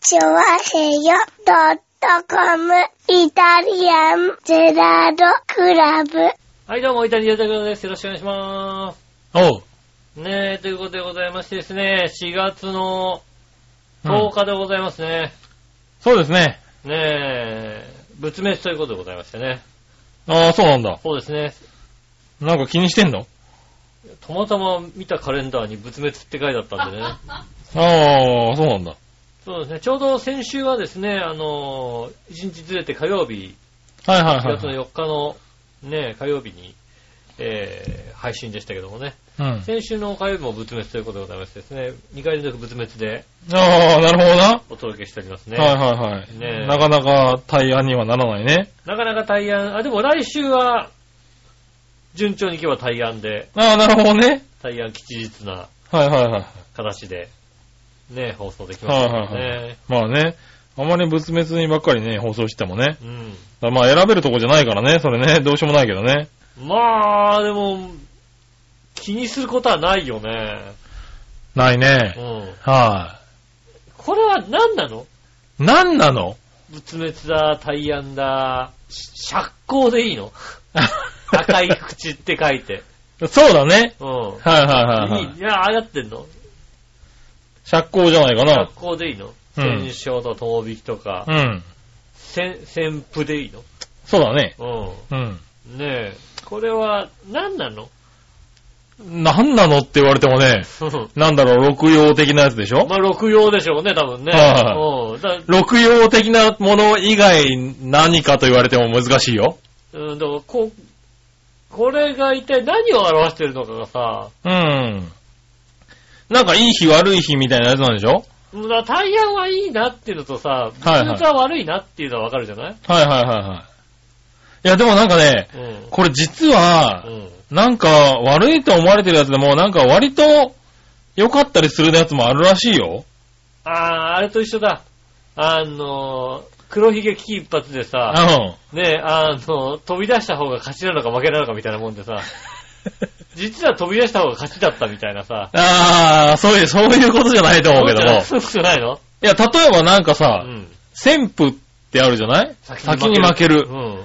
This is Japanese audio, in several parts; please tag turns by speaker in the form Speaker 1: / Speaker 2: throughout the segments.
Speaker 1: チョワヘヨドットコムイタリアンゼラードクラブ。
Speaker 2: はい、どうも、イタリアザグロです。よろしくお願いしま
Speaker 3: おう。
Speaker 2: す。ねえ、ということでございましてですね、4月の10日でございますね。
Speaker 3: そうですね。
Speaker 2: ねえ、仏滅ということでございましてね。
Speaker 3: ああ、そうなんだ。
Speaker 2: そうですね、
Speaker 3: なんか気にしてんの
Speaker 2: たまたま見たカレンダーに仏滅って書いてあったん でね。
Speaker 3: ああ、そうなんだ。
Speaker 2: そうですね、ちょうど先週はですね、あのー、1日ずれて火曜日、
Speaker 3: はいはい
Speaker 2: 4
Speaker 3: はい
Speaker 2: 月の
Speaker 3: はい。
Speaker 2: 4日のね、火曜日に、えー、配信でしたけどもね。
Speaker 3: うん。
Speaker 2: 先週の火曜日も仏滅ということでございましてですね、2回連続仏滅で
Speaker 3: ああ、なるほどな。
Speaker 2: お届けしておりますね。
Speaker 3: はいはいは
Speaker 2: ねえ
Speaker 3: い。なかなか対案にはならないね。
Speaker 2: なかなか対案、あ、でも来週は、順調に行けば対案で、
Speaker 3: ああ、なるほどね。
Speaker 2: 対案吉日な
Speaker 3: はいはいはい。
Speaker 2: 形で、ね、放送できましたから
Speaker 3: はい
Speaker 2: ね。
Speaker 3: まあね。あまり仏滅にばっかりね、放送してもね。
Speaker 2: うん。
Speaker 3: まあ選べるとこじゃないからね、それね、どうしようもないけどね。
Speaker 2: まあ、でも、気にすることはないよね。
Speaker 3: ないね
Speaker 2: う。ん。
Speaker 3: は
Speaker 2: これは何なの
Speaker 3: い。なんなの
Speaker 2: 仏滅だ、対案だ、し釈光でいいの赤い口って書いて。
Speaker 3: そうだね。
Speaker 2: うん。
Speaker 3: はいはいはいい
Speaker 2: い
Speaker 3: はい。
Speaker 2: いや、ああやってんの
Speaker 3: 釈光じゃないかな
Speaker 2: 釈。光でいいの
Speaker 3: うん
Speaker 2: 戦勝と遠引きとか、
Speaker 3: うん。
Speaker 2: 戦、戦譜でいいの
Speaker 3: そうだね。
Speaker 2: うん。
Speaker 3: うん。
Speaker 2: ねえ、これは何な の
Speaker 3: なんなのって言われてもね、なんだろう、六葉的なやつでしょ
Speaker 2: まあ、六用でしょうね、多分ね。
Speaker 3: は
Speaker 2: うんだ
Speaker 3: 六葉的なもの以外何かと言われても難しいよ。
Speaker 2: うんだからここれが一体何を表してるのかがさ、
Speaker 3: うん。なんかいい日悪い日みたいなやつなんでしょ
Speaker 2: うんだからタイヤはいいなっていうのとさ、
Speaker 3: いはい
Speaker 2: 物が悪いなっていうのはわかるじゃない、
Speaker 3: はいはいはいはい。いやでもなんかね、これ実は
Speaker 2: う、ん。うん。
Speaker 3: なんか悪いと思われてるやつでもなんか割と良かったりするやつもあるらしいよ。
Speaker 2: ああ、あれと一緒だ。あの、黒ひげ危機一髪で
Speaker 3: う
Speaker 2: さ、
Speaker 3: ん。
Speaker 2: ねえ、あの、飛び出した方が勝ちなのか負けなのかみたいなもんでさ、実は飛び出した方が勝ちだったみたいなさ。
Speaker 3: ああ、そういう、そういうことじゃないと思うけども。い
Speaker 2: そうじゃないの
Speaker 3: や、例えばなんか
Speaker 2: う
Speaker 3: さ、
Speaker 2: ん。
Speaker 3: 旋風ってあるじゃない先に負ける。
Speaker 2: うん。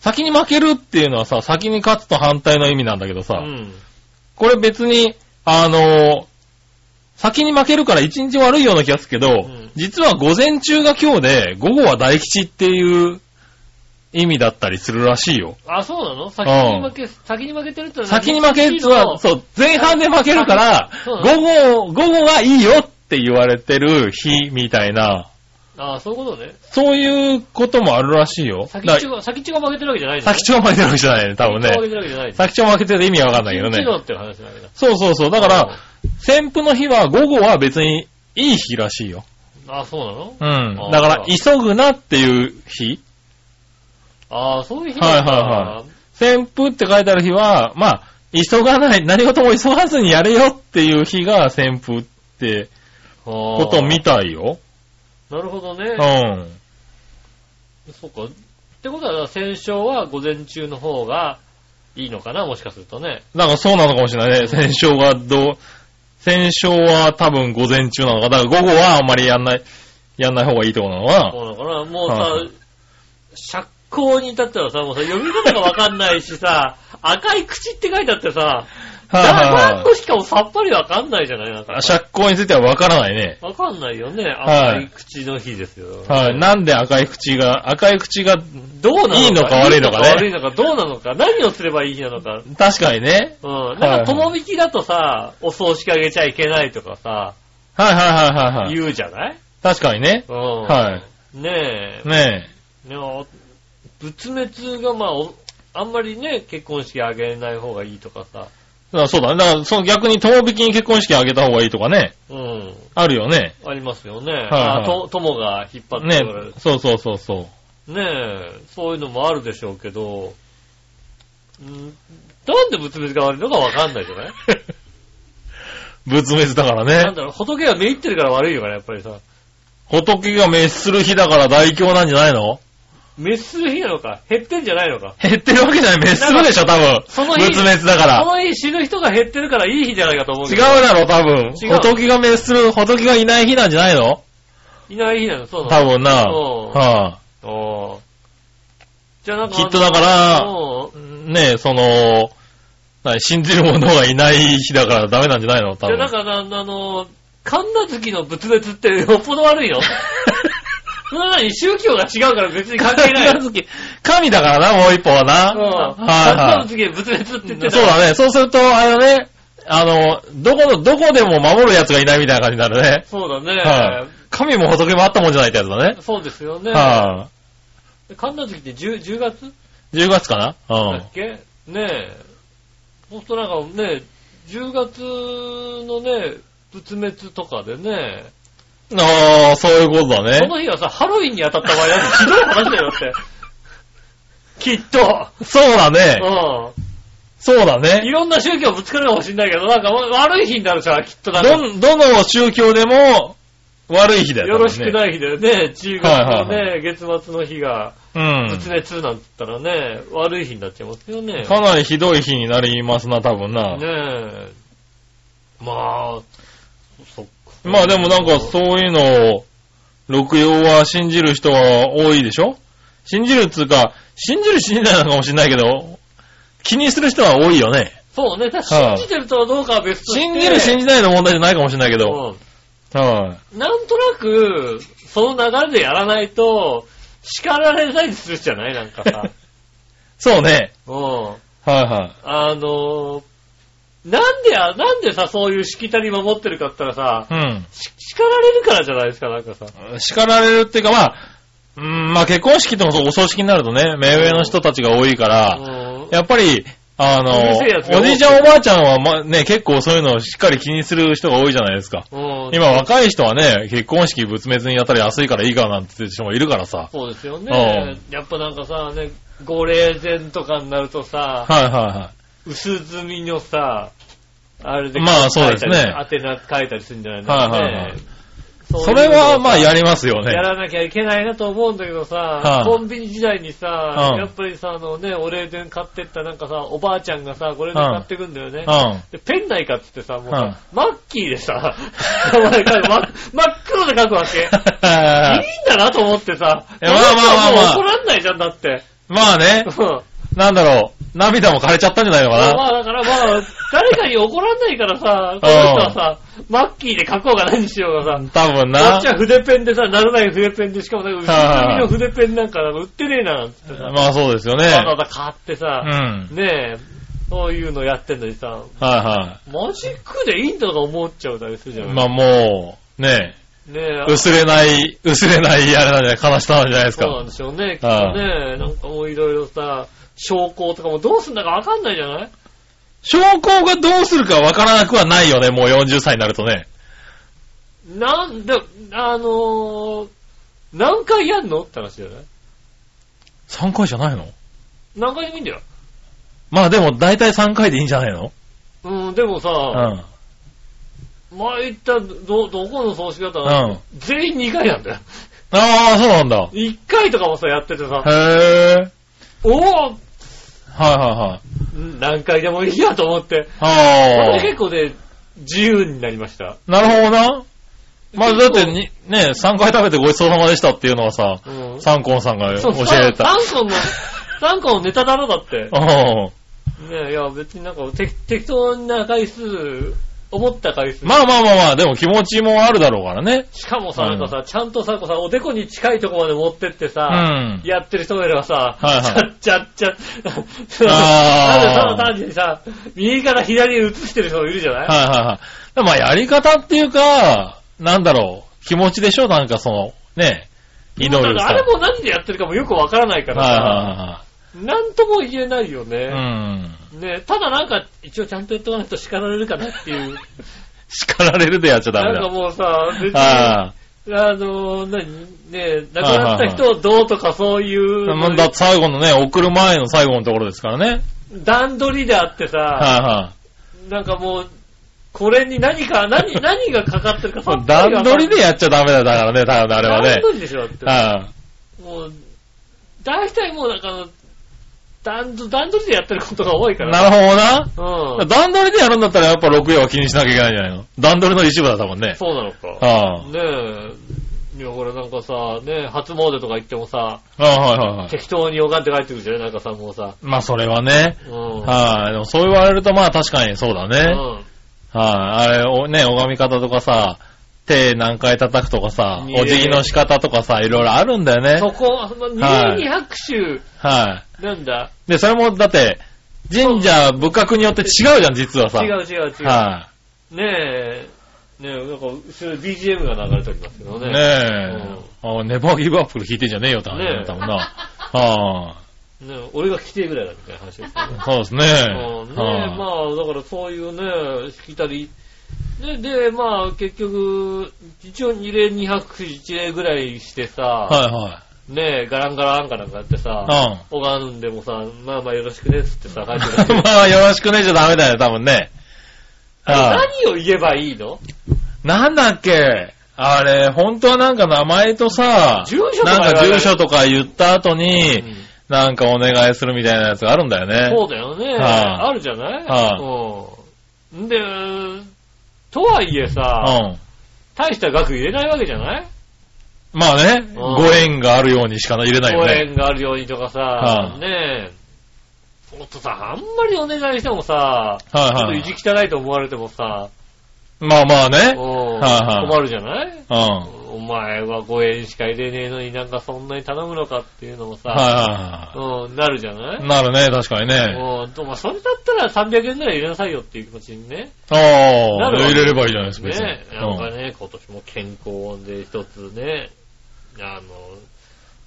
Speaker 3: 先に負けるっていうのはさ、先に勝つと反対の意味なんだけどさ、
Speaker 2: うん。
Speaker 3: これ別に、あのー先に負けるから一日悪いような気がするけど、
Speaker 2: ん
Speaker 3: 実は午前中が今日で、午後は大吉っていう意味だったりするらしいよ。
Speaker 2: あ、そうなの先に負け、先に負けてるってのは
Speaker 3: 先に負けるやつは、
Speaker 2: そう。
Speaker 3: そう、前半で負けるから
Speaker 2: そう、だ
Speaker 3: 午後、午後はいいよって言われてる日みたいな、
Speaker 2: あそういうことね。
Speaker 3: そういうこともあるらしいよ。
Speaker 2: 先
Speaker 3: だ
Speaker 2: っ
Speaker 3: か
Speaker 2: ち
Speaker 3: ら
Speaker 2: ょが、先っちょが負けてるわけじゃないの
Speaker 3: 先っちょが負けてるわけじゃないね、多分
Speaker 2: 先っちょが負け
Speaker 3: ね。
Speaker 2: てるわけじゃないの
Speaker 3: 先っちょ負けてる意味わかんないけどね。
Speaker 2: 先っちょっていう話なんだけど。
Speaker 3: そうそうそう。だから、旋風の日は午後は別にいい日らしいよ。
Speaker 2: あ、そうなの
Speaker 3: うん
Speaker 2: あ。
Speaker 3: だから、急ぐなっていう日。
Speaker 2: あそういう日
Speaker 3: はいはい旋風って書いてある日は、まあ、急がない、何事も急がずにやれよっていう日が旋風ってこ
Speaker 2: こと
Speaker 3: みたいよ。
Speaker 2: なるほど
Speaker 3: う
Speaker 2: ね。
Speaker 3: ん。
Speaker 2: そうか。ってことは、戦勝は午前中の方がいいのかな、もしかするとね。
Speaker 3: だからそうなのかもしれないね。戦勝がどう、戦勝は多分午前中なのか。だから午後はあんまりやんない、やんない方がいいとこなのかな。
Speaker 2: そうなのかな。もう
Speaker 3: は
Speaker 2: さ
Speaker 3: い、
Speaker 2: 釈光に至ったらさ、もうさ、読み方がわかんないしさ、 赤い口って書いてあってさ、
Speaker 3: はい
Speaker 2: 何
Speaker 3: はい
Speaker 2: 個しかもさっぱりわかんないじゃないなん
Speaker 3: は
Speaker 2: か
Speaker 3: い。。釈光についてはわからないね。
Speaker 2: わかんないよね。
Speaker 3: はい
Speaker 2: 赤い口の日ですよ。
Speaker 3: はい。なんで赤い口が、赤い口が
Speaker 2: どうなのか。
Speaker 3: いいのか悪いのかね
Speaker 2: 悪いのか、どうなのか。何をすればいい日なのか。
Speaker 3: 確かにね。
Speaker 2: うん。
Speaker 3: はい
Speaker 2: な
Speaker 3: は
Speaker 2: んか、
Speaker 3: い
Speaker 2: ともみきだとさ、お葬式あげちゃいけないとかさ、
Speaker 3: はいはいはいはい、はい。
Speaker 2: 言うじゃない
Speaker 3: 確かにね。
Speaker 2: うん。
Speaker 3: は
Speaker 2: ね
Speaker 3: い。ね
Speaker 2: え。ねお仏滅がまあ、おあんまりね、結婚式あげない方がいいとかさ。
Speaker 3: え。だからそうだね。だからその逆に遠引きに結婚式あげた方がいいとかね。
Speaker 2: うん。
Speaker 3: あるよね。
Speaker 2: ありますよね。
Speaker 3: はい
Speaker 2: あと、友が引っ張っ
Speaker 3: ね
Speaker 2: てこられる。
Speaker 3: そうそうそうそう。
Speaker 2: ねえ、そういうのもあるでしょうけど、んなんで仏滅が悪いのかわかんないじゃない
Speaker 3: 仏滅だか
Speaker 2: な
Speaker 3: ら
Speaker 2: ん
Speaker 3: ね。
Speaker 2: だろう、仏が目いってるから悪いよから、やっぱりさ。
Speaker 3: 仏が滅する日だから大凶なんじゃないの
Speaker 2: 滅する日なのか、減ってんじゃないのか。
Speaker 3: 減ってるわけじゃない。滅するでしょ、多分。
Speaker 2: その日
Speaker 3: 仏滅だか
Speaker 2: こ
Speaker 3: ら。
Speaker 2: の日死ぬ人が減ってるからいい日じゃないかと思う
Speaker 3: 違
Speaker 2: け
Speaker 3: う
Speaker 2: ど。
Speaker 3: だろ、多分。
Speaker 2: 違う
Speaker 3: 仏が滅する、仏がいない日なんじゃないの
Speaker 2: いない日なの、そうな
Speaker 3: 多分な。
Speaker 2: そう
Speaker 3: は
Speaker 2: の。おーじゃあなんか。
Speaker 3: きっとだから
Speaker 2: お
Speaker 3: い
Speaker 2: ー
Speaker 3: ねえ、その、何信じる者がいない日だからダメなんじゃないの多
Speaker 2: じゃあなんか
Speaker 3: 分。
Speaker 2: な、あの、神奈月の仏滅って よっぽど悪い のそんなに宗教が違うから別に関係ない。
Speaker 3: 神月神だからな、もう一歩はな。
Speaker 2: うん。
Speaker 3: はいはい
Speaker 2: 神奈月の仏滅って言ってた
Speaker 3: そうだね。そうすると、あれだね、あの、どこの、どこでも守る奴がいないみたいな感じになるね。
Speaker 2: そうだね。
Speaker 3: はい神も仏もあったもんじゃないってやつだね。
Speaker 2: そうですよね。
Speaker 3: は
Speaker 2: 神奈月って 10, 10月
Speaker 3: い。10月かなう
Speaker 2: だ
Speaker 3: ん
Speaker 2: っ。けねえ。ほんとなんかね、10月のね、仏滅とかでね、
Speaker 3: ああ、そういうことだ
Speaker 2: そ
Speaker 3: ね。
Speaker 2: の日はさ、ハロウィンに当たった場合はひどい話だよだ って。きっと。
Speaker 3: そうだね。
Speaker 2: う
Speaker 3: そうだ
Speaker 2: ん。い
Speaker 3: ね。
Speaker 2: ろんな宗教ぶつかるかもしんないけど、なんか悪い日になるさ、きっとなんか
Speaker 3: どん、どの宗教でも悪い日だよ、ね。
Speaker 2: よろしく
Speaker 3: い。
Speaker 2: ない日だよね。10月の
Speaker 3: はい
Speaker 2: ね、月末の日が、
Speaker 3: うん。
Speaker 2: 仏滅なんつったらね、悪い日になっちゃいますよね。
Speaker 3: かなりひどい日になりますな、多分な。
Speaker 2: ねえ。まあ、そっか。
Speaker 3: まあでもなんかそういうのを、六曜は信じる人は多いでしょ信じるっつうか、信じる信じないのかもしれないけど、気にする人は多いよね。
Speaker 2: そうね。ただ信じてるとはどうかは別として。
Speaker 3: 信じる信じないの問題じゃないかもしれないけど。
Speaker 2: う
Speaker 3: は
Speaker 2: んなんとなく、その流れでやらないと、叱られたりするじゃないなんか さ。
Speaker 3: い。そうね。
Speaker 2: うん。
Speaker 3: はいは
Speaker 2: あのーなんでや、なんでさ、そういうしきたり守ってるかって言ったらさ、
Speaker 3: い。うん。
Speaker 2: し叱られるからじゃないですか、なんかさ。
Speaker 3: 叱られるっていうか、まあ、うん、まあ結婚式とかそうお葬式になるとね、目上の人たちが多いから、
Speaker 2: うん
Speaker 3: やっぱり、あの、
Speaker 2: うるせえやつが多く
Speaker 3: お
Speaker 2: て
Speaker 3: じいちゃんおばあちゃんは、まあ、ね、結構そういうのをしっかり気にする人が多いじゃないですか。
Speaker 2: うん
Speaker 3: 今若い人はね、結婚式仏滅に当たり安いからいいかなんて人もいるからさ。
Speaker 2: そうですよね。やっぱなんかさ、ね、ご霊前とかになるとさ、
Speaker 3: はいは
Speaker 2: 薄墨のさ、あれで
Speaker 3: まあそうですね
Speaker 2: 当てな書いたりするんじゃないの
Speaker 3: はいはいはいいはい。
Speaker 2: そ
Speaker 3: そう
Speaker 2: い
Speaker 3: れ
Speaker 2: うのをさ
Speaker 3: はまあやりますよね。
Speaker 2: やらなきゃいけないなと思うんだけどさ、
Speaker 3: はい
Speaker 2: コンビニ時代にさ、
Speaker 3: うん
Speaker 2: やっぱりさ、あのね、お礼で買ってったなんかさ、おばあちゃんがさ、これで買ってくんだよね。
Speaker 3: うん。
Speaker 2: でペンないかっつってさ、もうさ、
Speaker 3: うん
Speaker 2: マッキーでさ、 名前書いて、ま真っ黒で書くわけ。いいんだなと思ってさ、
Speaker 3: いやまあまあまあまあ
Speaker 2: もう怒らんないじゃんだって。
Speaker 3: まあね
Speaker 2: う、ん
Speaker 3: なんだろう、涙も枯れちゃったんじゃないの
Speaker 2: まあ
Speaker 3: か
Speaker 2: ま
Speaker 3: な。
Speaker 2: あだからまあ、誰かに怒らないからさ、この人はさ、マッキーで書こうが何しようがさ、
Speaker 3: 多分
Speaker 2: こ
Speaker 3: な
Speaker 2: っち。は筆ペンでさ、ならない筆ペンで、しかもなんか、後ろの筆ペンなんか売ってねえな、なんつってさ、わ
Speaker 3: まあそうですよね。
Speaker 2: ざわざ買って
Speaker 3: う
Speaker 2: さ、
Speaker 3: ん。
Speaker 2: ねえ、そういうのやってんのにさ、
Speaker 3: は
Speaker 2: マジックでいいんだとか思っちゃうたりするじ
Speaker 3: い
Speaker 2: ゃ
Speaker 3: はい。
Speaker 2: ん。
Speaker 3: まあもう、ね、
Speaker 2: ねえ、
Speaker 3: 薄れない、薄れないあれなんじゃない、悲しさなんじゃないです
Speaker 2: そうな
Speaker 3: か
Speaker 2: ん。でしょうね、きっとね、なんかもういろいろさ、証拠とかもどうすんだかわかんないじゃない
Speaker 3: 証拠がどうするかわからなくはないよね、もう40歳になるとね。
Speaker 2: なんで、あのー、何回やんのって話じゃない
Speaker 3: 3回じゃないの
Speaker 2: 何回でもいいんだよ。
Speaker 3: まあでも大体3回でいいんじゃないの
Speaker 2: うん、でもさ、
Speaker 3: うん。
Speaker 2: 前言ったど、どこの葬式だったの、
Speaker 3: うん
Speaker 2: 全員2回なんだよ。
Speaker 3: ああ、そうなんだ。
Speaker 2: 1回とかもさ、やっててさ、
Speaker 3: へえ。
Speaker 2: おお
Speaker 3: はいはいはい。
Speaker 2: 何回でもいいやと思って、
Speaker 3: あ
Speaker 2: 結構ね、自由になりました。
Speaker 3: あ。なるほどな。まあだってに、ね、3回食べてごちそうさまでしたっていうのはさ、
Speaker 2: うん。
Speaker 3: サンコンさんが教
Speaker 2: そう、
Speaker 3: えてた。
Speaker 2: 3個の、 三個のネタだろだって。
Speaker 3: うん
Speaker 2: ねいや、別になんか、て適当な回数、思った回数。
Speaker 3: まあまあまあまあ、でも気持ちもあるだろうからね。
Speaker 2: しかもさ、
Speaker 3: うん
Speaker 2: なんかさ、ちゃんとさ、こうさ、おでこに近いとこまで持ってって
Speaker 3: う
Speaker 2: さ、
Speaker 3: ん。
Speaker 2: やってる人もいればさ、
Speaker 3: はいはい
Speaker 2: ちゃっちゃっちゃ、
Speaker 3: あー
Speaker 2: ただ単にさ、右から左に移してる人もいるじゃない、
Speaker 3: はいはいはい。でもまあやり方っていうか、なんだろう、気持ちでしょなんかその、ね、祈
Speaker 2: もうな
Speaker 3: る
Speaker 2: んか
Speaker 3: さ。
Speaker 2: あれも何でやってるかもよくわからないから
Speaker 3: はい
Speaker 2: さ、
Speaker 3: は
Speaker 2: なんとも言えないよ
Speaker 3: いはい。
Speaker 2: ね。
Speaker 3: うん。
Speaker 2: ねただなんか、一応ちゃんとやっとかないと叱られるかなっていう。
Speaker 3: 叱られるでやっちゃダメ
Speaker 2: なん
Speaker 3: だ
Speaker 2: か。もうさ、別に、あ
Speaker 3: あ
Speaker 2: の、何ね亡くなった人をどうとかそういう
Speaker 3: あ。なんだ、最後のね、送る前の最後のところですからね。
Speaker 2: 段取りであってさ、
Speaker 3: はいはい。
Speaker 2: なんかもう、これに何 か、何、何がかかってるかさっぱり
Speaker 3: 段
Speaker 2: わかんな
Speaker 3: 取
Speaker 2: い
Speaker 3: りでやっちゃダメだ、だからね、多分あれはね
Speaker 2: 段。取りでしょだって。
Speaker 3: あ
Speaker 2: もう、大体もうなんか、段取段取りでやってることが多いか
Speaker 3: あ
Speaker 2: ら。
Speaker 3: なるほどな。
Speaker 2: ほうん。
Speaker 3: 段取りでやるんだったらやっぱ6曜は気にしなきゃいけないんじゃないの段取りの一部だったもんね。
Speaker 2: そうなのか。
Speaker 3: ああ
Speaker 2: ねえ。いや、ほらなんかさ、ね、初詣とか行ってもさ、
Speaker 3: あはいはいはい。
Speaker 2: 適当に拝んで帰ってくるじゃないなんかさ、もうさ。
Speaker 3: まあそれはね。
Speaker 2: うん。
Speaker 3: はい。でもそう言われるとまあ確かにそうだ
Speaker 2: う
Speaker 3: ね。
Speaker 2: ん。
Speaker 3: はい。あれ、おね、拝み方とかさ、手何回叩くとかさ、
Speaker 2: いえいえ
Speaker 3: お辞儀の仕方とかさ、いろいろあるんだよね。
Speaker 2: そこ、その
Speaker 3: はい
Speaker 2: 二拍手、
Speaker 3: は
Speaker 2: なんだ
Speaker 3: い。で、それもだって、神社仏閣によって違うじゃん、実はさ。
Speaker 2: 違う違う違う。
Speaker 3: は
Speaker 2: ねえ、ねえ、なんか、後ろに BGM が流れておりますけど
Speaker 3: い。
Speaker 2: ね。
Speaker 3: ねえ。あネバーギブアップル弾いてんじゃねえよって話だったもんな。は
Speaker 2: え。ねえ、俺が来てぐらいだみたいな話ですけどね
Speaker 3: い。。そうですね。
Speaker 2: うんねえ、
Speaker 3: はい
Speaker 2: まあ、だからそういうね、しきたり。ね、で、まあ、結局、一応2例2拍手1例ぐらいしてさ、
Speaker 3: は
Speaker 2: ねえ、ガランガランかなんかやって
Speaker 3: い
Speaker 2: さ、
Speaker 3: はい。
Speaker 2: 拝んでもさ、まあまあよろしくねっつってさ、帰ってく
Speaker 3: う
Speaker 2: る
Speaker 3: ん。。 まあ、よろしくねじゃダメだよ、多分ね。はい
Speaker 2: 何を言えばいいの
Speaker 3: なんだっけあれ、本当はなんか名前とさ、
Speaker 2: 住所とか言
Speaker 3: なん
Speaker 2: われ
Speaker 3: か
Speaker 2: る
Speaker 3: 住所とか言った後
Speaker 2: う
Speaker 3: に、
Speaker 2: ん
Speaker 3: なんかお願いするみたいなやつがあるんだよね。
Speaker 2: そうだよね。
Speaker 3: はい
Speaker 2: あるじゃないうん。んで、とはいえさ、
Speaker 3: うん。
Speaker 2: 大した額入れないわけじゃない
Speaker 3: まあね、
Speaker 2: ん
Speaker 3: ご縁があるようにしか入れないよ
Speaker 2: 応
Speaker 3: ね。
Speaker 2: 援があるようにとかさ
Speaker 3: は、い
Speaker 2: ねえ。おっとさ、あんまりお願いしてもさ、ちょっ
Speaker 3: は
Speaker 2: と
Speaker 3: い
Speaker 2: 意
Speaker 3: はい。
Speaker 2: 地汚いと思われてもさ、
Speaker 3: まあまあ
Speaker 2: うん
Speaker 3: ね。はい
Speaker 2: 困るじゃない
Speaker 3: うん。はい
Speaker 2: お前は5円しか入れねえのになんかそんなに頼むのかっていうのもさ、
Speaker 3: は
Speaker 2: うん、なるじゃない
Speaker 3: いはい。なるね、確かにね。
Speaker 2: うんと、まあ、それだったら300円ぐらい入れなさいよっていう気持ちにね。
Speaker 3: ああ
Speaker 2: な、るわ
Speaker 3: 入れればいいじゃないですか、別に。
Speaker 2: ね、なんかね、今年も健康で一つね、あ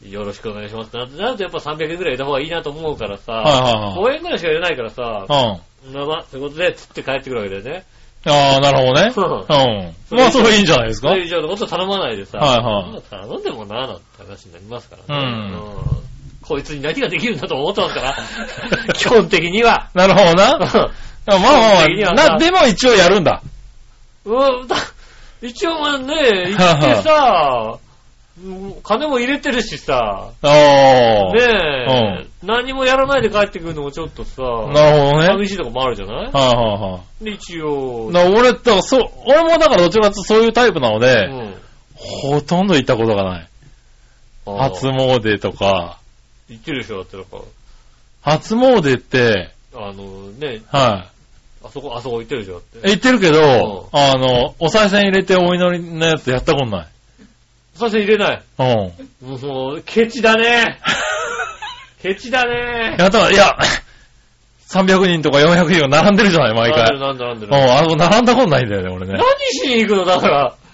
Speaker 2: の、よろしくお願いしますってなってなるとやっぱ300円ぐらい入れた方がいいなと思うから
Speaker 3: うんはい
Speaker 2: さ、
Speaker 3: は
Speaker 2: 5円ぐらいしか入れないからさ
Speaker 3: い、はい。うん。
Speaker 2: まあまあ、そういうことで、つって帰ってくるわけだよね。
Speaker 3: ああ、なる
Speaker 2: そ
Speaker 3: ほ
Speaker 2: う
Speaker 3: どね。うん。まあそれいいんじゃないです
Speaker 2: そ
Speaker 3: か。
Speaker 2: れ以上のこと頼まないでさ、
Speaker 3: はいはい
Speaker 2: そんな頼んでもな、なんて話になりますからね。
Speaker 3: うん
Speaker 2: んこいつに何ができるんだと思ってますから、 基本的には。
Speaker 3: なるほどな。まあま
Speaker 2: 基本的には
Speaker 3: あま
Speaker 2: さ
Speaker 3: あ、な、でも一応やるんだ。
Speaker 2: うん、だ一応ね、行ってさ、うん金も入れてるしさ、
Speaker 3: ああ。
Speaker 2: ねえ、何もやらないで帰ってくるのもちょっとさ、
Speaker 3: なるほどね。はい
Speaker 2: 寂しいとこもあるじゃない
Speaker 3: はいは
Speaker 2: で、一応、
Speaker 3: い。な俺、だからそう、俺もだからどちらかというとそういうタイプなので、
Speaker 2: うん
Speaker 3: ほとんど行ったことがない。
Speaker 2: あ
Speaker 3: 初詣とか、
Speaker 2: 行ってるでしょ、だってなんか、
Speaker 3: 初詣って、
Speaker 2: あのね、
Speaker 3: は
Speaker 2: あそこ、あそこ行ってるでしょ、だっ
Speaker 3: い。
Speaker 2: て。
Speaker 3: 行ってるけ
Speaker 2: うん
Speaker 3: ど、あの、お賽銭入れてお祈りのやつやったことない。
Speaker 2: そして入れない。
Speaker 3: うん。
Speaker 2: もう、ケチだ ね。ケチだね。
Speaker 3: やったら、いや、300人とか400人が並んでるじゃない、毎回。
Speaker 2: なんだなんだなん
Speaker 3: うん、
Speaker 2: だ。
Speaker 3: あの、並んだことないんだよね、俺ね
Speaker 2: 何。しに行くのだから。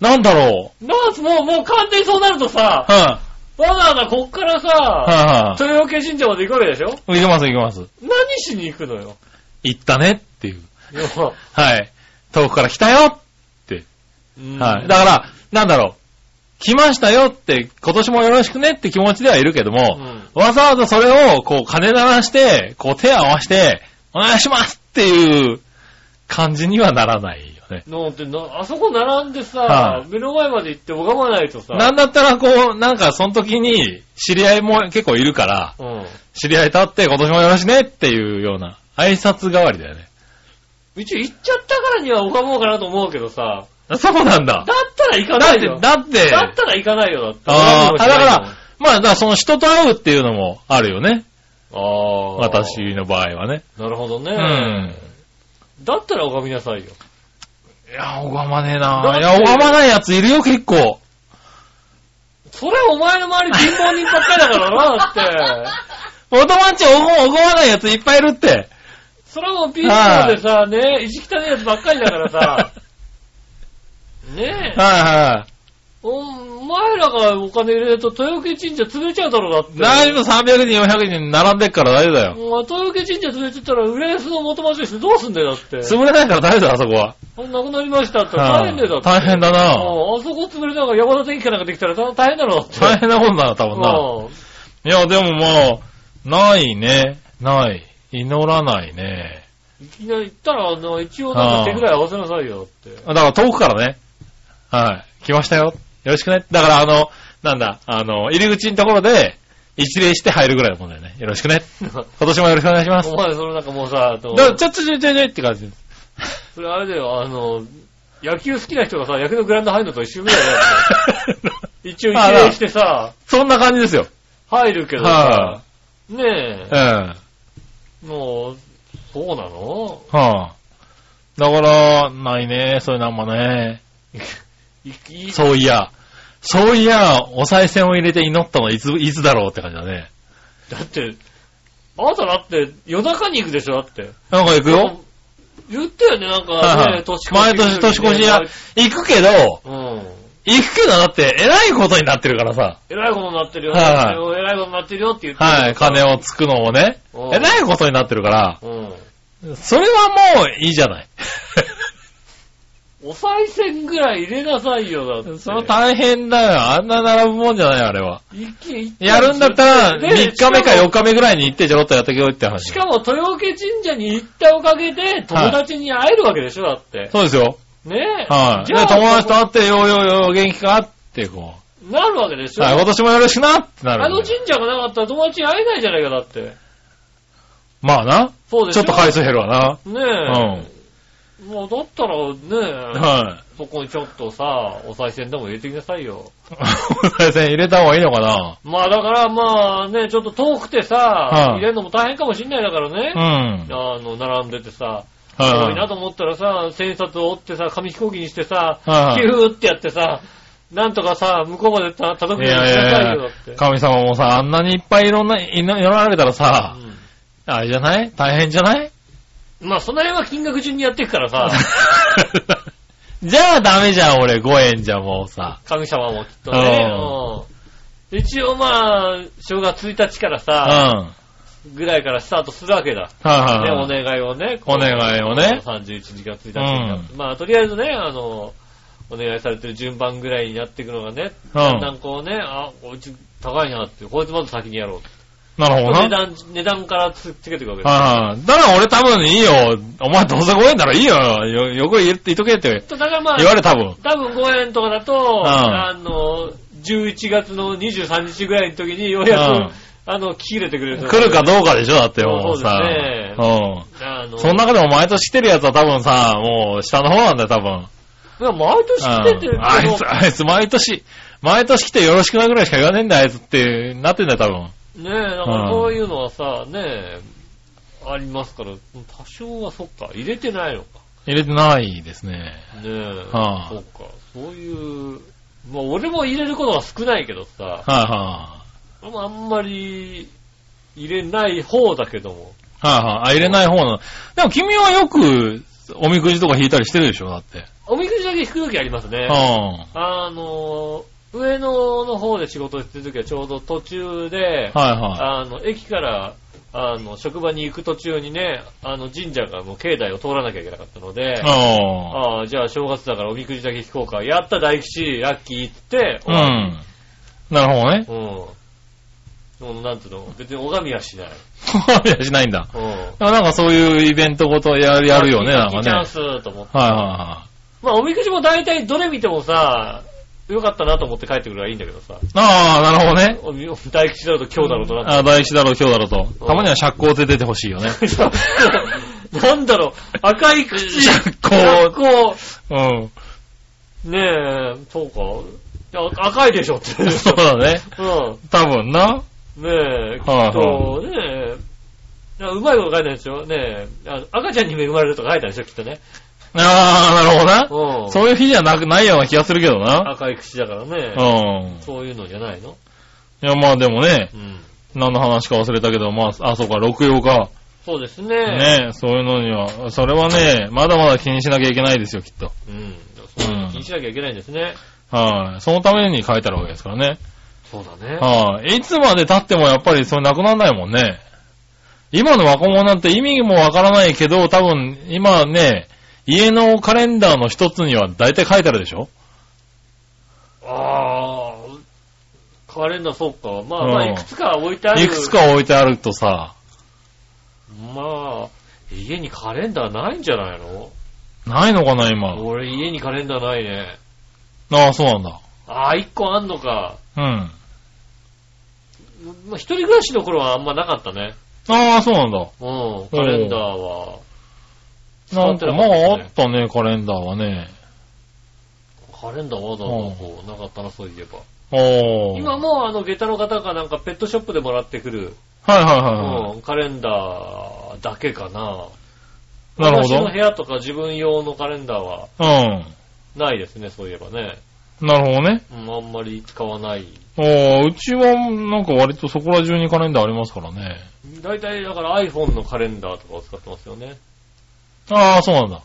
Speaker 3: なんだろ
Speaker 2: なんもう、もう完全にそうなるとさ
Speaker 3: う。、は
Speaker 2: わざわざこっから
Speaker 3: い、
Speaker 2: さ、
Speaker 3: はい、
Speaker 2: 豊岡神社まで行くわけでしょ
Speaker 3: 行きます、行きます。
Speaker 2: 何しに行くのよ。
Speaker 3: 行ったねっていう。
Speaker 2: 要は
Speaker 3: はい。遠くから来たよ
Speaker 2: うん
Speaker 3: はい。だから、なんだろう。来ましたよって、今年もよろしくねって気持ちではいるけど
Speaker 2: う
Speaker 3: も、
Speaker 2: ん
Speaker 3: わざわざそれを、こう、金鳴らして、こう、手を合わして、お願いしますっていう感じにはならないよね。
Speaker 2: のってな、あそこ並んでさ
Speaker 3: は、
Speaker 2: 目の前まで行って拝まないとさ、
Speaker 3: なんだったら、こう、なんか、その時に、知り合いも結構いるから、
Speaker 2: うん
Speaker 3: 知り合い立って、今年もよろしくねっていうような、挨拶代わりだよね。
Speaker 2: 一応行っちゃったからには拝もうかなと思うけどさ、
Speaker 3: あそうなんだ。
Speaker 2: だったら行か
Speaker 3: だ
Speaker 2: な
Speaker 3: っ
Speaker 2: い
Speaker 3: て
Speaker 2: よ。、だ
Speaker 3: だって、
Speaker 2: ったら行かないよ、だって。
Speaker 3: あ
Speaker 2: 拝
Speaker 3: ー
Speaker 2: むもしないもん
Speaker 3: あだから、まあ、だからその人と会うっていうのもあるよね。
Speaker 2: ああ。
Speaker 3: 私。の場合はね。
Speaker 2: なるほどね。
Speaker 3: うん。
Speaker 2: だったら拝みなさいよ。
Speaker 3: いや、拝まねえ
Speaker 2: だっ
Speaker 3: な
Speaker 2: て
Speaker 3: いや、拝まないやついるよ、結構。
Speaker 2: それお前の周り貧乏人ばっかりだからな、だって。
Speaker 3: お友達おご、おごまないやついっぱいいるって。
Speaker 2: それはもう貧乏でさ、ね、意地汚いやつばっかりだからさ、ねえ、
Speaker 3: は
Speaker 2: お前らがお金入れると豊受神社潰れちゃうだろうだって。
Speaker 3: いはい。大丈夫、300人、400人並んでっから大丈夫だよ。
Speaker 2: もう豊受神社潰れちゃったら、浦安の元町の人どうすんだよ、だって。
Speaker 3: 潰れないから大丈夫だ、あそこは。
Speaker 2: あ亡くなりましたって
Speaker 3: は
Speaker 2: 大
Speaker 3: い
Speaker 2: 変だよ、だって。
Speaker 3: 大変だな
Speaker 2: うんあそこ潰れながら山田電機かなんかできたら大大変だろう、だって。
Speaker 3: 大変なことなの、多分な。
Speaker 2: うん
Speaker 3: いや、でもまあ、ないね。ない。祈らないね。
Speaker 2: いきなり行ったら、あの、一応なんか手ぐらい合わせなさいよ、だって。
Speaker 3: だから遠くからね。はい。来ましたよ。よろしくね。だからあの、なんだ、あの、入り口のところで、一礼して入るぐらいのもんだよね。よろしくね。今年もよろしくお願いします。
Speaker 2: お前、それなんかもうさ、あの
Speaker 3: だからちょ、ちょ、ちょ、ちょ、ちょって 感じ。
Speaker 2: それあれだよ、あの、野球好きな人がさ、野球のグラウンド入るのと一緒ぐらいだよ。一応一礼してさ、
Speaker 3: そんな感じですよ。
Speaker 2: 入るけど
Speaker 3: は
Speaker 2: さ、ね
Speaker 3: い、ええ
Speaker 2: え、もう、そうなの
Speaker 3: はあ。だから、ないね、そういうのあんまね。
Speaker 2: いい
Speaker 3: そういや、そういや、お賽銭を入れて祈ったのはいつ、いつだろうって感じだね。
Speaker 2: だって、あなただって夜中に行くでしょだって。
Speaker 3: なんか行くよ
Speaker 2: 言ったよね、なん
Speaker 3: は
Speaker 2: か
Speaker 3: いは
Speaker 2: ね
Speaker 3: い、
Speaker 2: 年越し。
Speaker 3: 毎年年越しや、行くけど、
Speaker 2: うん。
Speaker 3: 行くけどだって、偉いことになってるからさ。
Speaker 2: えらいことになってるよ。
Speaker 3: はい
Speaker 2: えらいことになってるよって言って。
Speaker 3: はい、金をつくのをね。
Speaker 2: うん。
Speaker 3: 偉いことになってるから、
Speaker 2: うん。
Speaker 3: それはもういいじゃない。
Speaker 2: お賽銭ぐらい入れなさいよ、だって。
Speaker 3: それは大変だよ。あんな並ぶもんじゃない、あれは。
Speaker 2: 一気に
Speaker 3: やるんだったら、
Speaker 2: ね
Speaker 3: 3日目か4
Speaker 2: しも
Speaker 3: 日目ぐらいに行ってちょろっとやってけよって話。
Speaker 2: しかも、豊岡神社に行ったおかげで、友達に会えるわけでしょ、だって。
Speaker 3: そうですよ。
Speaker 2: ねえ。
Speaker 3: はい。
Speaker 2: じ
Speaker 3: じ
Speaker 2: ゃ
Speaker 3: ゃ
Speaker 2: あ、
Speaker 3: あ友達と会って、ようようよう、元気かってこ
Speaker 2: なるわけでし
Speaker 3: う。
Speaker 2: ょ。
Speaker 3: はい、今年もよろしくなってなる。
Speaker 2: あの神社がなかったら友達に会えないじゃないか、だって。
Speaker 3: まあな。
Speaker 2: そうでし
Speaker 3: ちょ
Speaker 2: ょ。
Speaker 3: っと回数減るわ
Speaker 2: ね
Speaker 3: な。
Speaker 2: え。
Speaker 3: うん。
Speaker 2: もうだったらね、
Speaker 3: はい。
Speaker 2: そこにちょっとさ、お賽銭でも入れてきなさいよ。
Speaker 3: お賽銭入れた方がいいのかな
Speaker 2: まあだからまあね、ちょっと遠くてさ、
Speaker 3: い
Speaker 2: 入れるのも大変かもしんないだから
Speaker 3: う
Speaker 2: ね。
Speaker 3: ん。
Speaker 2: あの、並んでてさ、
Speaker 3: はい
Speaker 2: 多
Speaker 3: はい
Speaker 2: いなと思ったらさ、千冊を折ってさ、紙飛行機にしてさ、
Speaker 3: はい
Speaker 2: キューってやってさ、なんとかさ、向こうまでた届く
Speaker 3: い
Speaker 2: ように
Speaker 3: やい
Speaker 2: しなさい
Speaker 3: やい
Speaker 2: よ、だ
Speaker 3: や
Speaker 2: って。
Speaker 3: 神様もさ、あんなにいっぱいいろんな、いろいろられたらさ、あれじゃない大変じゃな
Speaker 2: う
Speaker 3: い
Speaker 2: んまあその辺は金額順にやっていくからさ、
Speaker 3: じゃあダメじゃん、俺、5円じゃもうさ。
Speaker 2: 神様もきっとね。うん一応まあ、正月1日から
Speaker 3: うん。
Speaker 2: さ、
Speaker 3: は
Speaker 2: ぐらいからスタートするわけだ。
Speaker 3: いは
Speaker 2: ね、
Speaker 3: いは
Speaker 2: お
Speaker 3: い。
Speaker 2: 願いをね。
Speaker 3: お願いをね
Speaker 2: こう31日が1日になって、まあ、とりあえずね、あの、お願いされてる順番ぐらいになっていくのがね、
Speaker 3: うん
Speaker 2: だんだんこうね、あ、こいつ高いなって、こいつまず先にやろう
Speaker 3: なるほど
Speaker 2: 値
Speaker 3: な。
Speaker 2: 段、値段からつつけていくわけです。
Speaker 3: はいはい。だから俺多分いいよ。お前どうせ5円ならいいよ。よ、よく言って言っとけって
Speaker 2: だからまあ
Speaker 3: 言、われ多分。
Speaker 2: 多分5円とかだと、
Speaker 3: ん
Speaker 2: あの、11月の23日ぐらいの時にようやく、
Speaker 3: うん
Speaker 2: あの、聞き入れてくれる。
Speaker 3: 来るかどうかでしょ、だってもう
Speaker 2: そう
Speaker 3: さ。
Speaker 2: ですね
Speaker 3: うん。
Speaker 2: あの、
Speaker 3: その中でも毎年来てるやつは多分さ、もう下の方なんだよ、多分。
Speaker 2: でも毎年来てて
Speaker 3: う
Speaker 2: る
Speaker 3: んあ
Speaker 2: けど
Speaker 3: いつ、あいつ毎年、毎年来てよろしくなぐらいしか言わねえんだよ、あいつってなってんだよ、多分。
Speaker 2: ねえ、だからそういうのはさ、ねえ、ありますから、多少はそっか、入れてないのか。
Speaker 3: 入れてないですね。
Speaker 2: ねえ、
Speaker 3: はあ
Speaker 2: そっか、そういう、まあ俺も入れることは少ないけどさ、
Speaker 3: はいは
Speaker 2: 俺もあんまり入れない方だけども、
Speaker 3: い。はいはい。あ、入れない方なの。でも君はよく、おみくじとか引いたりしてるでしょ、だって。
Speaker 2: おみくじだけ引くときありますね
Speaker 3: う。ん。
Speaker 2: あの、上野の方で仕事してるときはちょうど途中で、
Speaker 3: はいは
Speaker 2: あの、駅から、あの、職場に行く途中にね、あの神社がもう境内を通らなきゃいけなかったので、
Speaker 3: い。う
Speaker 2: ああ、じゃあ正月だからおみくじだけ引こうか。やった大吉、ラッキーっつって、
Speaker 3: ん。うん。なるほどね。
Speaker 2: うん。もうなんていうの、別に拝みはしない。
Speaker 3: いやしないんだ。
Speaker 2: うん。
Speaker 3: でもなんかそういうイベントごとやるやるよね、
Speaker 2: ラ
Speaker 3: な
Speaker 2: ッ
Speaker 3: ん
Speaker 2: キー
Speaker 3: かね。はい
Speaker 2: チャンスと思って。
Speaker 3: は
Speaker 2: まあおみくじも大体どれ見てもさ、よかったなと思って帰ってくるからいいんだけどさ。
Speaker 3: いはい。ああ、なるほどね。
Speaker 2: おみ大吉だと今日だろうとなっ
Speaker 3: あ、大吉だろう、今日だろう
Speaker 2: う
Speaker 3: と。
Speaker 2: ん
Speaker 3: たまには釈光で出てほしいよね。
Speaker 2: て。 なんだろう、赤い口。
Speaker 3: 釈
Speaker 2: こ
Speaker 3: 光。うん。
Speaker 2: ねえ、そうか。いや赤いでし ょって。
Speaker 3: そうだね。
Speaker 2: うん。
Speaker 3: 多分な。
Speaker 2: ねえ、きっ
Speaker 3: はい
Speaker 2: と、ねえ、うまいこと書いてないでしょねえあの、赤ちゃんに恵まれるとか書いてあるでしょきっとね。
Speaker 3: ああ、なるほど
Speaker 2: うん。
Speaker 3: な。そういう日じゃなく、ないような気がするけどな。
Speaker 2: 赤い口だから
Speaker 3: う
Speaker 2: ね。
Speaker 3: ん。
Speaker 2: そういうのじゃないの
Speaker 3: いや、まあでもね、
Speaker 2: うん。
Speaker 3: 何の話か忘れたけど、まあ、あ、そうか、六曜か。
Speaker 2: そうですね。
Speaker 3: ね、そういうのには、それはね、まだまだ気にしなきゃいけないですよ、きっと。
Speaker 2: うん。そういうの気にしなきゃいけないんですね。
Speaker 3: はい。そのために書いてあるわけですからね。
Speaker 2: そうだね。
Speaker 3: はい。いつまで経ってもやっぱりそれなくならないもんね。今の若者なんて意味もわからないけど、多分今ね、家のカレンダーの一つには大体書いてあるでしょ
Speaker 2: ああ、カレンダーそうか。まあまあ、
Speaker 3: うん
Speaker 2: いくつか置いてある。
Speaker 3: いくつ。か置いてあるとさ、
Speaker 2: まあ、家にカレンダーないんじゃないの
Speaker 3: ないのかな、今。
Speaker 2: 俺家にカレンダーないね。
Speaker 3: ああ、そうなんだ。
Speaker 2: ああ、一個あんのか。
Speaker 3: うん。
Speaker 2: まあ一人暮らしの頃はあんまなかったね。
Speaker 3: ああ、そうなんだ。
Speaker 2: うん、カレンダーは。
Speaker 3: なんか、
Speaker 2: 使ってなかった
Speaker 3: まあ、
Speaker 2: ね
Speaker 3: あったね、カレンダーはね。
Speaker 2: 貼れんだ、わざわざこう、なかったな、そういえば。
Speaker 3: おー。
Speaker 2: 今もうあの、下駄の方かなんかペットショップでもらってくる、
Speaker 3: はいはいはいは
Speaker 2: うん、カレンダーだけかな。
Speaker 3: い。なる
Speaker 2: 私
Speaker 3: ほど
Speaker 2: の部。屋とか自分用のカレンダーは
Speaker 3: う
Speaker 2: ないですね、そういえばね。
Speaker 3: ん。なるほどね。
Speaker 2: うん、あんまり使わない。
Speaker 3: おー、うちはなんか割とそこら中にカレンダーありますからね。
Speaker 2: 大体、だから iPhone のカレンダーとかを使ってますよね。
Speaker 3: ああ、そうなんだ。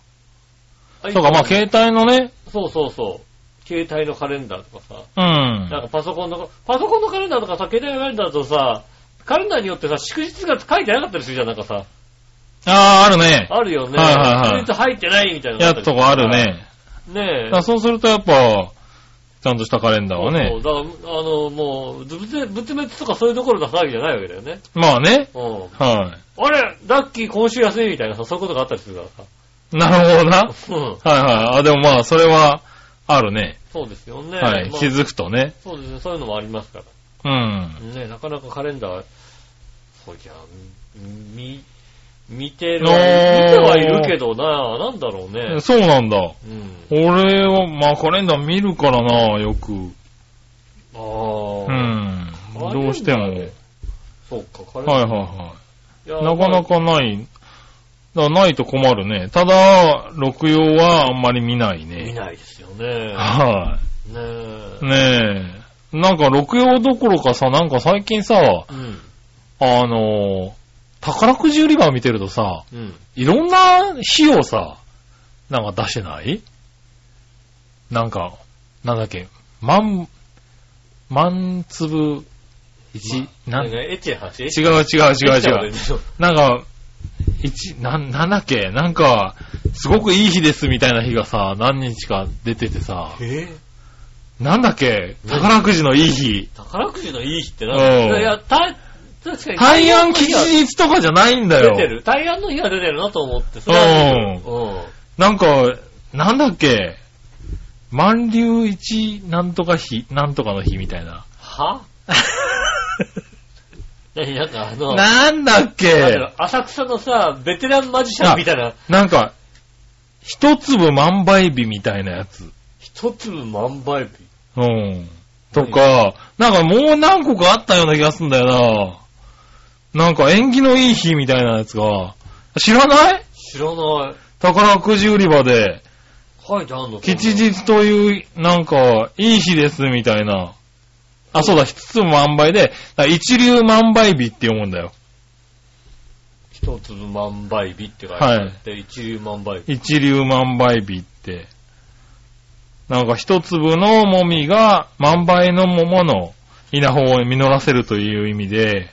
Speaker 3: そうか、まあ
Speaker 2: iPhone
Speaker 3: 携帯のね、
Speaker 2: そうそうそう。携帯のカレンダーとかさ。
Speaker 3: う
Speaker 2: なん
Speaker 3: ん。
Speaker 2: かパソコンの、パソコンのカレンダーとかさ、携帯のカレンダーだとさ、カレンダーによってさ、祝日が書いてなかったりするじゃん、なんかさ。
Speaker 3: ああ、あるね。
Speaker 2: あるよね。
Speaker 3: はいはいはい
Speaker 2: 祝日入ってないみたいなのがあ
Speaker 3: や
Speaker 2: ったりす
Speaker 3: つと
Speaker 2: る
Speaker 3: かある。ね。
Speaker 2: ねえ
Speaker 3: だか。らそうするとやっぱ、ちゃんとしたカレンダーは
Speaker 2: そう
Speaker 3: ね。
Speaker 2: そうだから、あの、もう、ぶつ、ぶつめつとかそういうところの騒ぎじゃないわけだよね。
Speaker 3: まあね。
Speaker 2: うん。
Speaker 3: は
Speaker 2: あれラッキー今週休みみたいなさ、そういうことがあったりするから
Speaker 3: い。なるほどな。はい
Speaker 2: さ。うん。
Speaker 3: はい。あ、でもまあ、それは、あるね。
Speaker 2: そうですよね。
Speaker 3: はい。
Speaker 2: まあ
Speaker 3: 気づくとね。
Speaker 2: そうですね。そういうのもありますか
Speaker 3: うん。
Speaker 2: ら。ねなかなかカレンダー、そうじゃん、み、見てる、見
Speaker 3: お
Speaker 2: て
Speaker 3: ー
Speaker 2: はいるけどな、なんだろうね。
Speaker 3: そうなんだ。
Speaker 2: うん。
Speaker 3: 俺は、まあカレンダー見るからな、よく。う
Speaker 2: ああ。
Speaker 3: ん。
Speaker 2: カレンダーね
Speaker 3: どうしても。はい
Speaker 2: そうか、カレンダー。
Speaker 3: はい
Speaker 2: いや
Speaker 3: はい。なかな。かない。だからないと困るね。ただ、録用はあんまり見ない
Speaker 2: 見
Speaker 3: ね。
Speaker 2: ないですよね。
Speaker 3: は
Speaker 2: ねえ
Speaker 3: い。。ねえ。なんか、録用どころかさ、なんか最近さ、
Speaker 2: うん。
Speaker 3: あのー宝くじ売り場を見てるとさ、
Speaker 2: うん。
Speaker 3: いろんな日をさ、なんか出してないなんか、なんだっけ、万、万粒、一、
Speaker 2: な
Speaker 3: な、
Speaker 2: んん
Speaker 3: 違う
Speaker 2: か、エッチな話違
Speaker 3: 違う違う違う違う。
Speaker 2: う。
Speaker 3: なんか、一、なん、なんだっけ、なんか、すごくいい日ですみたいな日がさ、何日か出ててさ、
Speaker 2: え
Speaker 3: なんだっけ、宝くじのいい日。
Speaker 2: 宝くじのいい日って
Speaker 3: う
Speaker 2: な。
Speaker 3: ん
Speaker 2: いや、た、確かに。
Speaker 3: 大安吉日とかじゃないんだ
Speaker 2: 出て
Speaker 3: よ。
Speaker 2: る。大安の日が出てるなと思って。それはう
Speaker 3: なんか、なんだっけ、満流一なんとか日、なんとかの日みた いな。
Speaker 2: は何なんかあの、なん
Speaker 3: なんだっ
Speaker 2: だろ
Speaker 3: け
Speaker 2: う浅草のさ、ベテランマジシャンみたいな、
Speaker 3: なんか、一粒万倍日みたいなやつ。
Speaker 2: 一粒万倍日。
Speaker 3: うん。とか、なんかもう何個かあったような気がすんだよな。なんか縁起のいい日みたいなやつが、知らない
Speaker 2: 知らない。
Speaker 3: 宝くじ売り場で、
Speaker 2: 書いてあんの
Speaker 3: 吉。日という、なんか、いい日ですみたいな。あ、そうだ、一つ万倍で、だから一流万倍日って読むんだよ。
Speaker 2: 一粒万倍日って書いてあって、一粒万倍日。
Speaker 3: 一流万倍日って。なんか一粒のもみが万倍の桃の稲穂を実らせるという意味で、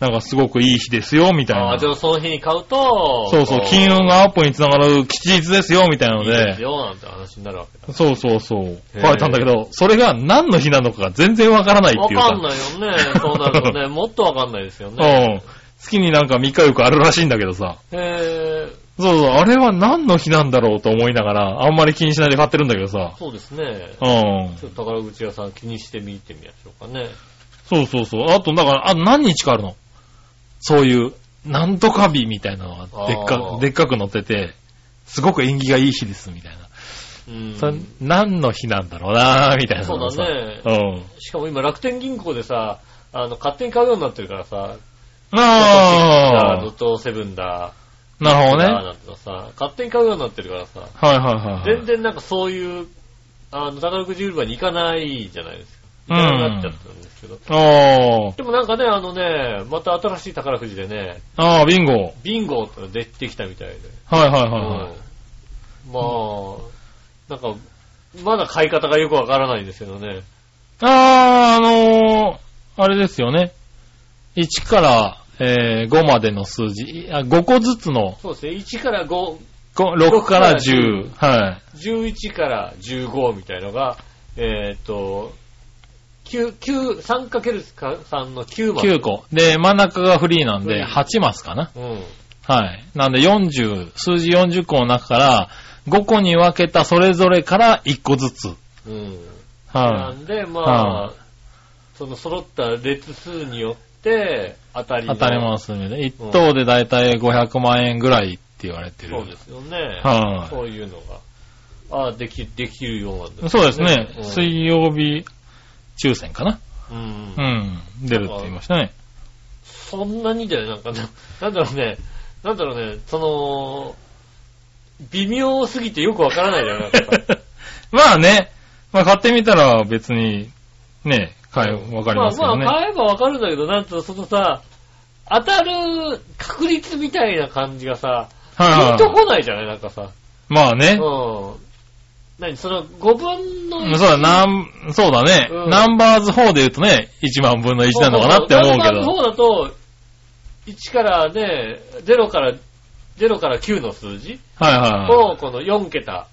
Speaker 3: なんかすごくいい日ですよ、みたい
Speaker 2: あ
Speaker 3: な
Speaker 2: あ、。でもその日に買うと、
Speaker 3: そうそう、
Speaker 2: こ
Speaker 3: 金運がアップにつながる吉日ですよ、みたいないの
Speaker 2: いです
Speaker 3: で。
Speaker 2: よ、なんて話になるわけだ。
Speaker 3: そうそうそう。
Speaker 2: へー
Speaker 3: 書いたんだけど、それが何の日なのかが全然わからないっ
Speaker 2: わ
Speaker 3: ていうか。
Speaker 2: かんないよね。そうなると ね、もっとわかんないですよね。
Speaker 3: うん。月になんか3日4日あるらしいんだけどさ。
Speaker 2: えー、
Speaker 3: そうそう、あれは何の日なんだろうと思いながら、あんまり気にしないで買ってるんだけどさ。
Speaker 2: そうですね。
Speaker 3: うん。
Speaker 2: ちょっと宝くじ屋さん気にしてみてみましょうかね。
Speaker 3: そうそうそう。あと、だから、あと何日かあるの。そういう、なんとか日みたいなのが、でっ
Speaker 2: あ
Speaker 3: か
Speaker 2: ー、
Speaker 3: でっかく載ってて、すごく縁起がいい日です、みたいな。
Speaker 2: うん。
Speaker 3: それ何の日なんだろうなーみたいなのが
Speaker 2: そ
Speaker 3: さ。
Speaker 2: うだね
Speaker 3: うん。
Speaker 2: しかも今楽天銀行でさ、あの、勝手に買うようになってるからさ、
Speaker 3: あ
Speaker 2: ド
Speaker 3: ー
Speaker 2: ットセブンだ、
Speaker 3: なるほどね。
Speaker 2: だなんてのさ、勝手に買うようになってるからさ、
Speaker 3: はいはいはい。
Speaker 2: 全然なんかそういう、あの、宝くじ売り場に行かないじゃないですか。
Speaker 3: うん
Speaker 2: 行かなくなっちゃったんですけど。
Speaker 3: あー
Speaker 2: でもなんかね、あのね、また新しい宝くじでね、
Speaker 3: あー、ビンゴ。はい
Speaker 2: ビンゴってのが出てきたみたいで。
Speaker 3: はいはい
Speaker 2: うんま
Speaker 3: は
Speaker 2: あ、なんか、まだ買い方がよくわからないんですけどね。
Speaker 3: い。ああ、あのー、あれですよね。1から、えー、5までの数字、あ5個ずつの、
Speaker 2: そうですね、1から5、
Speaker 3: 6から
Speaker 2: 10
Speaker 3: 10。はい。
Speaker 2: 11から15みたいのが、えーっと、9、9、3×3 の9まで。
Speaker 3: 9個。で、真ん中がフリーなん
Speaker 2: フリ
Speaker 3: で、
Speaker 2: ー
Speaker 3: 8マスかな。
Speaker 2: うん。
Speaker 3: はい。なんで40、数字40個の中から、5個に分けたそれぞれから1個ずつ。
Speaker 2: うん。な
Speaker 3: は
Speaker 2: んで、ま
Speaker 3: は
Speaker 2: あ、その揃った列数によって、当た
Speaker 3: い。
Speaker 2: り
Speaker 3: 当たりますね。1等でだいたい500万円ぐらいって言われてる。
Speaker 2: そうですよね。
Speaker 3: はい
Speaker 2: そういうのがああ、でき、できるようなんだ、
Speaker 3: そうですね。
Speaker 2: うん
Speaker 3: 水曜日抽選かな。
Speaker 2: うん。
Speaker 3: うん。出るって言いましたね。
Speaker 2: そんなにだよ、なんかな、なんだろうね、なんだろうね、その、微妙すぎてよくわからないだよ、なんか。
Speaker 3: まあね。まあ買ってみたら別に、ね、買い、わかりますよね。
Speaker 2: まあまあ、買えばわかるんだけど、なんつうの、そのさ、当たる確率みたいな感じがさ、
Speaker 3: はい
Speaker 2: ピ
Speaker 3: は
Speaker 2: ン
Speaker 3: い
Speaker 2: と
Speaker 3: はい。
Speaker 2: こないじゃないなんかさ。
Speaker 3: まあ
Speaker 2: う
Speaker 3: ね。
Speaker 2: ん。何その、5分の
Speaker 3: そうだ、なん、そうだね、
Speaker 2: うん
Speaker 3: ナンバーズ4で言うとね、1万分の1なのかなって思うけど。
Speaker 2: そうだと、1からね、0から、0から9の数字
Speaker 3: はいはいはい。
Speaker 2: を、この4桁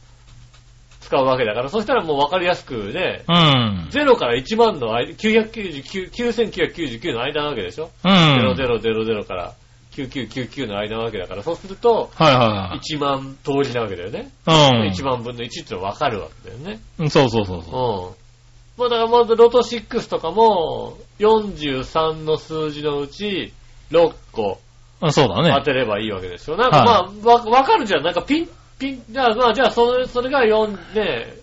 Speaker 2: 使うわけだから、そしたらもうわかりやすくね、
Speaker 3: うん。
Speaker 2: 0から1万の間、999 9999の間なわけでしょ
Speaker 3: うん。はい
Speaker 2: 0000から9999の間なわけだから、そうすると、
Speaker 3: は
Speaker 2: 1万通りなわけだよね。
Speaker 3: いはい。うん。
Speaker 2: 1万分の1ってのは分かるわけだよね。
Speaker 3: うんそうそうそう
Speaker 2: うん
Speaker 3: そう。。
Speaker 2: まあだからまずロト6とかも、43の数字のうち、6個
Speaker 3: あそうだ
Speaker 2: 当
Speaker 3: ね。
Speaker 2: てればいいわけですよ。なんかまあ、
Speaker 3: は
Speaker 2: わ、わかるじゃん。なんかピン、ピン、じゃあまあ、じゃあそれ、それが4、ね、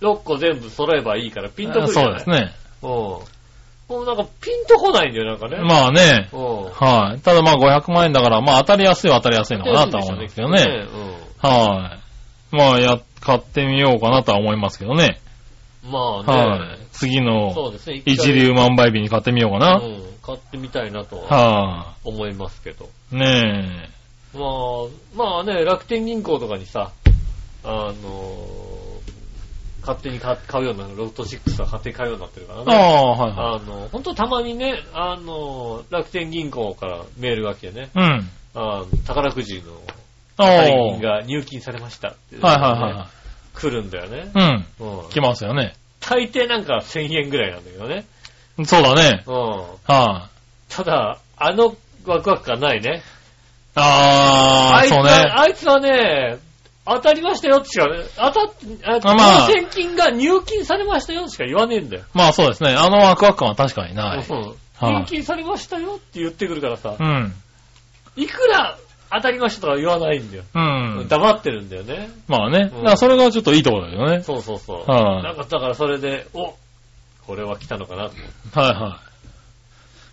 Speaker 2: 6個全部揃えばいいから、ピンとく
Speaker 3: あ
Speaker 2: るじゃ
Speaker 3: そう
Speaker 2: ない
Speaker 3: です。ね。
Speaker 2: うん。もうなんかピンとこないんだよ、なんかね。
Speaker 3: まあね。
Speaker 2: うん。
Speaker 3: はい。ただまあ500万円だから、まあ当たりやすいは当たりやすいのかなとは思うんですけどね。はい。まあや、買ってみようかなとは思いますけどね。
Speaker 2: うん。まあ
Speaker 3: は
Speaker 2: ね
Speaker 3: い。。次
Speaker 2: そう
Speaker 3: の
Speaker 2: ですね。回
Speaker 3: 一流万倍日に買ってみようかな。
Speaker 2: うん。買ってみたいなとは
Speaker 3: は
Speaker 2: 思いますけど。
Speaker 3: い。ね
Speaker 2: まあ、まあね、楽天銀行とかにさ、あの勝手に買買うようになる、ロフト6は勝手に買うようになってるから
Speaker 3: え。あ
Speaker 2: ね。
Speaker 3: あ、はいは
Speaker 2: あの、本当たまにね、あの、楽天銀行からメールが来てね、
Speaker 3: い。うん。
Speaker 2: あの宝くじの
Speaker 3: ああ。は
Speaker 2: 大
Speaker 3: い
Speaker 2: 金が入金されましたって、
Speaker 3: は
Speaker 2: 来るんだよね
Speaker 3: い。はい。うん。
Speaker 2: うん。
Speaker 3: 来ますよね。
Speaker 2: 大抵なんか1000円ぐらいなんだけどね。
Speaker 3: そうだね。
Speaker 2: うん。
Speaker 3: はい。
Speaker 2: ただ、あのワクワク感ないね。
Speaker 3: ああ、
Speaker 2: いつ
Speaker 3: そう
Speaker 2: は
Speaker 3: ね。
Speaker 2: あいつはね、当たりましたよってしか、当たって、あ
Speaker 3: あまあ
Speaker 2: 当選金が入金されましたよしか言わねえんだよ。
Speaker 3: まあそうですね。あのワクワク感は確かにない。
Speaker 2: うん
Speaker 3: はい
Speaker 2: 入金されましたよって言ってくるからさ
Speaker 3: う、ん。
Speaker 2: いくら当たりましたとか言わないんだよ。
Speaker 3: うん。
Speaker 2: 黙ってるんだよね。
Speaker 3: まあね。だ
Speaker 2: うん
Speaker 3: からそれがちょっといいところだけどね。
Speaker 2: そうそうそう。
Speaker 3: はい
Speaker 2: なんかだからそれで、おこれは来たのかなと思
Speaker 3: はいは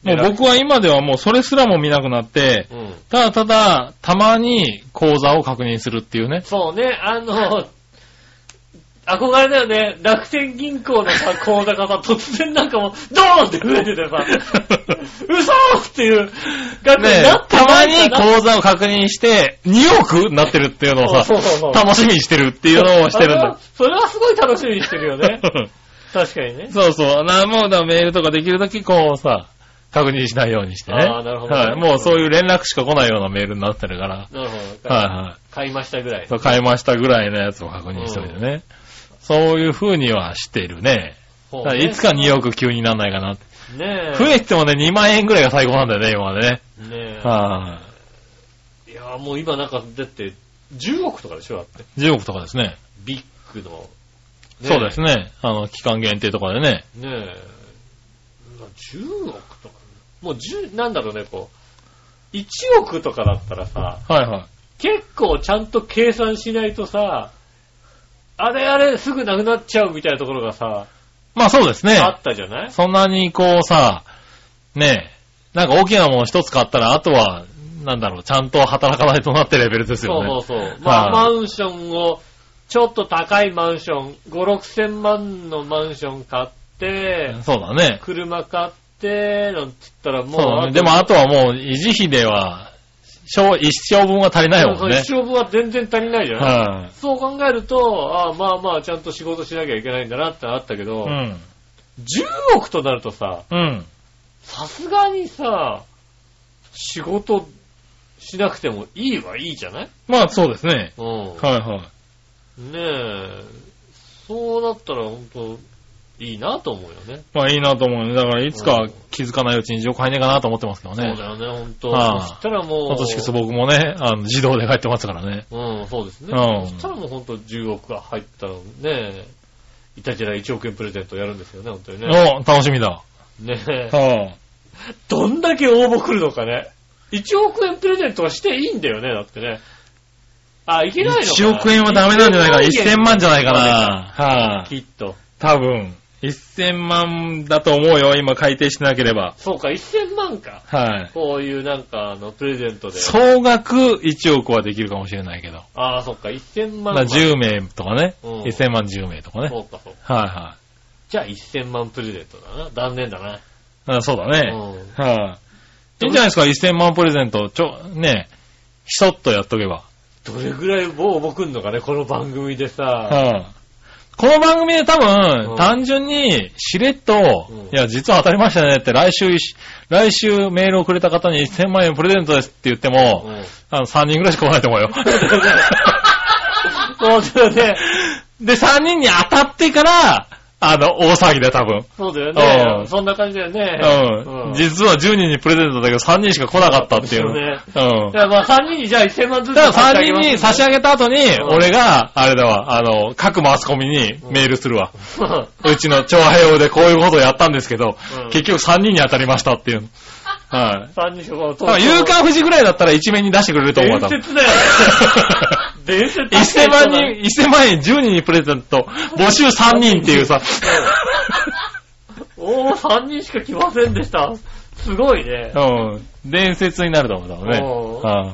Speaker 3: い。も
Speaker 2: ね
Speaker 3: う僕は今ではもうそれすらも見なくなって、
Speaker 2: う。うん。
Speaker 3: ただただ、たまに口座を確認するっていうね。
Speaker 2: そうね、あの、憧れだよね。楽天銀行の さ、口座がさ、突然なんかもう、ドーンって増えててさ、嘘っていう額に
Speaker 3: ね
Speaker 2: なって
Speaker 3: たまに
Speaker 2: こ
Speaker 3: 口座を確認して、2億になってるっていうのをさ
Speaker 2: そうそうそう、
Speaker 3: 楽しみにしてるっていうのをしてるんだ。
Speaker 2: それはすごい楽しみにしてるよね。確かにね。
Speaker 3: そうそう。な、もうだ、メールとかできるだけこうさ、確認しないようにしてね。
Speaker 2: あーなるほど
Speaker 3: はい。もうそういう連絡しか来ないようなメールになってるから。
Speaker 2: なるほど。
Speaker 3: はいはい。
Speaker 2: 買いましたぐらい。
Speaker 3: そう、買いましたぐらいのやつを確認しておいてね。そういう風にはしてるね。
Speaker 2: ほう
Speaker 3: だから
Speaker 2: ね
Speaker 3: いつか2億級にならないかなって。
Speaker 2: ね
Speaker 3: 増えてもね、2万円ぐらいが最高なんだよね、今はね。
Speaker 2: え。ね
Speaker 3: は
Speaker 2: え。
Speaker 3: い
Speaker 2: いや、もう今なんか、だって、10億とかでしょだって。
Speaker 3: 10億とかですね。
Speaker 2: ビッグの。ねえ
Speaker 3: そうですね。あの、期間限定とかでね。
Speaker 2: ねえ、うわ10億とか、もう10、なんだろうね、こう、1億とかだったらさ、
Speaker 3: はいはい。
Speaker 2: 結構ちゃんと計算しないとさ、あれあれすぐなくなっちゃうみたいなところがさ、
Speaker 3: まあそうですね。
Speaker 2: あったじゃない
Speaker 3: そんなにこうさ、ねえ、なんか大きなもの一つ買ったら、あとは、なんだろう、ちゃんと働かないとなってレベルですよね。
Speaker 2: そうそうそう。まあ、
Speaker 3: はい
Speaker 2: マンションを、ちょっと高いマンション、5、6千万のマンション買って、
Speaker 3: そうだね。
Speaker 2: 車買って、なんつったらも
Speaker 3: そうう、だね。でもあとはもう、維持費では、小一生分は足りないもんね。
Speaker 2: 勝負は全然足りないじゃない、
Speaker 3: はい、
Speaker 2: そう考えると、ああまあまあ、ちゃんと仕事しなきゃいけないんだなってあったけど、
Speaker 3: うん。
Speaker 2: 10億となるとさ、
Speaker 3: うん。
Speaker 2: さすがにさ、仕事しなくてもいいはいいじゃない
Speaker 3: まあそうですね。
Speaker 2: うん。
Speaker 3: はいはい。
Speaker 2: ねえ、そうなったら本当いいなと思うよね。
Speaker 3: まあいいなと思うね。だからいつか気づかないうちに情報入んねえかなと思ってますけど
Speaker 2: そう
Speaker 3: ね。
Speaker 2: だよね、本当、
Speaker 3: はい
Speaker 2: そしたらもう、
Speaker 3: 今年こそ僕もね、あの、自動で帰ってますからね。
Speaker 2: うん、そうですね。
Speaker 3: うん
Speaker 2: そしたらもう本当10億が入ったらね、いたじら1億円プレゼントやるんですよね、本当にね。
Speaker 3: お、楽しみだ。
Speaker 2: ねえ。
Speaker 3: は
Speaker 2: どんだけ応募来るのかね。1億円プレゼントはしていいんだよね、だってね。あ、いけないのかな
Speaker 3: 1億円はダメなんじゃないかな。1000万じゃないかな。はい、
Speaker 2: きっと。
Speaker 3: 多分。1000万だと思うよ、今改定しなければ。
Speaker 2: そうか、1000万か。
Speaker 3: はい、
Speaker 2: こういうなんか、あの、プレゼントで。
Speaker 3: 総額1億はできるかもしれないけど。
Speaker 2: ああ、そっか、1000万
Speaker 3: まあ
Speaker 2: は。
Speaker 3: 10名とかね。
Speaker 2: うん
Speaker 3: 1000万10名とかね。はい、
Speaker 2: そうか、そうか。
Speaker 3: は
Speaker 2: じゃあ1000万プレゼントだな。断念だな。
Speaker 3: い、あそうだね。
Speaker 2: うん
Speaker 3: はい、いいんじゃないですか、1000万プレゼント、ちょ、ね、ひそっとやっとけば。
Speaker 2: どれぐらい応募くんのかね、この番組でさ。
Speaker 3: はい、この番組で多分、
Speaker 2: うん
Speaker 3: 単純に、しれっと、
Speaker 2: うん
Speaker 3: いや、実は当たりましたねって、来週、来週メールをくれた方に1000万円プレゼントですって言っても、
Speaker 2: うん
Speaker 3: あの、3人ぐらいしか来ないと思うよ。
Speaker 2: そうだよね。
Speaker 3: で、3人に当たってから、あの、大騒ぎだよ、多分。
Speaker 2: そうだよね
Speaker 3: う。ん
Speaker 2: そんな感じだよね。
Speaker 3: うん。
Speaker 2: うん
Speaker 3: 実は10人にプレゼントだけど、3人しか来なかったっていう。
Speaker 2: そうね
Speaker 3: うん
Speaker 2: い。や、まあ3人にじゃあ1000万ずつ
Speaker 3: だから3人に差し上げた後に、
Speaker 2: ん
Speaker 3: 俺が、あれだわ、あの、各マスコミにメールするわ。
Speaker 2: 上げ
Speaker 3: うちの長平王でこういうことをやったんですけど、
Speaker 2: うん
Speaker 3: 結局3人に当たりましたっていう。はい。
Speaker 2: 三人しかこの
Speaker 3: だから、夕刊富士ぐらいだったら一面に出してくれると思う、多
Speaker 2: 伝説
Speaker 3: 分。
Speaker 2: だよね。伝説
Speaker 3: 1000万 人、1000万円10人にプレゼント、募集3人っていうさ、
Speaker 2: おお、3人しか来ませんでした。すごいね。
Speaker 3: うん。伝説になると思う、多分ね。
Speaker 2: おー
Speaker 3: は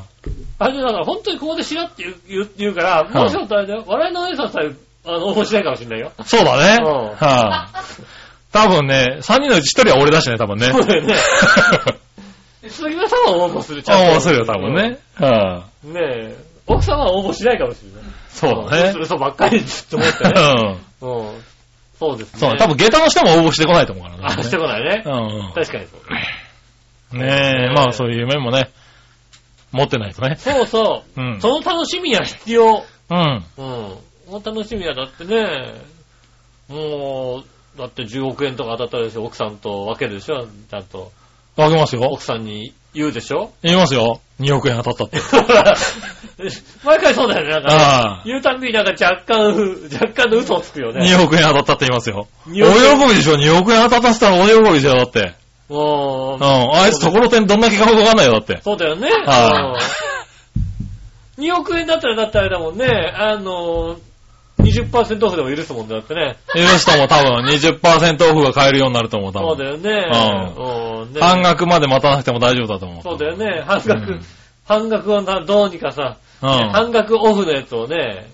Speaker 2: あれだから本当にここで知らって言う言う言うから、もうちょっとあれだよ。笑いのお姉さんさえ、あの、応募しないかもしれないよ。
Speaker 3: いそうだね。
Speaker 2: うん
Speaker 3: はい。多分ね、3人のうち1人は俺だしね、多分ね。
Speaker 2: そう だよね。杉村さんは応募する、ちゃんと
Speaker 3: ああ、そうよ、多分。ね。はい
Speaker 2: ねえ。奥さんは応募しないかもしれない。
Speaker 3: そうだ
Speaker 2: そ
Speaker 3: ね。
Speaker 2: れそうばっかりずっと思ってね。
Speaker 3: うん。
Speaker 2: うん。そうですね。
Speaker 3: そう、多分下駄の人も応募してこないと思うからね。
Speaker 2: あ、してこないね。
Speaker 3: う
Speaker 2: 確かにそう。
Speaker 3: ん。ねえ、まあそういう夢もね、持ってないとね。
Speaker 2: そうそうう。
Speaker 3: ん。
Speaker 2: その楽しみは必要。
Speaker 3: うん。
Speaker 2: うん。この楽しみはだってね、もう、だって10億円とか当たったでしょ、奥さんと分けるでしょ、ちゃんと。
Speaker 3: 分けますよ
Speaker 2: 奥。さんに言うでしょ
Speaker 3: 言いますよ。2億円当たったって。
Speaker 2: 毎回そうだよね、なんかね、
Speaker 3: ああ。
Speaker 2: 言うたんびになんか若干、若干の嘘をつくよね。
Speaker 3: 2億円当たったって言いますよ。大
Speaker 2: 2億円
Speaker 3: 喜びでしょ ?2 億円当たったって言ったら大喜びでしょだって。
Speaker 2: も
Speaker 3: うん。
Speaker 2: う
Speaker 3: あいつところてんどんだけか分かんないよ、だって。
Speaker 2: そうだよね。う
Speaker 3: は
Speaker 2: ん2億円だったらだってあれだもんね、あの、20%オフでも許すもんだってね。
Speaker 3: 許したもん多分20%オフが買えるようになると思う、多
Speaker 2: そう
Speaker 3: 分。
Speaker 2: だよね。うんね
Speaker 3: 半額まで待たなくても大丈夫だと思う。
Speaker 2: そうだよね。半
Speaker 3: う
Speaker 2: 額
Speaker 3: ん、
Speaker 2: 半額はなどうにかさ、
Speaker 3: うん。
Speaker 2: 半額オフのやつをね、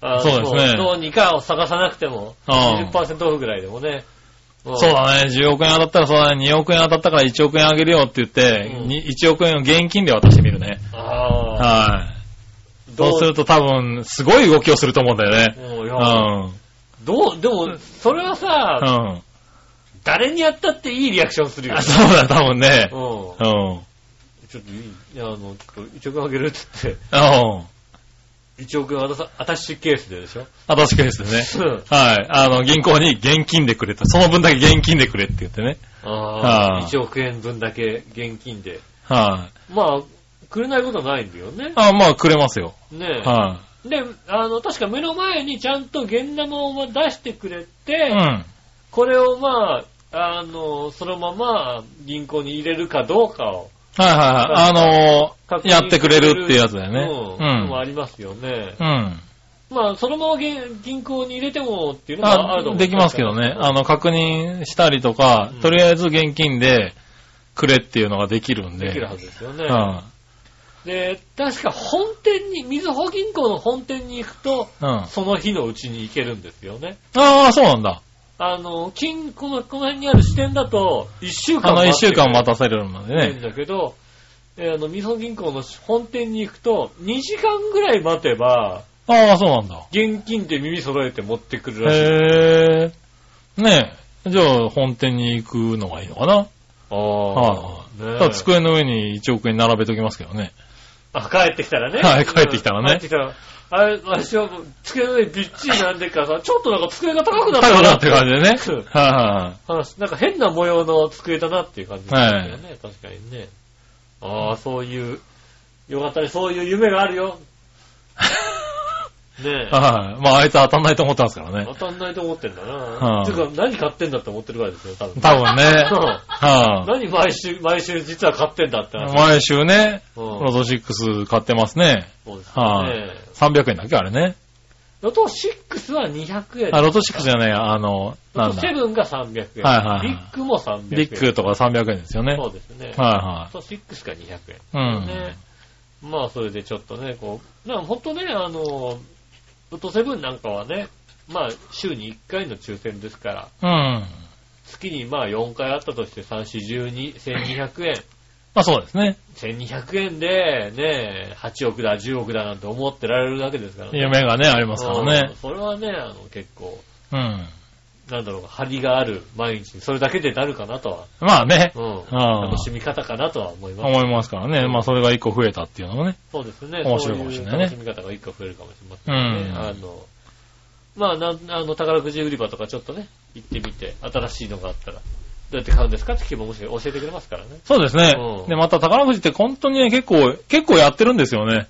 Speaker 2: あ
Speaker 3: そうですね
Speaker 2: こどうにかを探さなくても、
Speaker 3: うん
Speaker 2: 20%オフぐらいでもね。うん
Speaker 3: そうだね、10億円当たったらそうだね、2億円当たったから1億円あげるよって言って、
Speaker 2: うん
Speaker 3: に1億円を現金で渡してみるね。
Speaker 2: ああ。
Speaker 3: はい。
Speaker 2: どう
Speaker 3: そうすると多分、すごい動きをすると思うんだよね。
Speaker 2: うんいうや
Speaker 3: ん。
Speaker 2: どう、でも、それは
Speaker 3: う
Speaker 2: さ、
Speaker 3: ん。
Speaker 2: 誰にやったっていいリアクションするよ
Speaker 3: あ。そうだ、多分ね
Speaker 2: う。ん
Speaker 3: うん。うん。
Speaker 2: ちょっといい、いや、あの、ちょっと1億円あげるって言って、1億円渡さ、アタッシュケースででしょ
Speaker 3: 私ケースでね。
Speaker 2: うん。
Speaker 3: はい。あの、銀行に現金でくれと。その分だけ現金でくれって言ってね。
Speaker 2: あ
Speaker 3: あ
Speaker 2: あ、1億円分だけ現金で。
Speaker 3: はい。
Speaker 2: まあ、くれないことはないんだよね。
Speaker 3: あまあ、くれますよ。
Speaker 2: ねえ。
Speaker 3: は
Speaker 2: で、あの、確か目の前にちゃんと現玉を出してくれ
Speaker 3: い。
Speaker 2: て、
Speaker 3: うん。
Speaker 2: これをまあ、あの、そのまま銀行に入れるかどうかを
Speaker 3: はいはいはい。あの
Speaker 2: 確
Speaker 3: ー
Speaker 2: 認
Speaker 3: やってくれるっていうやつだよ
Speaker 2: うん。も
Speaker 3: ね。
Speaker 2: ありますよね。
Speaker 3: うん。うん。
Speaker 2: まあ、そのまま銀銀行に入れてもっていうのがあ
Speaker 3: あ
Speaker 2: ると思う。
Speaker 3: できますけどね。あの、確認したりとか、
Speaker 2: うん
Speaker 3: とりあえず現金でくれっていうのができるんで。
Speaker 2: できるはずですよね。
Speaker 3: うん。
Speaker 2: で、確か本店に、みずほ銀行の本店に行くと、
Speaker 3: うん。あ
Speaker 2: その日のうちに行けるんですよね。
Speaker 3: あ、そうなんだ。
Speaker 2: あの、金、この、この辺にある支店だと、一週
Speaker 3: あ
Speaker 2: 間
Speaker 3: の、一週間待
Speaker 2: た
Speaker 3: たせるので
Speaker 2: ね。ん
Speaker 3: ね。
Speaker 2: だけど、えーあの、みずほ銀行の本店に行くと、2時間ぐらい待てば、
Speaker 3: ああ、そうなんだ。
Speaker 2: 現金で耳揃えて持ってくるらしい。
Speaker 3: へえ。ねえ。じゃあ、本店に行くのがいいのかな。
Speaker 2: あ
Speaker 3: はい、
Speaker 2: ねえ
Speaker 3: ただ机の上に1億円並べときますけどね。
Speaker 2: あ、帰ってきたらね。
Speaker 3: はい帰ってきたらね
Speaker 2: 帰ってきたら。あれ、私は机の上にびっちりなんでっからさ、ちょっとなんか机が高くなった
Speaker 3: 高くなって感じでね。
Speaker 2: そう
Speaker 3: は
Speaker 2: 話、なんか変な模様の机だなっていう感じなんだよね、確かにね。ああ、そういう、よかったね、そういう夢がある よ。ねえ。
Speaker 3: いはい。はい。まあ、あいつ当たんないと思ったんですからね
Speaker 2: 当。たんないと思ってんだ
Speaker 3: は
Speaker 2: な。
Speaker 3: あ
Speaker 2: ていうか、何買ってんだって思ってるからいですよ、多分。
Speaker 3: 多分ね。
Speaker 2: そう
Speaker 3: はい、
Speaker 2: 何毎週、毎週実は買ってんだって話。
Speaker 3: 毎週ね、
Speaker 2: うん
Speaker 3: ロト6買ってますね。
Speaker 2: そうですよ
Speaker 3: はい、
Speaker 2: ね。
Speaker 3: 300円だっけあれね。
Speaker 2: ロト6は200円。
Speaker 3: あ、ロト6じゃない、あの、な
Speaker 2: ロ
Speaker 3: ん
Speaker 2: ト
Speaker 3: だ。
Speaker 2: 7が300円。
Speaker 3: はいはいはい
Speaker 2: ビッグも300円。
Speaker 3: ビッグとか300円ですよね。
Speaker 2: そうですね。
Speaker 3: は
Speaker 2: ロト6が200円。
Speaker 3: いはい。うん。
Speaker 2: ね。まあ、それでちょっとね、こう、なんかほんとね、あの、ロト7なんかはね、まあ、週に1回の抽選ですから、
Speaker 3: うん。ま
Speaker 2: 月にまあ4回あったとして3、4、12、1200円。
Speaker 3: あそうですね。
Speaker 2: 1200円で、ね、8億だ、10億だなんて思ってられるわけですからね。
Speaker 3: 夢がね、ありますから
Speaker 2: うん
Speaker 3: ね。
Speaker 2: それはね、あの、結構、
Speaker 3: うん。
Speaker 2: なんだろう、張りがある毎日に、それだけでなるかなとは、
Speaker 3: まあね、
Speaker 2: う
Speaker 3: あ
Speaker 2: ん。
Speaker 3: あ
Speaker 2: 楽しみ方かなとは思います。
Speaker 3: 思いますからね。まあそれが一個増えたっていうのもね。
Speaker 2: そうですね。
Speaker 3: 面白いかもしれないね
Speaker 2: そうう楽しみ方が一個増えるかもしれませんね。
Speaker 3: うん
Speaker 2: あの、まあ、なんあの、宝くじ売り場とかちょっとね、行ってみて、新しいのがあったら、どうやって買うんですかって聞けばもし教えてくれますからね。
Speaker 3: そうですね
Speaker 2: うん。
Speaker 3: で、また宝くじって本当にね、結構、結構やってるんですよね。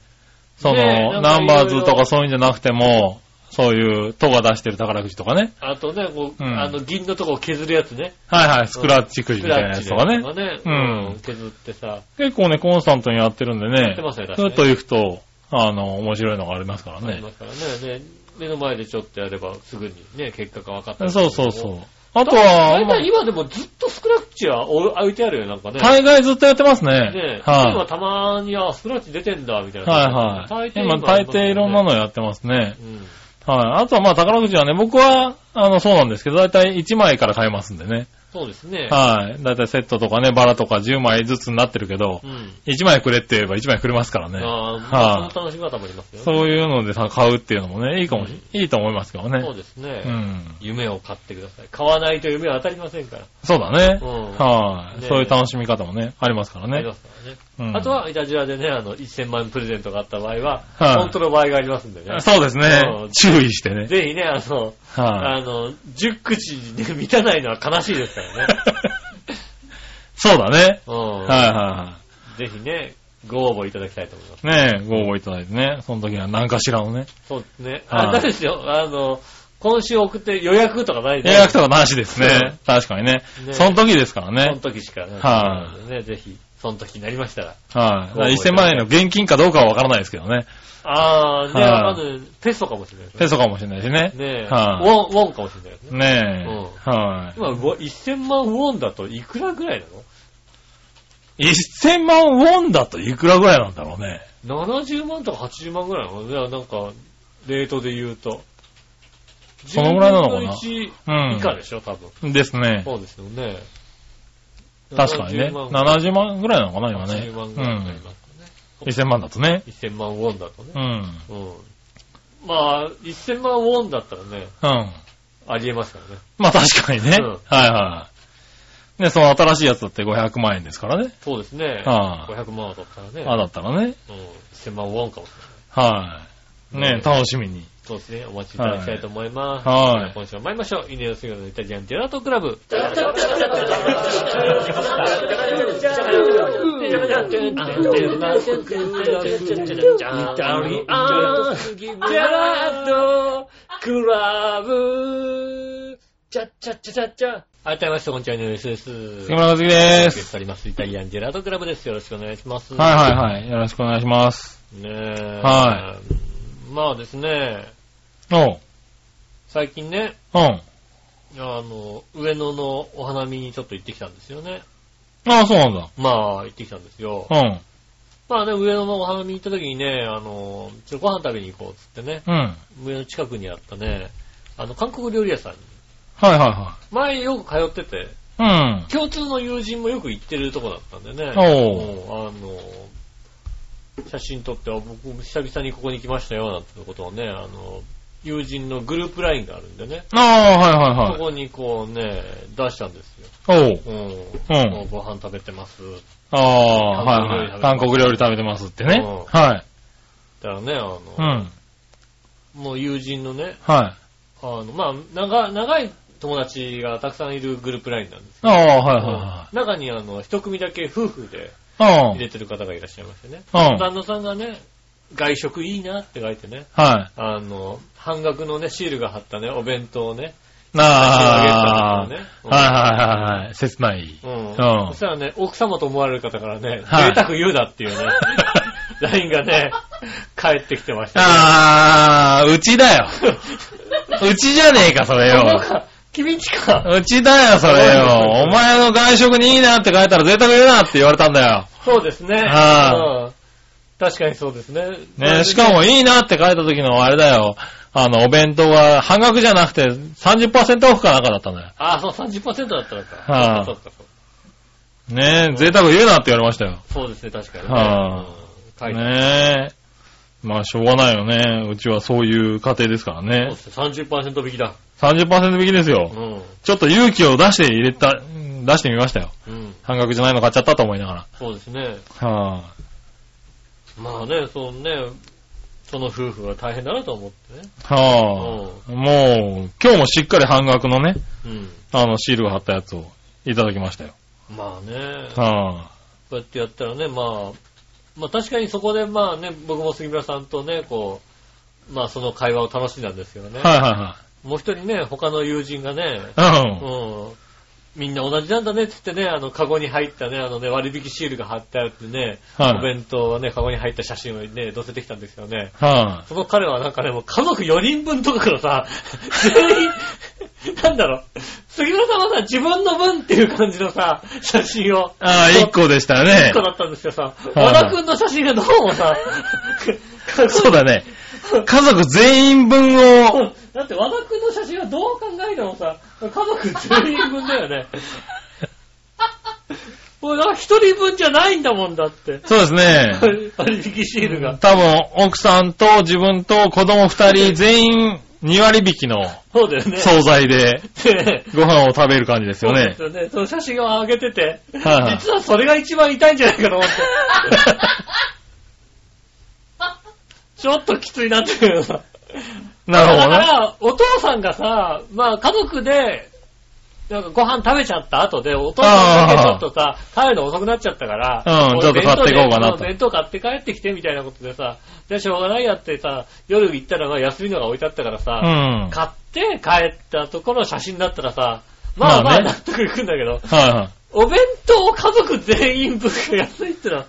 Speaker 3: そ
Speaker 2: ねえ
Speaker 3: の、ナンバー
Speaker 2: なんかいろいろ
Speaker 3: ズとかそういうんじゃなくても、そういう、都が出してる宝くじとかね。
Speaker 2: あとね、こう、
Speaker 3: うん
Speaker 2: あの、銀のとこを削るやつね。
Speaker 3: はいはい、スクラッチくじ
Speaker 2: スク
Speaker 3: みたいな
Speaker 2: ラッ
Speaker 3: やつ
Speaker 2: チ
Speaker 3: とかね。
Speaker 2: のやつとかね。
Speaker 3: うん
Speaker 2: うん。削ってさ、
Speaker 3: 結構ね、コンスタントにやってるんで
Speaker 2: や
Speaker 3: ね
Speaker 2: って。ますよ、確か
Speaker 3: ふっ
Speaker 2: に。
Speaker 3: と行くと、あの、面白いのがありますから
Speaker 2: あり
Speaker 3: ね
Speaker 2: ま。すからね。ね目の前でちょっとやればすぐにね、結果が分かったりする
Speaker 3: そう
Speaker 2: けど
Speaker 3: そ
Speaker 2: も
Speaker 3: うそう。。あと
Speaker 2: 大体
Speaker 3: は、
Speaker 2: 今でもずっとスクラッチは置いてあるよ、なんかね。
Speaker 3: 大概ずっとやってますね
Speaker 2: ね。今
Speaker 3: は
Speaker 2: たまに、あ、スクラッチ出てんだ、みたい
Speaker 3: い。
Speaker 2: な。
Speaker 3: はいはい。今、大抵いろんな。のやってますね。
Speaker 2: うん。
Speaker 3: はい。あとはまあ宝くじはね、僕は、あの、そうなんですけど、だいたい1枚から買えますんでね。
Speaker 2: そうですね。
Speaker 3: はい。だいたいセットとかね、バラとか10枚ずつになってるけど
Speaker 2: う、ん。
Speaker 3: 1枚くれって言えば1枚くれますからね。
Speaker 2: あー
Speaker 3: は
Speaker 2: まあ、
Speaker 3: い
Speaker 2: その楽しみ方もありますよ。
Speaker 3: そういうのでさ、買うっていうのもね、いいかもし、いいと思いますけどね
Speaker 2: そう。ですね。
Speaker 3: うん。
Speaker 2: 夢を買ってください。買わないと夢は当たりませんから。
Speaker 3: そうだね
Speaker 2: う。ん。
Speaker 3: はい。
Speaker 2: ね
Speaker 3: そういう楽しみ方もね、ありますか
Speaker 2: あ
Speaker 3: ら
Speaker 2: り
Speaker 3: ね
Speaker 2: ま。すからね。
Speaker 3: うん
Speaker 2: あとは、イタジラでね、あの、1000万円プレゼントがあった場合は、
Speaker 3: はい
Speaker 2: 本当の場合がありますんでね。
Speaker 3: そうです
Speaker 2: う
Speaker 3: ね
Speaker 2: ん。
Speaker 3: 注意してね。
Speaker 2: ぜひね、あの、
Speaker 3: は
Speaker 2: あ
Speaker 3: い。
Speaker 2: の、10口にね満たないのは悲しいですから ね。
Speaker 3: そうだね。
Speaker 2: うん
Speaker 3: はいは
Speaker 2: ぜひね、ご応募いただきたいと思います。
Speaker 3: いはい。ねえ、ご応募いただいてね。その時は何かしらをね。
Speaker 2: そうですね。
Speaker 3: はい
Speaker 2: あ、だですよ。あの、今週送って予約とかないで。
Speaker 3: 予約とかなしです
Speaker 2: うん
Speaker 3: ね。確かにね。
Speaker 2: ね
Speaker 3: その時ですから
Speaker 2: その
Speaker 3: ね。
Speaker 2: 時しかね。。
Speaker 3: はい
Speaker 2: ね、ぜひ、その時になりましたら。
Speaker 3: はい。だから
Speaker 2: そう
Speaker 3: 1000万円の現金かどうかはわからないですけどね。
Speaker 2: あー、ね、
Speaker 3: はい
Speaker 2: まず、ペソかもしれないですね。
Speaker 3: ペソかもしれないしね。
Speaker 2: ねウ
Speaker 3: はい
Speaker 2: ォン、ウォンかもしれないですね。
Speaker 3: ねえ。
Speaker 2: う
Speaker 3: は
Speaker 2: 今、ウォン1000万ウォンだといくらぐらい
Speaker 3: い。1000万ウォンだといくらぐらいなんだろうね。
Speaker 2: なの ?70 万とか80万ぐらいなのいやなんか、レートで言うと。
Speaker 3: そのぐらいなのかな
Speaker 2: 10分
Speaker 3: う
Speaker 2: の1
Speaker 3: ん。
Speaker 2: 以下でしょ、多分。
Speaker 3: ですね。
Speaker 2: そうですよね。
Speaker 3: 確かにね。
Speaker 2: 70
Speaker 3: 70万ぐらいなのかな、今ね。
Speaker 2: 80万ぐらいになりますかね。
Speaker 3: うん。1000万だとね。
Speaker 2: 1000万ウォンだとね
Speaker 3: う。ん。
Speaker 2: うん。まあ、1000万ウォンだったらね、
Speaker 3: うん。
Speaker 2: ありえますからね。
Speaker 3: まあ確かにね。
Speaker 2: うん
Speaker 3: はいはい。ね、その新しいやつだって500万円ですからね。
Speaker 2: そうですね。
Speaker 3: はい、
Speaker 2: 500万は取ったらね。
Speaker 3: あ。だったらね。
Speaker 2: うん。1000万ウォンかもしれない。
Speaker 3: はい、
Speaker 2: ね
Speaker 3: ね、楽しみに。
Speaker 2: そうですね。お待ちいただきたいと思います。
Speaker 3: はい
Speaker 2: で今週も参りましょう。犬の杉のイタジアンジェラートクラブ。ジェラートクラブ。チャッチャッチャチャッチャ。改めまして、こんにちは、ニュースです。
Speaker 3: 杉村和樹で
Speaker 2: ゲス
Speaker 3: す。
Speaker 2: トあります。イタリアンジェラートクラブです。よろしくお願いします。
Speaker 3: はいはいはい。よろしくお願いします。
Speaker 2: い。ねえ。。
Speaker 3: はい
Speaker 2: まあですね、
Speaker 3: おう。
Speaker 2: 最近ね、
Speaker 3: うん。
Speaker 2: あの、上野のお花見にちょっと行ってきたんですよね。
Speaker 3: ああ、そうなんだ。
Speaker 2: まあ、行ってきたんですよ。
Speaker 3: うん。
Speaker 2: まあね、上野のお花見行った時にね、あの、ちょっとご飯食べに行こうっつってね、
Speaker 3: うん。はい
Speaker 2: 上の近くにあったね、あの、韓国料理屋さんに、
Speaker 3: は
Speaker 2: 前よく通ってて、
Speaker 3: いはい。
Speaker 2: 共通の友人もよく行ってるとこだったんでね、
Speaker 3: お
Speaker 2: うんあの、写真撮って、あ僕久々にここに来ましたよ、なんてことをね、あの、友人のグループラインがあるんでね、
Speaker 3: うん。ああ、は
Speaker 2: そ
Speaker 3: いは
Speaker 2: こにこうね、出したんですよ。
Speaker 3: いはい。おう。
Speaker 2: うん。
Speaker 3: うん
Speaker 2: もうご飯食べてます。
Speaker 3: ああ、はいはい。韓国料理食べてますってね。
Speaker 2: うんだ
Speaker 3: はい。
Speaker 2: からね、あの、
Speaker 3: うん。
Speaker 2: もう友人のね、
Speaker 3: は
Speaker 2: あ
Speaker 3: い。
Speaker 2: の、まあ、長、長い友達がたくさんいるグループラインなんです
Speaker 3: ああ、はい
Speaker 2: うん中にあの、一組だけ夫婦で
Speaker 3: はいは
Speaker 2: 入
Speaker 3: い。
Speaker 2: れてる方がいらっしゃいましてね。
Speaker 3: うん。うん。
Speaker 2: 旦那さんがね、外食いいなって書いてね、
Speaker 3: はい。
Speaker 2: あの、半額のね、シールが貼ったね、お弁当をね、
Speaker 3: ああ、は
Speaker 2: 差し上げた
Speaker 3: い
Speaker 2: んですよね
Speaker 3: はいはいはい。切ない。
Speaker 2: うん。
Speaker 3: ん
Speaker 2: そしたらね、奥様と思われる方からね、
Speaker 3: はい
Speaker 2: 贅沢言うなっていうね、ラインがね、帰ってきてました、
Speaker 3: あー、うちだよ。うちじゃねえか、それ
Speaker 2: そう
Speaker 3: よ。
Speaker 2: か君ちか。
Speaker 3: うちだよ、それよ。お前の外食にいいなって書いたら贅沢言うなって言われたんだよ。
Speaker 2: そうですね。
Speaker 3: あ
Speaker 2: うん確かにそうですね。
Speaker 3: ねしかもいいなって書いた時のあれだよ。あの、お弁当が半額じゃなくて30%オフかなんかだったんだよ。
Speaker 2: ああ、そう、30%だったのか。
Speaker 3: はあ
Speaker 2: そうかそうかそうか
Speaker 3: ねえ、贅沢言うなって言われましたよ。
Speaker 2: そうですね、確かに。
Speaker 3: はあ
Speaker 2: うん書いてある
Speaker 3: ねえ。まあ、しょうがないよね。うちはそういう家庭ですからね。
Speaker 2: そうですね、30%引きだ。
Speaker 3: 30%引きです
Speaker 2: う
Speaker 3: よ。
Speaker 2: ん。
Speaker 3: ちょっと勇気を出して入れた、出してみましたよ。
Speaker 2: うん。
Speaker 3: 半額じゃないの買っちゃったと思いなが
Speaker 2: そうですね。
Speaker 3: ら。は
Speaker 2: まあね、そのね、その夫婦は大変だなと思ってね。
Speaker 3: あ、はあ、もう、今日もしっかり半額のね、
Speaker 2: うん。
Speaker 3: あの、シールが貼ったやつをいただきましたよ。
Speaker 2: まあね、こ
Speaker 3: はあ、
Speaker 2: うやってやったらね、まあ、まあ確かにそこでまあね、僕も杉村さんとね、こう、まあその会話を楽しんだんですけどね。
Speaker 3: は
Speaker 2: もう一人ね、他の友人がね、
Speaker 3: いはいはい。うん。
Speaker 2: うん。みんな同じなんだねって言ってね、あの、カゴに入ったね、あのね、割引シールが貼ってあってね、
Speaker 3: はい
Speaker 2: お弁当はね、カゴに入った写真をね、載せてきたんですよね。
Speaker 3: は
Speaker 2: その彼はなんかね、もう家族4人分とかからさ、 全員、なんだろう、杉村さんはさ、自分の分っていう感じのさ、写真を。
Speaker 3: あ。ああ、1個でしたね
Speaker 2: 一個。だったんですよさ、
Speaker 3: い
Speaker 2: 和田くんの写真がどうもさ、
Speaker 3: そうだね。家族全員分を、
Speaker 2: だって和田くんの写真はどう考えてもさ、家族全員分だよね。 もうなんか一人分じゃないんだもんだ って。
Speaker 3: そうですね。
Speaker 2: 割引シールが。
Speaker 3: 多分、奥さんと自分と子供2人全員2割引きの
Speaker 2: そうだよね。
Speaker 3: 惣菜で
Speaker 2: で
Speaker 3: ご飯を食べる感じです
Speaker 2: そう
Speaker 3: よ
Speaker 2: で
Speaker 3: ね
Speaker 2: す。よね。その写真を上げてて、
Speaker 3: はいはい
Speaker 2: 実はそれが一番痛いんじゃないかと思 って。ちょっときついなっていうのさ。
Speaker 3: なるほ
Speaker 2: だ
Speaker 3: ど
Speaker 2: か
Speaker 3: ね。
Speaker 2: ら、お父さんがさ、まあ家族で、なんかご飯食べちゃった後で、お父さんだけちょっとさ、帰るの遅くなっちゃったから、
Speaker 3: うん
Speaker 2: 俺
Speaker 3: ちょっと買っていこうか
Speaker 2: 弁
Speaker 3: なと
Speaker 2: 当で弁当買って帰ってきてみたいなことでさ、で、しょうがないやってさ、夜行ったらまあ休みのが置いてあったからさ、
Speaker 3: うん。
Speaker 2: 買って帰ったところの写真だったらさ、まあま
Speaker 3: まあ
Speaker 2: あ
Speaker 3: ね
Speaker 2: 納得いくんだけど、
Speaker 3: はいはい。
Speaker 2: お弁当を家族全員分が安いって のは、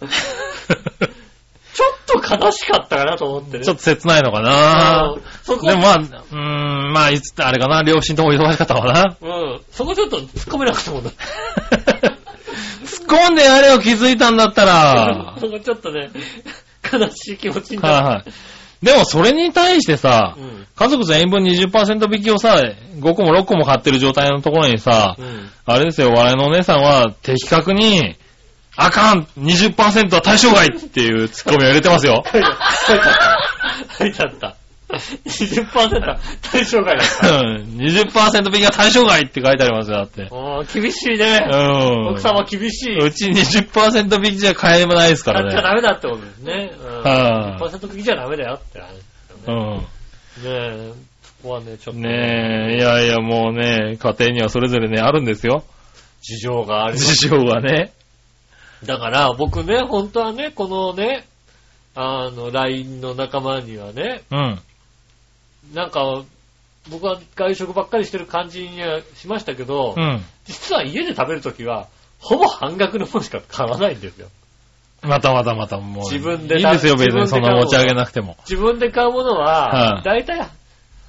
Speaker 2: ちょっと悲しかったかなと思ってね。
Speaker 3: ちょっと切ないのか
Speaker 2: あ
Speaker 3: な
Speaker 2: のそこ
Speaker 3: でもまあ、うーん、まあ、いつ、あれかな、両親とも忙しかったわな。
Speaker 2: うん。そこちょっと突っ込めなかったもんだ。
Speaker 3: 突っ込んでやれを気づいたんだっ たら、
Speaker 2: そこちょっとね、悲しい気持ちになる。
Speaker 3: はいはい。でもそれに対してさ
Speaker 2: う、ん。
Speaker 3: 家族全員分20%引きをさ、5個も6個も買ってる状態のところにさ
Speaker 2: う、ん。
Speaker 3: あれですよ、我々のお姉さんは的確に、あかん !20% は対象外っていうツッコミを入れてますよ。
Speaker 2: 書いてあった。書いてあった。20%対象外だっ
Speaker 3: う
Speaker 2: た。
Speaker 3: ん20%引きが対象外って書いてありますよ、だって。
Speaker 2: おー厳しいね。
Speaker 3: うん。
Speaker 2: 奥様厳しい。
Speaker 3: うち20%引きじゃ買えないですから
Speaker 2: 買っちゃ
Speaker 3: ね。
Speaker 2: ダメだってことですね。うん。
Speaker 3: はい
Speaker 2: 1%引きじゃダメだよって話です
Speaker 3: う
Speaker 2: よね。
Speaker 3: ん。
Speaker 2: ねえ、そこはね、ちょっと。
Speaker 3: ねえ、いやいやもうね、家庭にはそれぞれね、あるんですよ。
Speaker 2: 事情があります
Speaker 3: 事情がね。
Speaker 2: だから、僕ね、本当はね、このね、あの、LINE の仲間にはね、
Speaker 3: うん。
Speaker 2: なんか、僕は外食ばっかりしてる感じにはしましたけど、
Speaker 3: うん。
Speaker 2: 実は家で食べるときは、ほぼ半額のものしか買わないんですよ。
Speaker 3: またまたまたもう。
Speaker 2: 自分で
Speaker 3: いいですよ、別にそんな持ち上げなくても。
Speaker 2: 自分で買うもの
Speaker 3: は
Speaker 2: は、
Speaker 3: い
Speaker 2: 大体、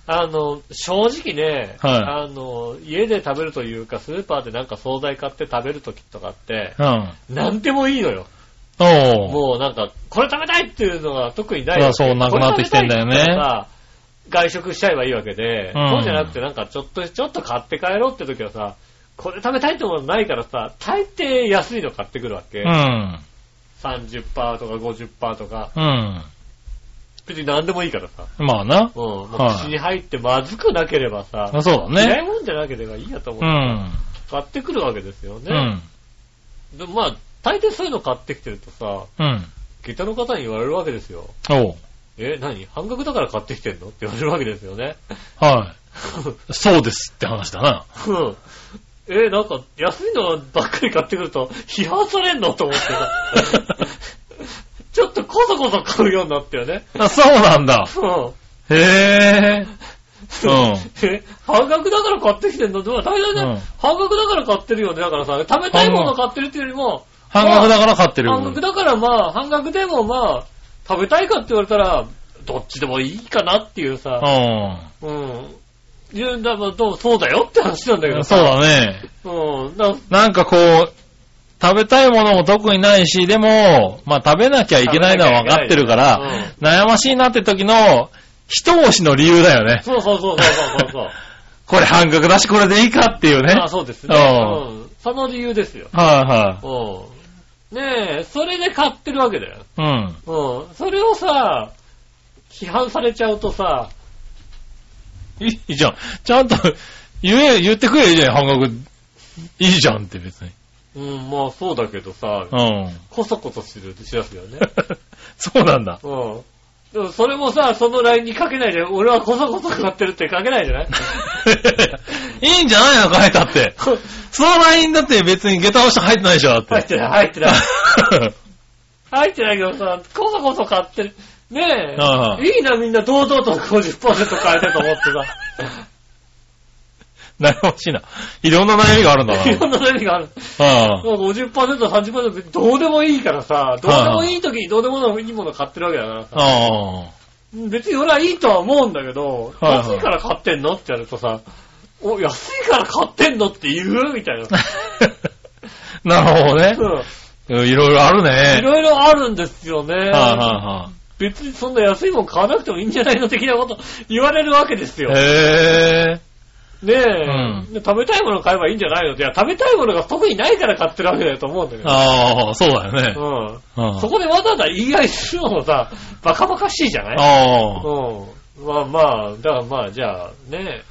Speaker 2: あの、正直ね、
Speaker 3: はい
Speaker 2: あの、家で食べるというか、スーパーでなんか惣菜買って食べるときとかって、
Speaker 3: うん。
Speaker 2: なんでもいいのよ。
Speaker 3: おう。
Speaker 2: もうなんか、これ食べたいっていうのが特にない
Speaker 3: そうそうなくなってきてんだよ
Speaker 2: こ
Speaker 3: ね
Speaker 2: れ食べたいって言ったらさ外食しちゃえばいいわけで、
Speaker 3: うん
Speaker 2: そうじゃなくてなんかちょっと、ちょっと買って帰ろうって時はさ、これ食べたいってものないからさ、大抵安いの買ってくるわけ。
Speaker 3: うん。
Speaker 2: 30%とか50%とか、
Speaker 3: うん。
Speaker 2: 別に何でもいいからさ。
Speaker 3: まあな。
Speaker 2: うん、もう
Speaker 3: はい
Speaker 2: 口に入ってまずくなければさ、
Speaker 3: あそうだ
Speaker 2: 嫌い
Speaker 3: ね。
Speaker 2: もんじゃなければいいやと思
Speaker 3: う
Speaker 2: って、
Speaker 3: ん。
Speaker 2: 買ってくるわけですよね。
Speaker 3: うん。
Speaker 2: でもまあ、大抵そういうの買ってきてるとさ、
Speaker 3: うん。
Speaker 2: 下駄の方に言われるわけですよ。
Speaker 3: おう。
Speaker 2: え、何半額だから買ってきてんのって言われるわけですよね。
Speaker 3: はい。そうですって話だな。
Speaker 2: うんえ、なんか、安いのばっかり買ってくると、批判されんのと思って さ。ちょっとこそこそ買うようになったよね。
Speaker 3: あ、そうなんだ。
Speaker 2: うん。
Speaker 3: へえ。うん。
Speaker 2: え、 半額だから買ってきてんのでも大体ね、
Speaker 3: うん
Speaker 2: 半額だから買ってるよね。だからさ、食べたいもの買ってるっていうよりも、
Speaker 3: 半額だから買ってる。
Speaker 2: 半額だからまあ、半額でもまあ、食べたいかって言われたら、どっちでもいいかなっていうさ、
Speaker 3: う
Speaker 2: うん。いや、だからどうそうだよって話なんだけど
Speaker 3: ん。そうだね。
Speaker 2: うん。だ
Speaker 3: なんかこう、食べたいものも特にないし、でも、まあ食べなきゃいけないのは分かってるから、悩ましいなって時の、一押しの理由だよね。
Speaker 2: そうそうそう そうそうそう。
Speaker 3: これ半額だし、これでいいかっていうね。
Speaker 2: あそうですね。
Speaker 3: う
Speaker 2: うん。その理由ですよ。
Speaker 3: は
Speaker 2: うん。ねえ、それで買ってるわけだよ。
Speaker 3: いはい。
Speaker 2: うん。それをさ、批判されちゃうとさ、
Speaker 3: うん。いいじゃん。ちゃんと言え、言ってくれるじゃん、半額。いいじゃんって別に。
Speaker 2: うん、まあそうだけどさ、
Speaker 3: うん。
Speaker 2: こそこそしるしだすよね。
Speaker 3: そうなんだ。
Speaker 2: うん。でもそれもさ、そのラインにかけないで、俺はこそこそ買ってるってかけないじゃ ない
Speaker 3: いいんじゃないの書いたって。そのラインだって別に下駄をして入ってないでしょ、だって。
Speaker 2: 入ってない、入ってない。入ってないけどさ、こそこそ買ってる。ね
Speaker 3: ああ
Speaker 2: え。いいな、みんな堂々と50%買えたと思 ってさ。
Speaker 3: 悩ましいな。いろんな悩みがあるんだ
Speaker 2: いろんな何がある。
Speaker 3: な。うん。
Speaker 2: 50%、30%、どうでもいいからさ、どうでもいい時にどうでもいいもの買ってるわけだからさ。
Speaker 3: あ
Speaker 2: 別に俺はいいとは思うんだけど、
Speaker 3: はいはい
Speaker 2: 安いから買ってんのって言われるとさ、お、安いから買ってんのって言うみたい な。
Speaker 3: あ。なるほどね
Speaker 2: うん。
Speaker 3: うん。いろいろある
Speaker 2: い
Speaker 3: ね。
Speaker 2: ろいろあるんですよね。
Speaker 3: はいは
Speaker 2: 別にそんな安いもん買わなくてもいいんじゃないの的なこと 言われるわけです
Speaker 3: い
Speaker 2: よ。
Speaker 3: はい。へえ。
Speaker 2: ねえ、
Speaker 3: うん
Speaker 2: で食べたいもの買えばいいんじゃないのいや、食べたいものが特にないから買ってるわけだと思うんだけど。
Speaker 3: ああ、そうだよね。
Speaker 2: うん。
Speaker 3: うん
Speaker 2: そこでわざわざ言い合いするのもさ、バカバカしいじゃない
Speaker 3: あ
Speaker 2: うん。まあまあ、だからまあ、じゃあね、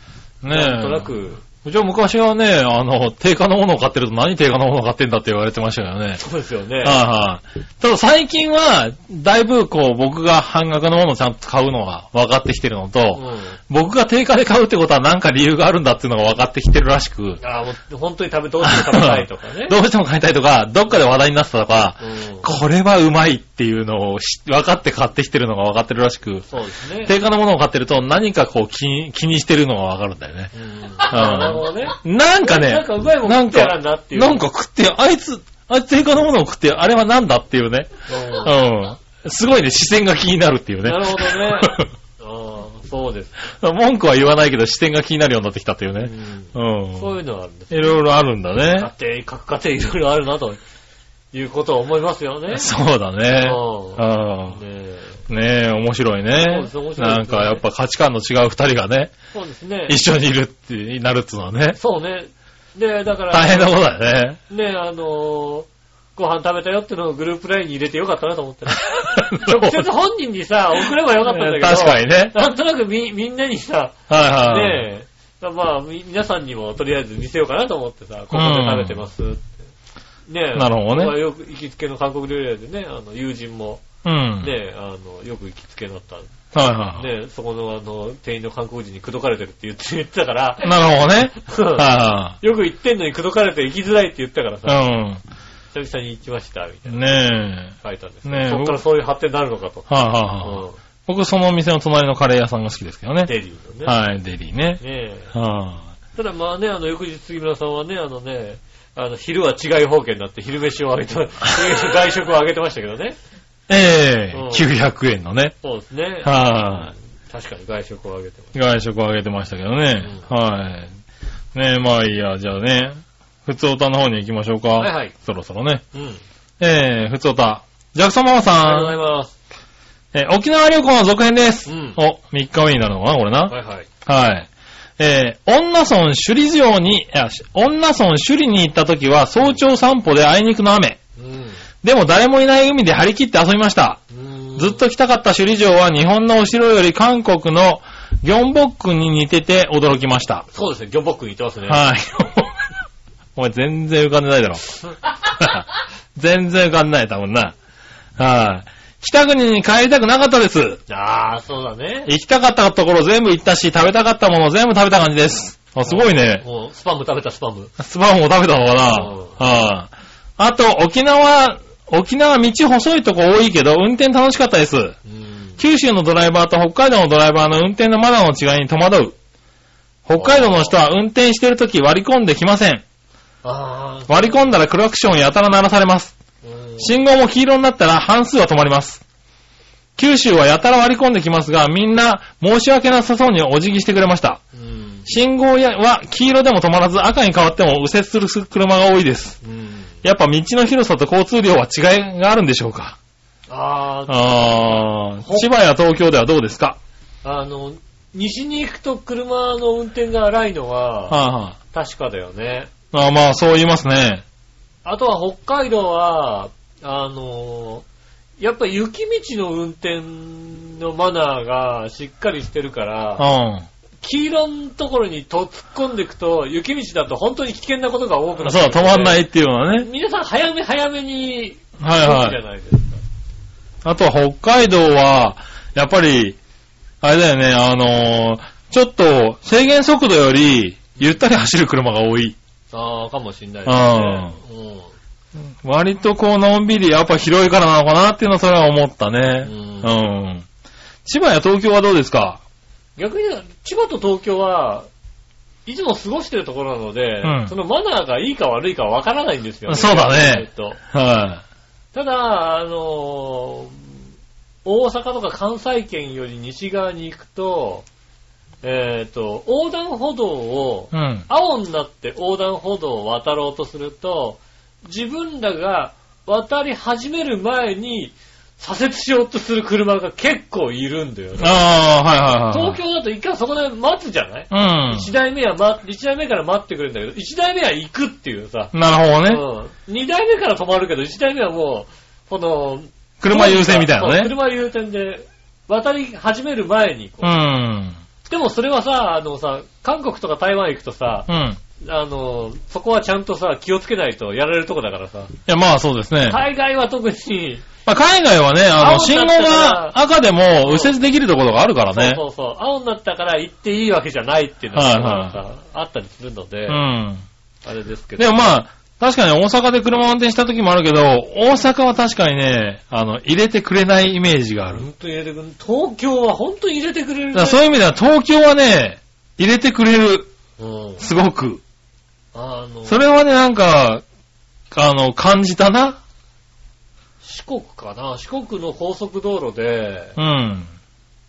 Speaker 3: あ。
Speaker 2: なんとな
Speaker 3: ねえ。
Speaker 2: く、
Speaker 3: じゃあ昔はね、あの、定価のものを買ってると何定価のものを買ってんだって言われてましたよね。
Speaker 2: そうですよね。
Speaker 3: はいはい。ただ最近は、だいぶこう僕が半額のものをちゃんと買うのが分かってきてるの
Speaker 2: う
Speaker 3: と、
Speaker 2: ん。
Speaker 3: 僕が定価で買うってことは何か理由があるんだっていうのが分かってきてるらしく、。
Speaker 2: ああ、もう本当に食べ、どうしても食べたいとかね
Speaker 3: どうしても買いたいとか、どっかで話題になってたとか、
Speaker 2: うん。
Speaker 3: これはうまいっていうのをし分かって買ってきてるのが分かってるらしく、
Speaker 2: そうですね。
Speaker 3: 定価のものを買ってると何かこう気に気にしてるのが分かるんだよね。
Speaker 2: うん。なるほどね。
Speaker 3: なんかね、
Speaker 2: なんかうまいもん食ってやらんなっていう。
Speaker 3: なんか食って、あいつ、あいつ定価のものを食って、あれはなんだっていうね。
Speaker 2: うん、
Speaker 3: うん。すごいね、視線が気になるっていうね。
Speaker 2: なるほどね。うん、そうです。
Speaker 3: ど ね。文句は言わないけど、視線が気になるようになってきたという
Speaker 2: う
Speaker 3: ね。
Speaker 2: ん
Speaker 3: うん。
Speaker 2: そういうのがあるんです。
Speaker 3: いろいろあるんだね。
Speaker 2: 家庭、各家庭いろいろあるなと、いうことを思いますよね。
Speaker 3: そうだね。
Speaker 2: う
Speaker 3: う
Speaker 2: ねえ
Speaker 3: ん。ねえ、面白いね。
Speaker 2: そうです面白いですね
Speaker 3: なんかやっぱ価値観の違う二人がね、
Speaker 2: そうですね。
Speaker 3: 一緒にいるって、なるっていうのはね、
Speaker 2: そうね。で、だから、
Speaker 3: 大変なことだよね。
Speaker 2: ねえ、あのーご飯食べたよってのをグループラインに入れてよかったなと思って る。直接本人にさ、送ればよかったんだけど。
Speaker 3: 確かにね。
Speaker 2: なんとなくみ、みんなにさ、
Speaker 3: はいはい。
Speaker 2: ねえ、まあ、み皆さんにもとりあえず見せようかなと思ってさ、ここで食べてますって。ねえ。
Speaker 3: なるほどね
Speaker 2: まあよく行きつけの韓国料理屋でね、あの、友人も、
Speaker 3: うん。
Speaker 2: ねえ、あの、よく行きつけだったんで
Speaker 3: はいはい。
Speaker 2: ねえ、そこのあの、店員の韓国人に口説かれてるって言って 言ってたから、
Speaker 3: なるほどね。
Speaker 2: うん
Speaker 3: は
Speaker 2: よく行ってんのに口説かれて行きづらいって言ったから
Speaker 3: い
Speaker 2: さ、
Speaker 3: はい。
Speaker 2: 久々に行きました、みた
Speaker 3: う
Speaker 2: い
Speaker 3: ん。
Speaker 2: な
Speaker 3: ねえ。
Speaker 2: 書いたんです
Speaker 3: ね
Speaker 2: ね
Speaker 3: え
Speaker 2: そっからそういう発展になるのかと。
Speaker 3: はいはいはい。
Speaker 2: う
Speaker 3: 僕、そのお店の隣のカレー屋さんが好きですけどね
Speaker 2: ん。。デリーのね。
Speaker 3: はい、デリーね。
Speaker 2: ねえ。
Speaker 3: は
Speaker 2: ただまあね、あの、翌日杉村さんはね、あのね、あの、昼は違い方形になって昼飯をあげ た、外食をあげてましたけどね。
Speaker 3: い。ええ
Speaker 2: うん
Speaker 3: 900円のね。
Speaker 2: そうですね。
Speaker 3: は
Speaker 2: 確かに外食をあげてます。
Speaker 3: い。外食をあげてましたけどね。
Speaker 2: う
Speaker 3: はい。ねえ、まあいいや、じゃあね、普通歌の方に行きましょうか。
Speaker 2: はいはい
Speaker 3: そろそろね。
Speaker 2: うん。
Speaker 3: ええ普通歌。ジャクソンママ
Speaker 2: ありがとうござ
Speaker 3: さ
Speaker 2: い
Speaker 3: ん、
Speaker 2: ます。
Speaker 3: えー沖縄旅行の続編です。
Speaker 2: うん
Speaker 3: お、3日目になるのかな、これな。
Speaker 2: はいはい。
Speaker 3: はい。えー、女村首里城に、いや、女村首里に行った時は早朝散歩であいにくの雨。
Speaker 2: うん
Speaker 3: でも誰もいない海で張り切って遊びました。
Speaker 2: うん。
Speaker 3: ずっと来たかった首里城は日本のお城より韓国のギョンボックンに似てて驚きました。
Speaker 2: そうですね、ギョンボックに行ってますね。
Speaker 3: はい。 お前全然浮かんでないだろ。全然浮かんでない、多分な。はい。北国に帰りたくなかったです。
Speaker 2: ああ、そうだね。
Speaker 3: 行きたかったところ全部行ったし、食べたかったもの全部食べた感じです。あ、すごいね。
Speaker 2: もう、スパム食べたスパム。
Speaker 3: スパムも食べたのかな
Speaker 2: うん
Speaker 3: はい。あと、沖縄、沖縄道細いとこ多いけど、運転楽しかったです。
Speaker 2: うん。
Speaker 3: 九州のドライバーと北海道のドライバーの運転のマナーの違いに戸惑う。北海道の人は運転してるとき割り込んできません。
Speaker 2: ああ、
Speaker 3: 割り込んだらクラクションやたら鳴らされます。
Speaker 2: うん
Speaker 3: 信号も黄色になったら半数は止まります。九州はやたら割り込んできますが、みんな申し訳なさそうにお辞儀してくれました。
Speaker 2: うん。
Speaker 3: 信号やは黄色でも止まらず赤に変わっても右折する車が多いです。
Speaker 2: うん。
Speaker 3: やっぱ道の広さと交通量は違いがあるんでしょうか
Speaker 2: ああ、
Speaker 3: あー
Speaker 2: ほ
Speaker 3: 千葉や東京ではどうですか
Speaker 2: あの、西に行くと車の運転が荒いのは、
Speaker 3: はいはい
Speaker 2: 確かだよね。
Speaker 3: あーまあ、そう言いますね。
Speaker 2: あとは北海道は、あの、やっぱ雪道の運転のマナーがしっかりしてるか
Speaker 3: う
Speaker 2: ら、
Speaker 3: ん。
Speaker 2: 黄色のところにと突っ込んでいくと、雪道だと本当に危険なことが多くなって。
Speaker 3: そう、止まんないいっていうのはね。
Speaker 2: 皆さん早め早めに
Speaker 3: はい
Speaker 2: 動くじ
Speaker 3: は
Speaker 2: ゃ
Speaker 3: い。
Speaker 2: ないですか。
Speaker 3: あとは北海道は、やっぱり、あれだよね、あのーちょっと制限速度より、ゆったり走る車が多い。
Speaker 2: ああ、かもしんないですね。
Speaker 3: 割とこう、のんびり、やっぱ広いからなのかなっていうのはそれは思ったね。
Speaker 2: う
Speaker 3: うんん。千葉や東京はどうですか
Speaker 2: 逆に、千葉と東京は、いつも過ごしてるところなので、
Speaker 3: うん
Speaker 2: そのマナーがいいか悪いかわからないんですよね。
Speaker 3: そうだね
Speaker 2: えっと
Speaker 3: は
Speaker 2: ただ、あのー大阪とか関西圏より西側に行くと、えっ、と、横断歩道を
Speaker 3: い。、うん。
Speaker 2: 青になって横断歩道を渡ろうとすると、自分らが渡り始める前に左折しようとする車が結構いるんだよね。
Speaker 3: ああ、はいはいはい。
Speaker 2: 東京だと一回そこで待つじゃない一
Speaker 3: 京
Speaker 2: 台目は待、一台目から待ってくれるんだけど、一台目は行くっていうさ。
Speaker 3: うん。なるほどね。
Speaker 2: うん。二台目から止まるけど、一台目はもう、この、
Speaker 3: 車優先みたいな
Speaker 2: そう
Speaker 3: ね。
Speaker 2: 車優先で、渡り始める前にこう、
Speaker 3: うん。
Speaker 2: でもそれはさ、あのさ、韓国とか台湾行くとさ、
Speaker 3: うん。
Speaker 2: あの、そこはちゃんとさ、気をつけないとやられるとこだからさ。
Speaker 3: いや、まあそうですね。
Speaker 2: 海外は特に、
Speaker 3: まあ、海外はね、あの、
Speaker 2: 青に
Speaker 3: 信
Speaker 2: な
Speaker 3: 号
Speaker 2: ってたら
Speaker 3: が赤でも右折できるところがあるからね。
Speaker 2: そうそうそう、青になったから行っていいわけじゃないっていうのが
Speaker 3: はいはい
Speaker 2: なんかあったりするので、
Speaker 3: うん。
Speaker 2: あれですけど。
Speaker 3: でもまあ、確かに大阪で車を運転した時もあるけど、大阪は確かにね、あの、入れてくれないイメージがある。
Speaker 2: 本当に入れてくる。東京は本当に入れてくれる
Speaker 3: だ
Speaker 2: ね
Speaker 3: からそういう意味では東京はね、入れてくれる。
Speaker 2: うん。
Speaker 3: すごく。
Speaker 2: あの、
Speaker 3: それはね、なんか、あの、感じたな。
Speaker 2: 四国かな四国の高速道路で、
Speaker 3: うん。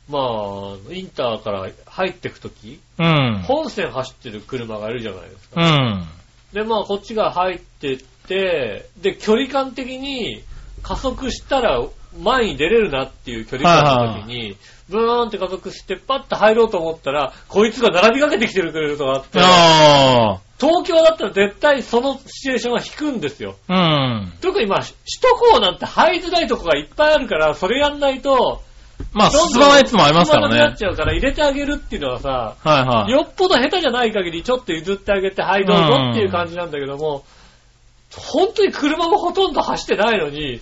Speaker 2: まあ、インターから入ってくとき、
Speaker 3: うん。
Speaker 2: 本線走ってる車がいるじゃないですか。
Speaker 3: うん。
Speaker 2: で、まあ、こっちが入ってって、で、距離感的に加速したら前に出れるなっていう距離感の時に、ブーンって加速してパッと入ろうと思ったら、こいつが並びかけてきてるくれるとかあって、
Speaker 3: あ
Speaker 2: 東京だったら絶対そのシチュエーションは引くんですよ。
Speaker 3: あ。うん。
Speaker 2: 特にまあ、首都高なんて入りづらいとこがいっぱいあるから、それやんないと、
Speaker 3: まあ、進まないやつもありますから
Speaker 2: 進まなくなっ
Speaker 3: ね。
Speaker 2: ちゃうから入れてあげるっていうのはさ、
Speaker 3: はいはい。
Speaker 2: よっぽど下手じゃない限りちょっと譲ってあげて、はいどうぞっていう感じなんだけども、本当に車もほとんど走ってないのに、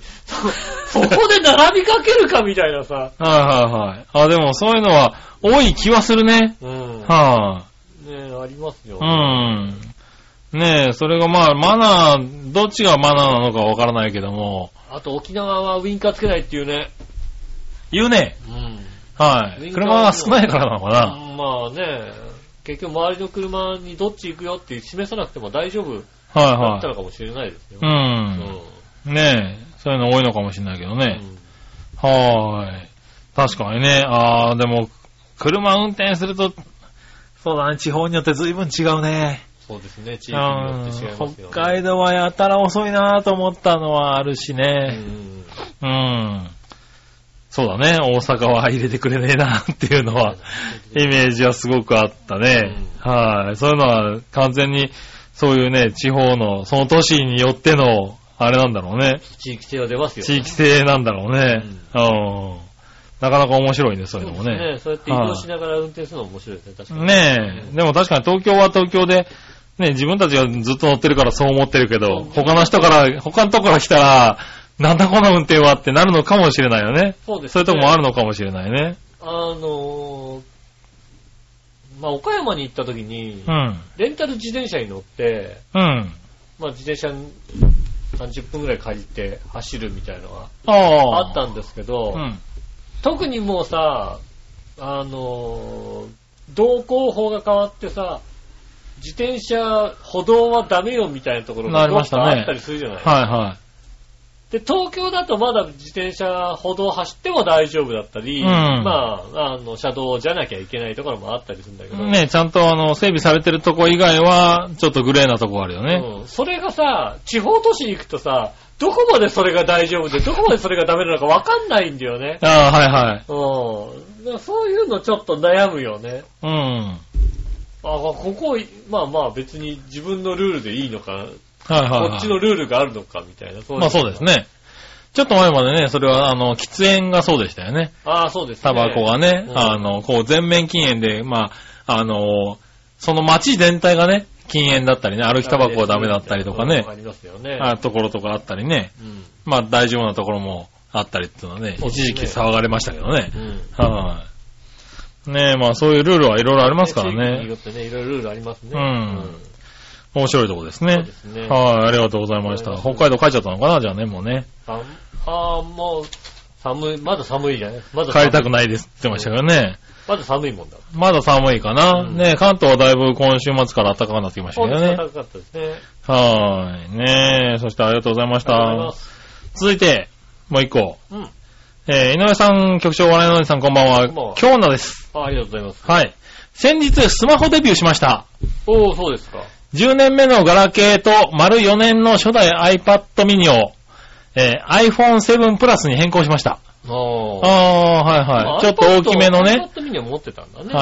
Speaker 2: そそこで並びかけるかみたいなさ。
Speaker 3: はいはいはい。あ、でもそういうのは多い気はするね。
Speaker 2: うん。
Speaker 3: は
Speaker 2: ねえありますよ。
Speaker 3: い、うん。ねえ、それがまあ、マナー、どっちがマナーなのかわからないけども、
Speaker 2: あと沖縄はウインカーつけないっていうね。
Speaker 3: 言うね。
Speaker 2: うん。
Speaker 3: はい。車が少ないからなのかな。
Speaker 2: まあね、結局周りの車にどっち行くよって示さなくても大丈夫だ
Speaker 3: は
Speaker 2: っ
Speaker 3: い
Speaker 2: たの
Speaker 3: は
Speaker 2: かもしれないですよ。う
Speaker 3: い。うん。ねえ、そういうの多いのかもしれないけどね。はーい。確かにね。あー、でも、車運転すると、そうだね、地方によって随分違うね。
Speaker 2: そうですね、地域によって違います
Speaker 3: 北
Speaker 2: よ、ね。
Speaker 3: 海道はやたら遅いなと思ったのはあるし
Speaker 2: う
Speaker 3: ね。
Speaker 2: ん
Speaker 3: うん。そうだね。大阪は入れてくれねえなっていうのは、イメージはすごくあったね。はい。そういうのは完全に、そういうね、地方の、その都市によっての、あれなんだろうね。
Speaker 2: 地域性は出ますよね。
Speaker 3: 地域性なんだろうね。うん。なかなか面白いね、そういうのもね。
Speaker 2: そうですね。そうやって移動しながら運転するのも面白いですね、確かに。
Speaker 3: ねえ。でも確かに東京は東京で、ね、自分たちがずっと乗ってるからそう思ってるけど、他の人から、他のとこから来たら、なんだこの運転はってなるのかもしれないよね。
Speaker 2: そうです
Speaker 3: そう
Speaker 2: ね。
Speaker 3: いうとこもあるのかもしれないね。
Speaker 2: あのー、まあ、岡山に行った時に
Speaker 3: う、ん。
Speaker 2: レンタル自転車に乗って、
Speaker 3: うん。
Speaker 2: まあ、自転車30分くらい借りて走るみたいのが
Speaker 3: ああ。
Speaker 2: あったんですけど、
Speaker 3: うん。
Speaker 2: 特にもうさ、あのー、道交法が変わってさ、自転車、歩道はダメよみたいなところ
Speaker 3: な
Speaker 2: が
Speaker 3: りましたね
Speaker 2: どっかあったりするじゃない
Speaker 3: はいは
Speaker 2: で、東京だとまだ自転車歩道走っても大丈夫だったり、
Speaker 3: うん
Speaker 2: まあ、あの、車道じゃなきゃいけないところもあったりするんだけど、
Speaker 3: ね、ちゃんとあの、整備されてるとこ以外は、ちょっとグレーなとこあるよね。
Speaker 2: うん、それがさ、地方都市に行くとさ、どこまでそれが大丈夫で、どこまでそれがダメなのかわかんないんだよね。
Speaker 3: ああ、はいはい。
Speaker 2: うん。だからそういうのちょっと悩むよね。
Speaker 3: うん。
Speaker 2: あ、ここ、まあまあ別に自分のルールでいいのか、
Speaker 3: はいはい、はい。
Speaker 2: こっちのルールがあるのかみたいな。そいの
Speaker 3: まあそうです。ね。ちょっと前までね、それはあの、喫煙がそうでしたよね。
Speaker 2: ああ、そうですね。
Speaker 3: タバコがね、
Speaker 2: うん
Speaker 3: あの、こう全面禁煙で、まあ、あの、その街全体がね、禁煙だったりね、歩きタバコがダメだったりとかね
Speaker 2: あ、りますよね。
Speaker 3: あところとかあったりね、
Speaker 2: うん。
Speaker 3: まあ大丈夫なところもあったりっていうのはね、
Speaker 2: そうです
Speaker 3: 一
Speaker 2: ね
Speaker 3: 時期騒がれましたけどね
Speaker 2: う。ん。
Speaker 3: はい。ねえ、まあそういうルールはいろいろありますから
Speaker 2: 地域に
Speaker 3: ね
Speaker 2: よ。ってね、いろいろルールありますね。
Speaker 3: うん面白いとこです
Speaker 2: そう
Speaker 3: ね
Speaker 2: で。すね。
Speaker 3: はい、ありがとうございました。北海道帰っちゃったのかなじゃあね、もうね。
Speaker 2: 寒ああ、もう、寒い、まだ寒いじゃないまだ寒
Speaker 3: 帰りたくないですって言ってましたけどね。
Speaker 2: まだ寒いもんだ。
Speaker 3: まだ寒いかな。
Speaker 2: うん
Speaker 3: ね関東はだいぶ今週末から暖かくなってきました
Speaker 2: そう
Speaker 3: け
Speaker 2: ですね。
Speaker 3: どね。
Speaker 2: 暖かかったですね。
Speaker 3: はーい。ねそしてありがとうございまし
Speaker 2: ありがとうございま
Speaker 3: た。
Speaker 2: す。
Speaker 3: 続いて、もう一個。
Speaker 2: うん。
Speaker 3: えー、井上さん、局長、笑いのおじさん、こんばんは。
Speaker 2: こんばんは
Speaker 3: 京奈です。
Speaker 2: あありがとうございます。
Speaker 3: はい。先日、スマホデビューしました。
Speaker 2: おー、そうですか。
Speaker 3: 10年目のガラケーと、丸4年の初代 iPad mini を、えー iPhone7 プラスに変更しました。
Speaker 2: おー。
Speaker 3: あー、はいはい。ちょっと大きめのね。
Speaker 2: ちょっと見には持ってたんだね。
Speaker 3: は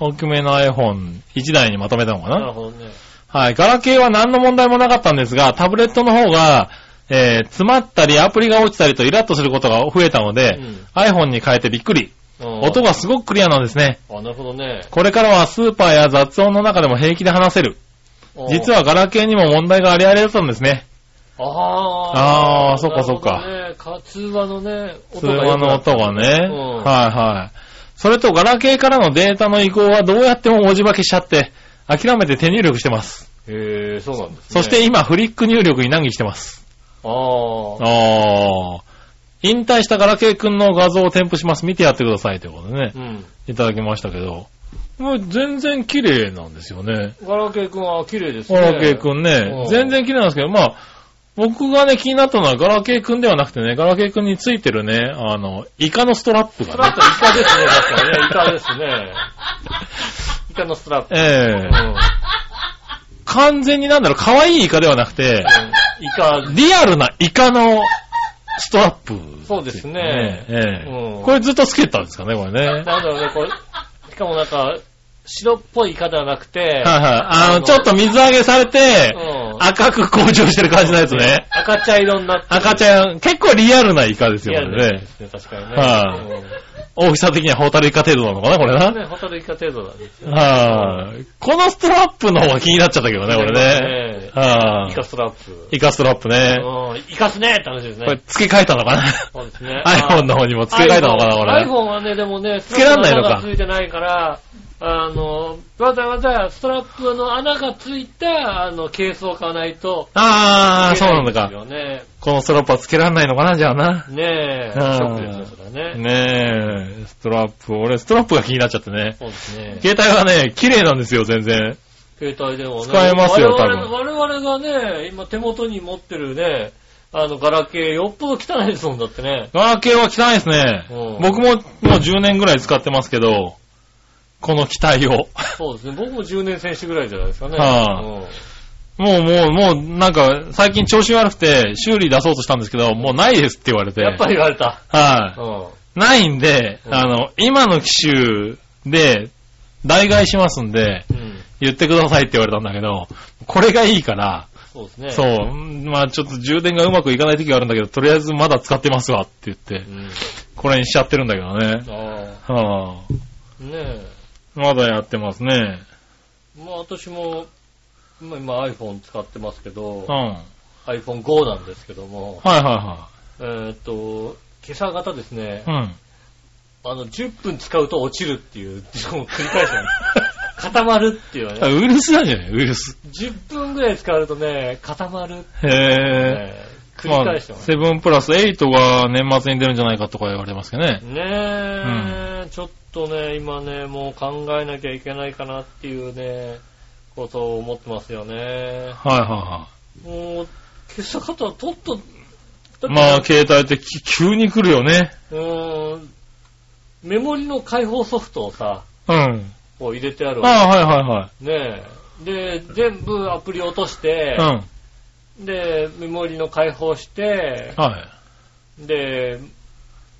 Speaker 3: いはい。大きめの iPhone1 台にまとめたのか
Speaker 2: うんな
Speaker 3: な
Speaker 2: るほどね。
Speaker 3: はい。ガラケーは何の問題もなかったんですが、タブレットの方が、えー、詰まったり、アプリが落ちたりとイラッとすることが増えたので、
Speaker 2: うん
Speaker 3: iPhone に変えてびっくり。音
Speaker 2: 音
Speaker 3: がすごくクリアなんですね。
Speaker 2: あ、なるほどね。
Speaker 3: これからはスーパーや雑音の中でも平気で話せる。実
Speaker 2: は、
Speaker 3: はガラケーにも問題がありありだったんですね。
Speaker 2: あー。
Speaker 3: あーそっかそっか
Speaker 2: なるほどね。か通話のね、
Speaker 3: 通話の音がね。はい
Speaker 2: うん
Speaker 3: はい。それとガラケーからのデータの移行はどうやっても文字化けしちゃって、諦めて手入力してます。
Speaker 2: へえ、そうなんですね。
Speaker 3: そして、今フリック入力に難儀してます。
Speaker 2: あー。
Speaker 3: ああ。引退したガラケーくんの画像を添付します。見てやってくださいということでね
Speaker 2: う、ん。
Speaker 3: いただきましたけど。もう全然綺麗なんですよね。
Speaker 2: ガラケーくんは綺麗です
Speaker 3: ガ
Speaker 2: ね。
Speaker 3: ラケーくん
Speaker 2: う
Speaker 3: ね
Speaker 2: ん。
Speaker 3: 全然綺麗なんですけど、まあ、僕がね、気になったのはガラケーくんではなくてね、ガラケーくんについてるね、あの、イカのストラップ
Speaker 2: ス
Speaker 3: が
Speaker 2: ラッ
Speaker 3: ね。
Speaker 2: プはイカですね、確かにね。イカですね。イカのスラップ。うん
Speaker 3: ええ完全になんだろう、可愛いイカではなくて、
Speaker 2: うんイカ、
Speaker 3: リアルなイカのストラップ、
Speaker 2: そうですね。
Speaker 3: ええ
Speaker 2: うん
Speaker 3: これずっとつけてたんですかね、これね。
Speaker 2: なんだろうね、これ、しかもなんか、白っぽいイカではなくて、
Speaker 3: はいはい。あ
Speaker 2: あ
Speaker 3: の、
Speaker 2: の
Speaker 3: ちょっと水揚げされて、
Speaker 2: うん
Speaker 3: 赤く紅潮してる感じのやつね。
Speaker 2: 赤茶色になってる。
Speaker 3: 赤ちゃん、結構リアルなイカです
Speaker 2: リ
Speaker 3: よ
Speaker 2: ア
Speaker 3: こ
Speaker 2: ル
Speaker 3: れ
Speaker 2: で
Speaker 3: ね。
Speaker 2: すね、確かにね。
Speaker 3: はい
Speaker 2: うん
Speaker 3: 大きさ的にはホタルイカ程度なのかな、これな。
Speaker 2: ね、ホタルイカ程度だね。
Speaker 3: はい。このストラップの方が気になっちゃったけどね、これね。
Speaker 2: ね。
Speaker 3: は
Speaker 2: イ
Speaker 3: い
Speaker 2: カストラップ。
Speaker 3: イカストラップね。
Speaker 2: うんイカすねって話です
Speaker 3: こ
Speaker 2: ね。
Speaker 3: れ付け替えたのかな
Speaker 2: そうですね。
Speaker 3: iPhone の方にも付け替えたのかな、これ
Speaker 2: iPhone。iPhone はね、でもね、
Speaker 3: 付けらんないのか
Speaker 2: ストラップ穴がついてないから、あの、わざわざストラップの穴がついた、あの、ケースを買わないと。
Speaker 3: あー、そうなんだ
Speaker 2: いけ
Speaker 3: か。
Speaker 2: いんです
Speaker 3: このストラップは付けられないのかな、じゃあな。
Speaker 2: よね。ねえ。シ
Speaker 3: うん
Speaker 2: ョックですよ、それはね。
Speaker 3: ねえ、ストラップ。俺、ストラップが気になっちゃってね。
Speaker 2: そうですね。
Speaker 3: 携帯はね、綺麗なんですよ、全然。
Speaker 2: 携帯でもね。
Speaker 3: 使えますよ
Speaker 2: 我々
Speaker 3: 多
Speaker 2: 我々がね、今手元に持ってるね、あの、ガラケー、よっぽど汚いですもんだってね。
Speaker 3: ガラケーは汚いですね
Speaker 2: う。ん
Speaker 3: 僕ももう10年ぐらい使ってますけど、この機体を。
Speaker 2: そうですね。僕も10年選手ぐらいじゃないですかね。
Speaker 3: はあもうもうもうなんか最近調子悪くて修理出そうとしたんですけど、もうないですって言われて。
Speaker 2: うんやっぱり言われた。
Speaker 3: はい、
Speaker 2: うん
Speaker 3: ないんで、
Speaker 2: うん
Speaker 3: あの、今の機種で代替しますんで、
Speaker 2: うん。
Speaker 3: 言ってくださいって言われたんだけど、これがいいから、
Speaker 2: そうですね。
Speaker 3: そう、うんまあちょっと充電がうまくいかない時があるんだけど、とりあえずまだ使ってますわって言って
Speaker 2: う、ん。
Speaker 3: これにしちゃってるんだけどね。
Speaker 2: ああ。
Speaker 3: はあ、
Speaker 2: ねえ。
Speaker 3: まだやってますね。
Speaker 2: まあ私も、まあ今 iPhone 使ってますけど
Speaker 3: うん。、はい
Speaker 2: iPhone5 なんですけども、
Speaker 3: はいは
Speaker 2: えーっと、今朝方ですね
Speaker 3: い。う、ん。
Speaker 2: あの、10分使うと落ちるっていう、もう繰り返したん です。固まるっていう
Speaker 3: あ
Speaker 2: ね。
Speaker 3: ウイルスなんじゃないウイルス。
Speaker 2: 10分ぐらい使うとね、固まるって、
Speaker 3: へえ。
Speaker 2: ね、繰り返してます。
Speaker 3: セブンプラス8が年末に出るんじゃないかとか言われてますけどね。
Speaker 2: ねえ、ちょっとね、今ね、もう考えなきゃいけないかなっていうね、ことを思ってますよね。
Speaker 3: はいは
Speaker 2: もう、消した方はとっとだって
Speaker 3: まあ、携帯ってき急に来るよね。
Speaker 2: うーん、メモリの解放ソフトをさ、
Speaker 3: うん。
Speaker 2: こう入れてあるわ
Speaker 3: ああ、はいはいはい。
Speaker 2: け。ねえ。で、全部アプリ落として、
Speaker 3: うん。
Speaker 2: で、メモリの解放して、
Speaker 3: はい。
Speaker 2: で、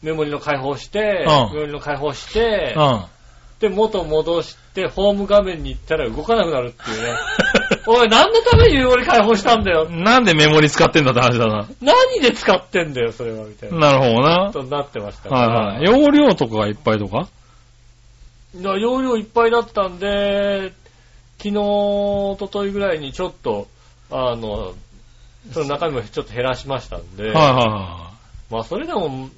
Speaker 2: メモリの解放して、
Speaker 3: うん
Speaker 2: メモリの解放して、
Speaker 3: うん。
Speaker 2: で、元戻して、ホーム画面に行ったら動かなくなるっていうね。 おい、何のためにメモリ解放したんだよ。
Speaker 3: なんでメモリ使ってんだって話だな。
Speaker 2: 何で使ってんだよ、それは、みたいな。
Speaker 3: なるほどな。
Speaker 2: となってましたから。
Speaker 3: はいはい。容量とかがいっぱいとか
Speaker 2: な容量いっぱいだったんで、昨日、一昨日ぐらいにちょっと、あの、その中身もちょっと減らしましたんで、
Speaker 3: はいはいは
Speaker 2: まあそれでも、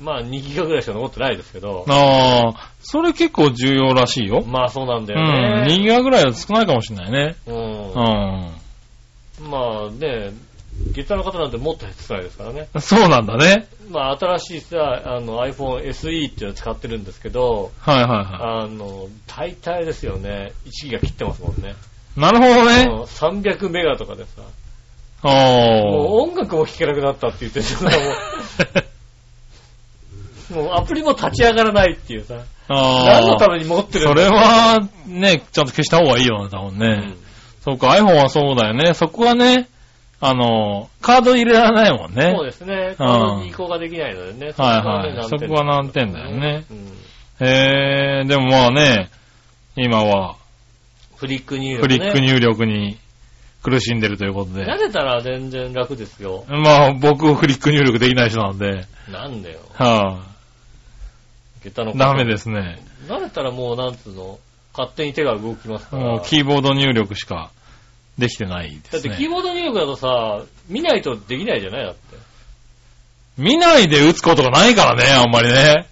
Speaker 2: まあ2ギガぐらいしか残ってないですけど
Speaker 3: い。、ああ、それ結構重要らしいよ。
Speaker 2: まあそうなんだ
Speaker 3: う
Speaker 2: よ
Speaker 3: ん。2ギ
Speaker 2: ね。
Speaker 3: ガぐらいは少ないかもしれないね。
Speaker 2: うん
Speaker 3: う
Speaker 2: まあね、ゲタの方なんてもっと減ってないですからね。
Speaker 3: ん。そうなんだね。
Speaker 2: まあ新しいさ、あの iPhone SE っていうのを使ってるんですけど、
Speaker 3: はいはいは
Speaker 2: あの、大体ですよね、1ギガ切ってますもんね。
Speaker 3: い。なるほど
Speaker 2: う
Speaker 3: ね。
Speaker 2: ん300メガとかでさ、も
Speaker 3: あ
Speaker 2: う音楽も聴けなくなったって言ってるけど もう、もうアプリも立ち上がらないっていうさ、
Speaker 3: あ。ああ。
Speaker 2: 何のために持ってる
Speaker 3: そ
Speaker 2: んだ
Speaker 3: れは、ね、ちゃんと消した方がいいよね、多分
Speaker 2: う
Speaker 3: ね
Speaker 2: ん。
Speaker 3: そうか、iPhone はそうだよね。そこはね、あの、カード入れられないもんね。
Speaker 2: そうですね。この移行ができないのでね。
Speaker 3: はいはい。そこは難点だよね。。へえ、でもまあね、今は、
Speaker 2: フリック入力、
Speaker 3: フ
Speaker 2: ね。
Speaker 3: リック入力に苦しんでるということで。
Speaker 2: 慣れたら全然楽ですよ。
Speaker 3: まあ、僕、フリック入力できない人なんで、
Speaker 2: なんだよ。
Speaker 3: は
Speaker 2: 下駄
Speaker 3: い
Speaker 2: の
Speaker 3: ダメですね。
Speaker 2: 慣れたらもう、なんつうの、勝手に手が動きますから。
Speaker 3: もう、キーボード入力しかできてないで
Speaker 2: だっ
Speaker 3: す
Speaker 2: てキー
Speaker 3: ね。
Speaker 2: ボード入力だとさ、見ないとできないじゃないだって。
Speaker 3: 見ないで打つことがないからね、あんまりね。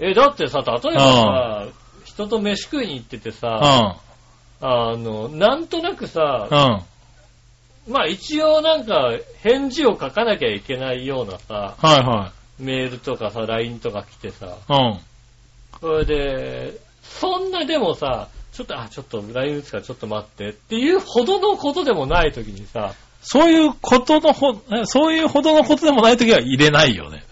Speaker 2: え、だってさ、例えばさ、人と飯食いに行ってて
Speaker 3: う
Speaker 2: さ、
Speaker 3: ん。
Speaker 2: あの、なんとなくさ
Speaker 3: う、ん。
Speaker 2: まあ一応なんか返事を書かなきゃいけないようなさ、
Speaker 3: はいは
Speaker 2: メールとかさ、LINE とか来てさ、
Speaker 3: い。うん。
Speaker 2: それで、そんなでもさ、ちょっと、あ、ちょっと LINE 打つからちょっと待ってっていうほどのことでもない時にさ、
Speaker 3: そういうことのほ、えそういうほどのことでもないときは入れないよね。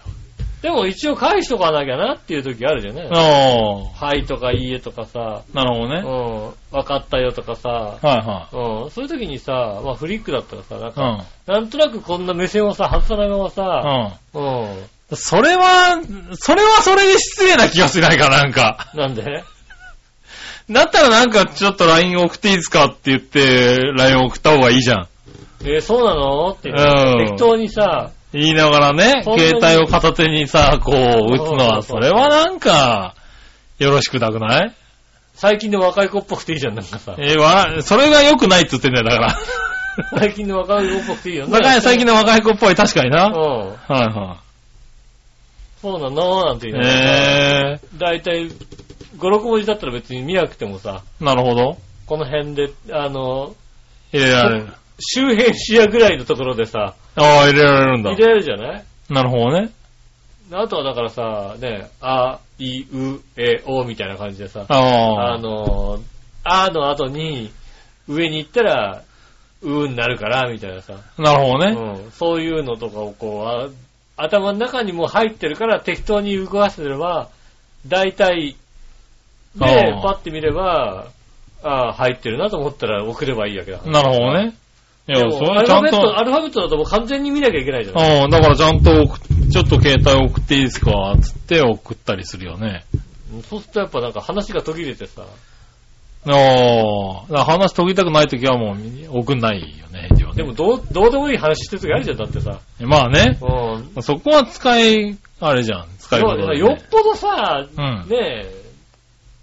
Speaker 2: でも一応返しとかなきゃなっていう時あるじゃない、
Speaker 3: あ
Speaker 2: はいとかいいえとかさ、
Speaker 3: あ。なる
Speaker 2: う
Speaker 3: ほど
Speaker 2: ん、
Speaker 3: ね。
Speaker 2: わかったよとかさ、
Speaker 3: はいは
Speaker 2: うん、そういう時にさ、まあフリックだったらさ、なん
Speaker 3: い。う
Speaker 2: か、なんとなくこんな目線をさ、外さないままさ、
Speaker 3: ん。うん。
Speaker 2: うん、
Speaker 3: それは、それはそれで失礼な気がしないか、なんか。
Speaker 2: なんで
Speaker 3: だったらなんかちょっと LINE 送っていいですかって言って、LINE 送った方がいいじゃん。
Speaker 2: えーそうなのって、
Speaker 3: うん
Speaker 2: 適当にさ、
Speaker 3: 言いながらね、
Speaker 2: そんなに
Speaker 3: 携帯を片手にさ、こう打つのは、
Speaker 2: そ
Speaker 3: そう
Speaker 2: そうそ
Speaker 3: れ
Speaker 2: う
Speaker 3: はなんか、よろしくなくない
Speaker 2: 最近の若い子っぽくていいじゃん、なんかさ。
Speaker 3: えーわ、それが良くないって言ってんだよ、だ から。
Speaker 2: 最近の若い子っぽくていいよね。
Speaker 3: だから最近の若い子っぽい、確かにな。はい
Speaker 2: うん。
Speaker 3: は
Speaker 2: そうなのなんて
Speaker 3: い。
Speaker 2: 言いながらさ。
Speaker 3: え
Speaker 2: だいたい5、6文字だったら別に見なくてもさ、
Speaker 3: ー、なるほど。
Speaker 2: この辺で、あの、
Speaker 3: 入れられる。
Speaker 2: 周辺視野ぐらいのところでさ、
Speaker 3: ああ、入れられるんだ
Speaker 2: 入。れるじゃない
Speaker 3: なるほどね。
Speaker 2: あとはだからさ、ね、あ、い、う、え、おみたいな感じでさ、
Speaker 3: あ
Speaker 2: あ
Speaker 3: あ。
Speaker 2: の、あの後に、上に行ったら、うになるから、みたいなさ。
Speaker 3: なるほどね。
Speaker 2: うん、そういうのとかをこうあ、頭の中にもう入ってるから適当に動かせれば、大体、で、
Speaker 3: ああ
Speaker 2: パッて見れば、ああ、入ってるなと思ったら送ればいいわけだ。
Speaker 3: なるほどね。いや、
Speaker 2: で
Speaker 3: そ
Speaker 2: も
Speaker 3: れ
Speaker 2: ア
Speaker 3: は
Speaker 2: ル
Speaker 3: ち
Speaker 2: フ
Speaker 3: ゃ
Speaker 2: ァベ
Speaker 3: ん
Speaker 2: ット、
Speaker 3: と、
Speaker 2: アルファベットだともう完全に見なきゃいけないじゃん。
Speaker 3: うん、だからちゃんと送っ、ちょっと携帯送っていいですかつって送ったりするよね。
Speaker 2: そうするとやっぱなんか話が途切れてさ、
Speaker 3: ああ、だから話途切りたくないときはもう送んないよね、一応ね
Speaker 2: でもどう、どうでもいい話してる時あるじゃん、だってさ。
Speaker 3: まあね、
Speaker 2: うん。
Speaker 3: そこは使い、あれじゃん、使い方だ
Speaker 2: よ
Speaker 3: よ
Speaker 2: っぽどさ、
Speaker 3: うん
Speaker 2: ねえ、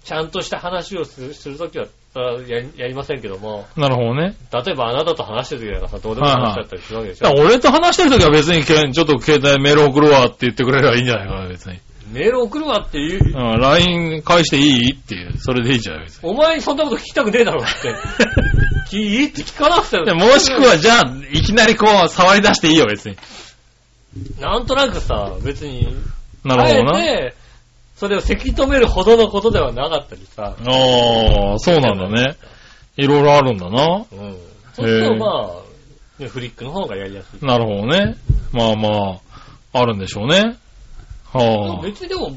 Speaker 2: ちゃんとした話をするするときはあやりやりませんけども、
Speaker 3: なるほどね。
Speaker 2: 例えばあなたと話してる時なんかさ、どうでもいい話だったりするわけでしょ。
Speaker 3: だから俺と話してるときは別にけん、ちょっと携帯メール送るわって言ってくれればいいんじゃないかな、別に。
Speaker 2: メール送るわって言う、
Speaker 3: うん、LINE 返していいっていう、それでいいじゃん、 別に。
Speaker 2: お前にそんなこと聞きたくねえだろって。聞いって聞かなくて
Speaker 3: で
Speaker 2: も、
Speaker 3: もしくは、じゃあ、いきなりこう、触り出していいよ、別に。
Speaker 2: なんとなくさ、別に、
Speaker 3: なるほど
Speaker 2: あ
Speaker 3: な。
Speaker 2: えて、それをせき止めるほどのことではなかったりさ、
Speaker 3: ああ、そうなんだね。いろいろあるんだな。
Speaker 2: うん。そうするとまあ、ねフリックの方がやりやすい。
Speaker 3: なるほどね。まあまあ、あるんでしょうね。は
Speaker 2: 別にでも、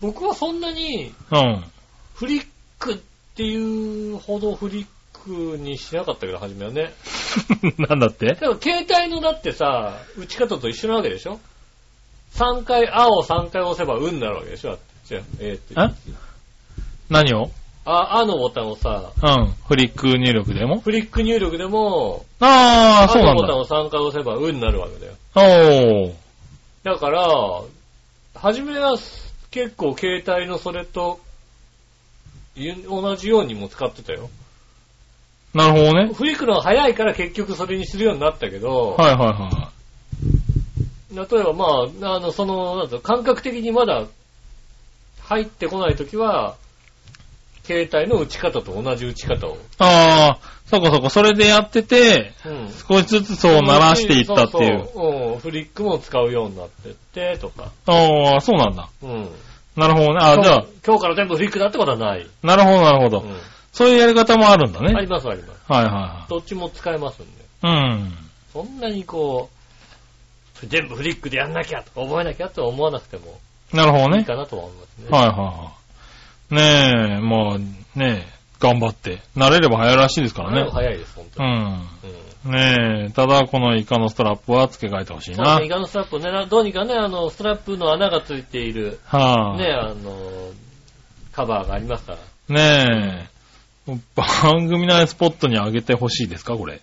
Speaker 2: 僕はそんなに、
Speaker 3: あ。うん。
Speaker 2: フリックっていうほどフリックにしなかったけど、初めはね。
Speaker 3: なんだって
Speaker 2: でも携帯のだってさ、打ち方と一緒なわけでしょ ?3 回青3回押せば運になるわけでしょだって。じゃあ、えー、
Speaker 3: え
Speaker 2: って。
Speaker 3: 何を
Speaker 2: あ、あのボタンをさ、
Speaker 3: うん。フリック入力でも
Speaker 2: フリック入力でも、
Speaker 3: ああ、そう
Speaker 2: の
Speaker 3: なん
Speaker 2: ボタン
Speaker 3: だ。
Speaker 2: を3回押せば運になるわけだよ。
Speaker 3: おー。
Speaker 2: だから、初めは結構携帯のそれと、ゆ同じようにも使ってたよ。
Speaker 3: なるほどね。
Speaker 2: フリックの方が早いから結局それにするようになったけど、
Speaker 3: はいはいは
Speaker 2: 例えばまあ、あの、その、なんだろう感覚的にまだ入ってこないときは、携帯の打ち方と同じ打ち方を。
Speaker 3: い。ああ、そこそこ、それでやってて、
Speaker 2: うん。
Speaker 3: 少しずつそう鳴らしていったっていう。
Speaker 2: そそううん。フリックも使うようになってって、とか。
Speaker 3: ああ、そうなんだ。
Speaker 2: うん。
Speaker 3: なるほどね。ああ、じゃあ、
Speaker 2: 今日から全部フリックだってことはない。
Speaker 3: なるほどなるほど。
Speaker 2: う
Speaker 3: そういうやり方もあるんだね。
Speaker 2: ん。あ
Speaker 3: は
Speaker 2: り
Speaker 3: い
Speaker 2: ますあります。
Speaker 3: はいは
Speaker 2: どっちも使えますんで。
Speaker 3: い。うん。
Speaker 2: そんなにこう、全部フリックでやんなきゃとか覚えなきゃとは思わなくても
Speaker 3: なるほど
Speaker 2: いい
Speaker 3: ね。
Speaker 2: かなとは思いますね。
Speaker 3: はいはいはい。ねえ、まあ、ねえ、頑張って。慣れれば早いらしいですか
Speaker 2: で
Speaker 3: ら
Speaker 2: も
Speaker 3: ね。
Speaker 2: 早いです、本当
Speaker 3: う
Speaker 2: に。
Speaker 3: ん。
Speaker 2: うん。
Speaker 3: ねえ、ただこのイカのストラップは付け替えてほしい
Speaker 2: そうです
Speaker 3: な
Speaker 2: ね、イ。カのストラップね、などうにかね、あの、ストラップの穴がついている、
Speaker 3: は
Speaker 2: ね、
Speaker 3: い。
Speaker 2: あの、カバーがありますから。
Speaker 3: ねえ、番組内スポットにあげてほしいですか、これ。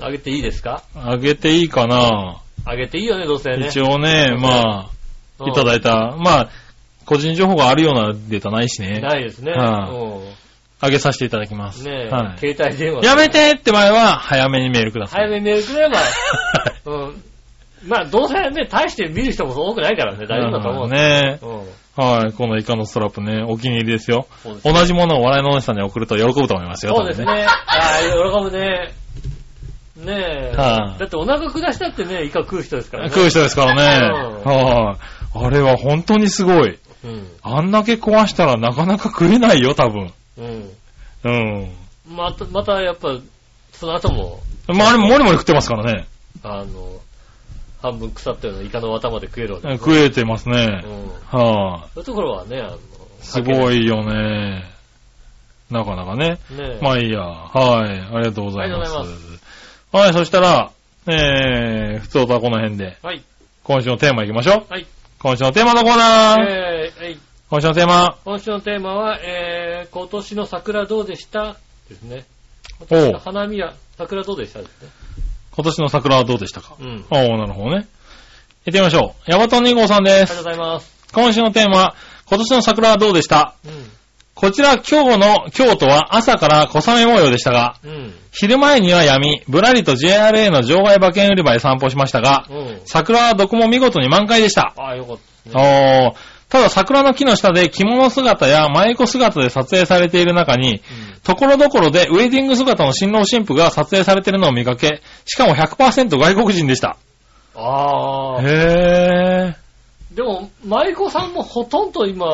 Speaker 2: あげていいですか
Speaker 3: あげていいかな。
Speaker 2: あげていいよね、どうせね。
Speaker 3: 一応ね、まあ、いただ
Speaker 2: い
Speaker 3: いた。まあ、個人情報があるようなデータないしね。
Speaker 2: ないですね。
Speaker 3: はい
Speaker 2: うん
Speaker 3: あげさせていただきます。
Speaker 2: ねえ、
Speaker 3: はい。
Speaker 2: 携帯電話。
Speaker 3: やめてって前は、早めにメールください。
Speaker 2: 早めにメールくれ ば、うん。まあ、どうせね、大して見る人も多くないからね、大丈夫だと思う。
Speaker 3: ね。
Speaker 2: うん。
Speaker 3: はい。このイカのストラップね、お気に入りですよ。
Speaker 2: そうです
Speaker 3: 同じものを笑いのお姉さんに送ると喜ぶと思いますよ。
Speaker 2: そうです
Speaker 3: 多分。
Speaker 2: ね。ああ、喜ぶね。ねえ。
Speaker 3: はい
Speaker 2: だってお腹下したってね、イカ食う人ですからね。
Speaker 3: 食う人ですからね
Speaker 2: うん。
Speaker 3: はい。あれは本当にすごい。
Speaker 2: うん。
Speaker 3: あんだけ壊したらなかなか食えないよ、多分。
Speaker 2: うん。
Speaker 3: うん。
Speaker 2: また、またやっぱ、その後も、
Speaker 3: まあ、あれもりもり食ってますからね。
Speaker 2: あの、半分腐ったようなイカの頭で食えるわけです
Speaker 3: 食えてます
Speaker 2: う
Speaker 3: ね。
Speaker 2: ん。そ
Speaker 3: は
Speaker 2: ういうところはね、あの、
Speaker 3: い。す
Speaker 2: い。
Speaker 3: ごいよね。なかなかね。
Speaker 2: ねえ。
Speaker 3: まあいいや。はい。ありがとうございます。
Speaker 2: ありがとうござい
Speaker 3: はい、そしたら、えー、普通とはこの辺で、
Speaker 2: はい。
Speaker 3: 今週のテーマいきましょう。
Speaker 2: はい。
Speaker 3: 今週のテーマのコーナー、
Speaker 2: えー、はい。
Speaker 3: 今週のテーマ、
Speaker 2: 今週のテーマは、えー、今年の桜どうでしたですね。今年の花見は、桜どうでしたですね。
Speaker 3: 今年の桜はどうでしたか
Speaker 2: うん。あり
Speaker 3: おー、なるほどね。行ってみましょう。ヤバトン2号さんで
Speaker 2: がとう
Speaker 3: す。
Speaker 2: ございます。
Speaker 3: 今週のテーマ、今年の桜はどうでしたこちら、今日の京都は朝から小雨模様でしたが、
Speaker 2: うん。うん。
Speaker 3: 昼前には闇、ぶらりと JRA の場外馬券売り場へ散歩しましたが、
Speaker 2: うん。
Speaker 3: 桜はどこも見事に満開でした。
Speaker 2: ああ、よかったですね。
Speaker 3: おーただ桜の木の下で着物姿や舞妓姿で撮影されている中に、ところどころでウェディング姿の新郎新婦が撮影されているのを見かけ、しかも100%外国人でした。
Speaker 2: ああ。
Speaker 3: へ
Speaker 2: でも、舞妓さんもほとんど今、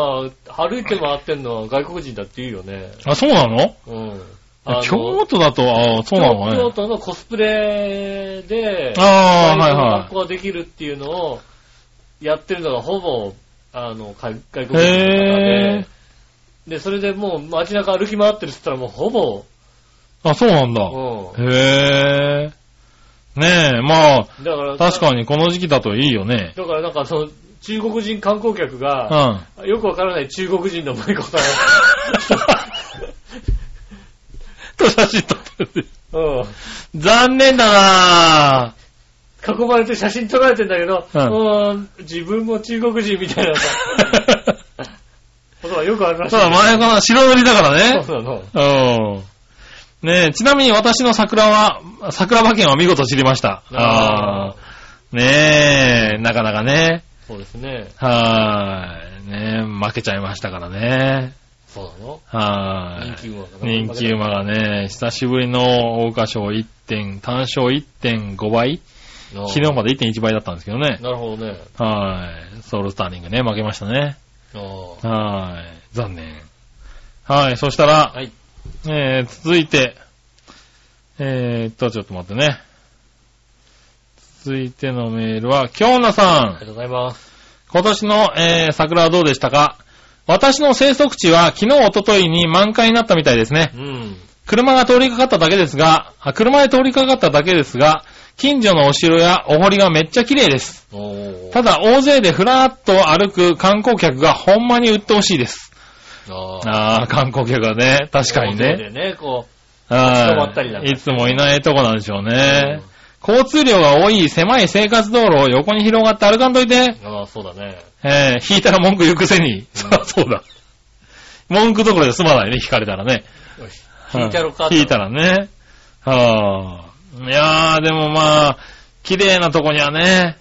Speaker 2: 歩いて回ってんのは外国人だって言うよね。
Speaker 3: ー。あ、そうなの
Speaker 2: うん。あの
Speaker 3: 京都だと、あーそうなの
Speaker 2: 京
Speaker 3: ね。
Speaker 2: 都のコスプレで、
Speaker 3: あー
Speaker 2: 舞妓の
Speaker 3: はいはい
Speaker 2: 格好ができるっていうのを、やってるのがほぼ、あの、か外国人の方
Speaker 3: へ
Speaker 2: で、で、それでもう街中歩き回ってるって言ったらもうほぼ、
Speaker 3: ー。あ、そうなんだ。
Speaker 2: う
Speaker 3: へー。ねえ、まあ、
Speaker 2: ん。だから、
Speaker 3: 確かにこの時期だといいよね。
Speaker 2: だからなんかその、中国人観光客
Speaker 3: う
Speaker 2: が、
Speaker 3: ん。
Speaker 2: よくわからない中国人の舞妓さん。
Speaker 3: と写真撮ってる。
Speaker 2: うん。
Speaker 3: 残念だ なぁ。
Speaker 2: 囲まれて写真撮られてんだけど、
Speaker 3: うん
Speaker 2: うーん、自分も中国人みたいなさ ことがよくあるらしい。
Speaker 3: ただ、前かな、白塗りだからね。
Speaker 2: そうなの。
Speaker 3: うん。ねえ、ちなみに私の桜は、桜馬券は見事散りました。
Speaker 2: あー
Speaker 3: あーねえ、なかなかね。
Speaker 2: そうですね。
Speaker 3: はーい。ねえ、負けちゃいましたからね。
Speaker 2: そうなの。
Speaker 3: はーい
Speaker 2: 人。気馬がね
Speaker 3: 人気馬がね、久しぶりの大花賞1点、単勝1.5倍
Speaker 2: 昨
Speaker 3: 昨日まで1.1倍だったんですけどね。
Speaker 2: なるほどね。
Speaker 3: はい。ソウルスターリングね、負けましたね。
Speaker 2: あー
Speaker 3: はい。残念。はい。そしたら、
Speaker 2: はい。
Speaker 3: えー、続いて、えーっと、ちょっと待ってね。続いてのメールは、京奈さん。
Speaker 2: りがとうございます。
Speaker 3: 今年の、えー、桜はどうでしたか私の生息地は昨日おとといに満開になったみたいですね
Speaker 2: う。ん。
Speaker 3: 車が通りかかっただけですが、あ車で通りかかっただけですが、近所のお城やお堀がめっちゃ綺麗です。
Speaker 2: おー
Speaker 3: ただ大勢でふらーっと歩く観光客がほんまに鬱陶しいです。
Speaker 2: あー
Speaker 3: ああ、観光客がね、確かに
Speaker 2: 大勢。
Speaker 3: ね
Speaker 2: でね、こ
Speaker 3: は
Speaker 2: 人ばったりだから
Speaker 3: い。いつもいないとこなんでしょうね
Speaker 2: うん。
Speaker 3: 交通量が多い狭い生活道路を横に広がって歩かんといて。
Speaker 2: う、ああ、そうだね。
Speaker 3: えー、引いたら文句言うくせに。そりゃそうだ。文句どころで済まないね、引かれたらね。
Speaker 2: よし引いたろか。
Speaker 3: はい引いたらね。はぁ。いやー、でもまあ、綺麗なとこにはね、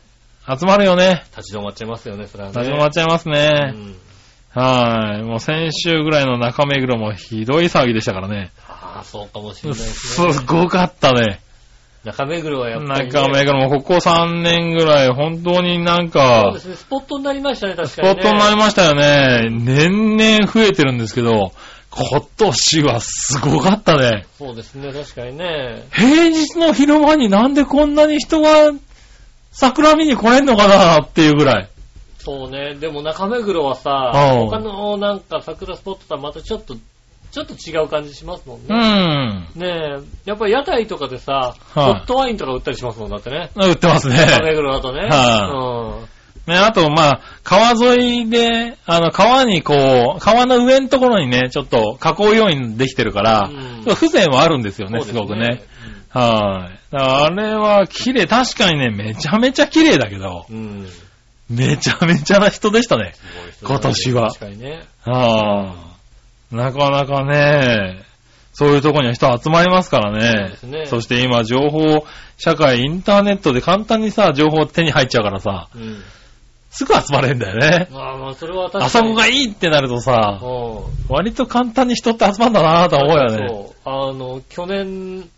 Speaker 3: 集まるよね。
Speaker 2: 立ち止まっちゃいますよね、それはね。
Speaker 3: 立ち止まっちゃいますね。
Speaker 2: うん
Speaker 3: はい。もう先週ぐらいの中目黒もひどい騒ぎでしたからね。
Speaker 2: ああ、そうかもしれないです
Speaker 3: す
Speaker 2: ね。
Speaker 3: ごかったね。
Speaker 2: 中目黒はやっぱり、ね。
Speaker 3: 中目黒もここ3年ぐらい本当にな
Speaker 2: そ
Speaker 3: ん
Speaker 2: う
Speaker 3: か
Speaker 2: で、すね、スポットになりましたね、確
Speaker 3: ス
Speaker 2: か
Speaker 3: ポ
Speaker 2: に、ね。
Speaker 3: ットになりましたよね。年々増えてるんですけど、今年はすごかったね。
Speaker 2: そうですね、確かにね。
Speaker 3: 平日の昼間になんでこんなに人が桜見に来れんのかなっていうぐらい。
Speaker 2: そうね、でも中目黒はさ、
Speaker 3: うん
Speaker 2: 他のなんか桜スポットとはまたちょっと、ちょっと違う感じしますもん
Speaker 3: う
Speaker 2: ね。
Speaker 3: ん。
Speaker 2: ねえ、やっぱり屋台とかでさ、ホ
Speaker 3: はい
Speaker 2: ットワインとか売ったりしますもんだってね。
Speaker 3: 売ってますね。
Speaker 2: 中目黒だとね。
Speaker 3: はね、あと、まあ、川沿いで、あの、川にこう、川の上のところにね、ちょっと囲うようにできてるから、
Speaker 2: うん
Speaker 3: ちょっと風情はあるんですよ
Speaker 2: うん。
Speaker 3: ね、
Speaker 2: そ
Speaker 3: す
Speaker 2: うで
Speaker 3: ごくね。。
Speaker 2: うん
Speaker 3: はい。だからあれは綺麗、確かにね、めちゃめちゃ綺麗だけど、
Speaker 2: うん。
Speaker 3: めちゃめちゃな人でしたね。
Speaker 2: すごい人だね
Speaker 3: 今年は
Speaker 2: 確かにね。
Speaker 3: はあ、なかなかね、そういうとこには人集まりますから
Speaker 2: そう
Speaker 3: ね。
Speaker 2: ですね
Speaker 3: そして今、情報、社会、インターネットで簡単にさ、情報手に入っちゃうからさ、
Speaker 2: うん。
Speaker 3: すぐ集まれんだよね。
Speaker 2: まあまあ、それは確かに。
Speaker 3: あそこがいいってなるとさ、
Speaker 2: うん。
Speaker 3: 割と簡単に人って集まんだなぁとは思うよね。
Speaker 2: そう。あの、去年、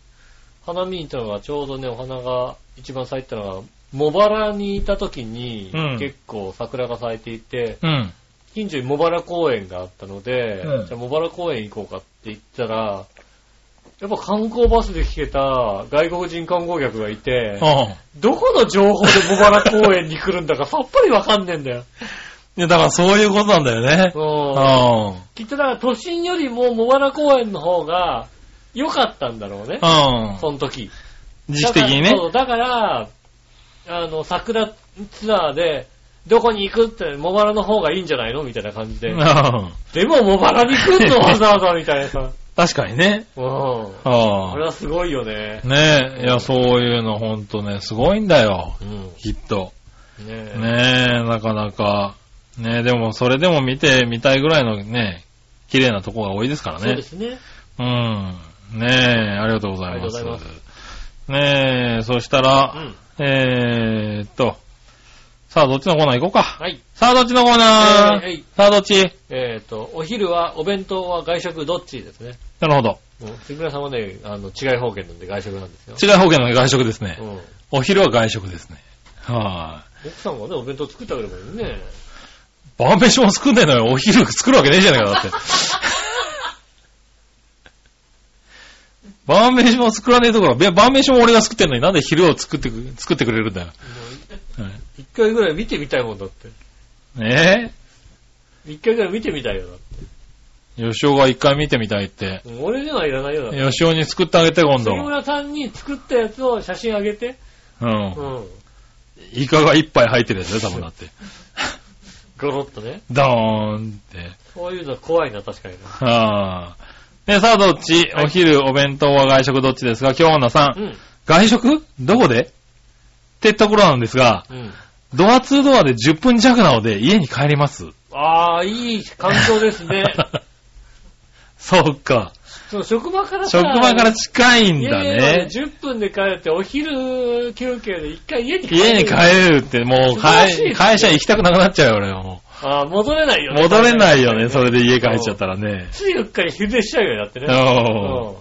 Speaker 2: 花見に行ったのが、ちょうどね、お花が一番咲いてたのが、茂原にいた時に、
Speaker 3: うん
Speaker 2: 結構桜が咲いていて、
Speaker 3: うん。
Speaker 2: 近所に茂原公園があったので、
Speaker 3: うん
Speaker 2: じゃあ茂原公園行こうかって言ったら、やっぱ観光バスで聞けた外国人観光客がいて、
Speaker 3: うん。
Speaker 2: どこの情報で茂原公園に来るんだ かさっぱりわかんねえんだよ。
Speaker 3: いや、だからそういうことなんだよね。う
Speaker 2: うん
Speaker 3: ん。
Speaker 2: きっとだから都心よりも茂原公園の方が良かったんだろうね。
Speaker 3: うん。
Speaker 2: その時。
Speaker 3: 時期的にね
Speaker 2: だから。そう、だから、あの、桜ツアーで、どこに行くって、茂原の方がいいんじゃないのみたいな感じで。
Speaker 3: うん
Speaker 2: でも茂原に来 んのわざわざみたいなさ。
Speaker 3: 確かにね。
Speaker 2: うん。
Speaker 3: うん
Speaker 2: これはすごいよね。
Speaker 3: ねえ、いや、そういうのほんとね、すごいんだよ。
Speaker 2: うん。
Speaker 3: きっと。
Speaker 2: ねえ。
Speaker 3: ねえ、なかなか。ねえ、でも、それでも見てみたいぐらいのね、綺麗なとこが多いですから
Speaker 2: そう
Speaker 3: ね
Speaker 2: で。すね。
Speaker 3: うん。ねえ、ありがとうございます。
Speaker 2: ありがとうござい
Speaker 3: ねえ、そした
Speaker 2: う
Speaker 3: ら、
Speaker 2: ん。
Speaker 3: えーっと、さあ、どっちのコーナー行こうか。
Speaker 2: はい。
Speaker 3: さあ、どっちのコーナー、
Speaker 2: えーはい
Speaker 3: さあ、どっち
Speaker 2: えっ、と、お昼は、お弁当は外食どっちですね。
Speaker 3: なるほど。
Speaker 2: うん杉村さんはね、あの、違い方言なんで外食なんですよ。
Speaker 3: 違う方言の外食ですね。
Speaker 2: うん。
Speaker 3: お昼は外食ですね。は
Speaker 2: 奥さんはね、お弁当作ってあげればいいね。
Speaker 3: い。晩飯も作んねえのよ。お昼作るわけねえじゃねえか、だって。晩飯も作らねえところ。いや晩飯も俺が作ってんのになんで昼を作ってく、作ってくれるんだよ。はい
Speaker 2: 一回ぐらい見てみたいもんだって。
Speaker 3: ね
Speaker 2: 一回ぐらい見てみたいよだって。
Speaker 3: え吉尾が一回見てみたいって。
Speaker 2: うん俺にはいらないよだって。
Speaker 3: 吉尾に作ってあげて、今
Speaker 2: 杉
Speaker 3: 度。
Speaker 2: 村さんに作ったやつを写真あげて。
Speaker 3: う。
Speaker 2: うんん。
Speaker 3: イカが一杯入ってるやつね、多分だって。
Speaker 2: ゴロッとね。
Speaker 3: ドーンって。
Speaker 2: そういうの怖いな、確かにな。
Speaker 3: はあ。ねさあ、どっち、
Speaker 2: はい
Speaker 3: お昼、お弁当は外食どっちですが、今日女さん
Speaker 2: う。ん。
Speaker 3: 外食どこでってところなんですが、
Speaker 2: うん。
Speaker 3: ドア2ドアで10分弱なので家に帰ります。
Speaker 2: ああ、いい環境ですね。
Speaker 3: そうか。
Speaker 2: そう職場からさ
Speaker 3: 職場から近いん
Speaker 2: 家
Speaker 3: だ
Speaker 2: ま
Speaker 3: ね
Speaker 2: で。10分で帰って、お昼休憩で一回家に帰る。
Speaker 3: 家に帰れるってもう
Speaker 2: 素晴らしい
Speaker 3: 会会社行きたくなくなっちゃうよ、俺はも。
Speaker 2: ああ、戻れないうよね。
Speaker 3: 戻れないよね、それで家帰っちゃったらね。
Speaker 2: ついうっかり昼寝しちゃうよ、だってね。
Speaker 3: お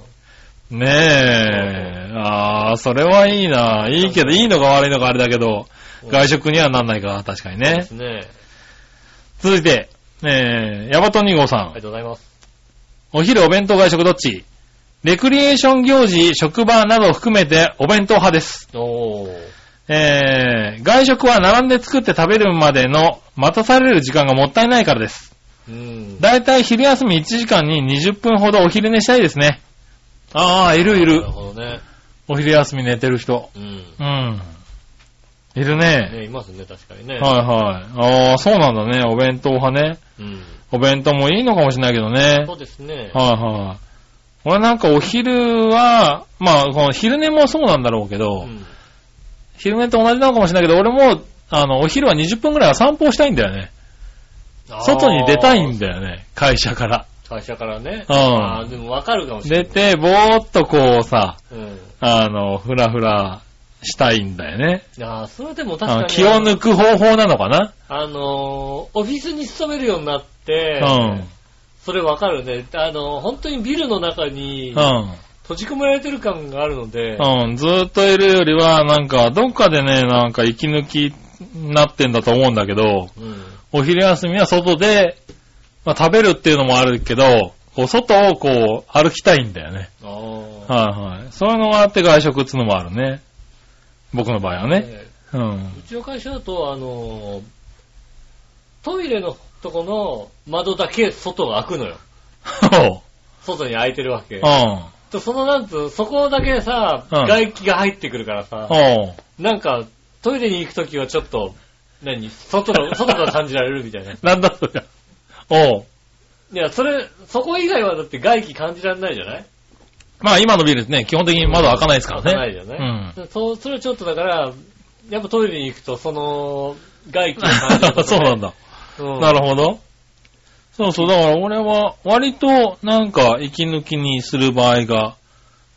Speaker 2: うん
Speaker 3: うねえ。ああ、それはいいな。いいけど、いいのか悪いのかあれだけど、外食にはなんないか、確かに
Speaker 2: で
Speaker 3: ね
Speaker 2: す。ね。
Speaker 3: 続いて、えー、ヤバト2号さん
Speaker 2: あり。がとうございます。
Speaker 3: お昼お弁当外食どっちレクリエーション行事、職場などを含めてお弁当派です。
Speaker 2: おー。
Speaker 3: えー、外食は並んで作って食べるまでの待たされる時間がもったいないからです。
Speaker 2: うん。
Speaker 3: だいたい昼休み1時間に20分ほどお昼寝したいですね。ああ、いるい
Speaker 2: な
Speaker 3: る
Speaker 2: る。ほどね。
Speaker 3: お昼休み寝てる人。
Speaker 2: うん。
Speaker 3: うん。いるね。
Speaker 2: ね、いますね、確かにね。
Speaker 3: はいはい。ああ、そうなんだね。お弁当派ね。
Speaker 2: うん。
Speaker 3: お弁当もいいのかもしれないけどね。
Speaker 2: そうですね。
Speaker 3: はいはい。俺なんかお昼は、まあ、この昼寝もそうなんだろうけど、
Speaker 2: うん
Speaker 3: 昼寝と同じなのかもしれないけど、俺も、あの、お昼は20分くらいは散歩したいんだよね。外に出たいんだよね、会社から。
Speaker 2: あー会社からね。
Speaker 3: うん
Speaker 2: あーでもわかるかもしれな
Speaker 3: 出
Speaker 2: い。。
Speaker 3: て、ぼーっとこうさ、
Speaker 2: うん。
Speaker 3: あの、ふらふらしたいんだよね。
Speaker 2: ああ、それでも確
Speaker 3: あ
Speaker 2: か
Speaker 3: の
Speaker 2: に。
Speaker 3: 気を抜く方法なのかな、
Speaker 2: あのー、オフィスに勤めるようになって、
Speaker 3: うん。
Speaker 2: それわかるね。あのー、本当にビルの中に
Speaker 3: うん。
Speaker 2: 閉じ込められてる感があるので、
Speaker 3: うん、ずーっといるよりは、なんか、どっかでね、なんか息抜きになってんだと思うんだけど、
Speaker 2: うん。
Speaker 3: お昼休みは外で、まあ、食べるっていうのもあるけど、こう外をこう歩きたいんだよね。
Speaker 2: あ
Speaker 3: はいはい。そういうのがあって外食っつうのもあるね。僕の場合は
Speaker 2: あ。
Speaker 3: ね。
Speaker 2: ね
Speaker 3: うん。
Speaker 2: うちの会社だと、あのー、トイレのとこの窓だけ外が開くのよ。
Speaker 3: そ
Speaker 2: 外に開いてるわけ
Speaker 3: う。う。ん。
Speaker 2: とそのなんつう、そこだけさ、
Speaker 3: うん
Speaker 2: 外気が入ってくるからさ、
Speaker 3: うん。
Speaker 2: なんか、トイレに行くときはちょっと、何外 の、外が感じられるみたいな。い
Speaker 3: なんだそりゃ。おう。
Speaker 2: や、それ、そこ以外はだって外気感じられないじゃない
Speaker 3: まあ今のビルですね、基本的に窓開かないですからね。
Speaker 2: 開かないじゃない、そう、それはちょっとだから、やっぱトイレに行くと、その、外気を感じる、
Speaker 3: うん。 そうなん。だ。
Speaker 2: うん。
Speaker 3: な
Speaker 2: る
Speaker 3: るほど。そうそう、だから俺は割となんか息抜きにする場合が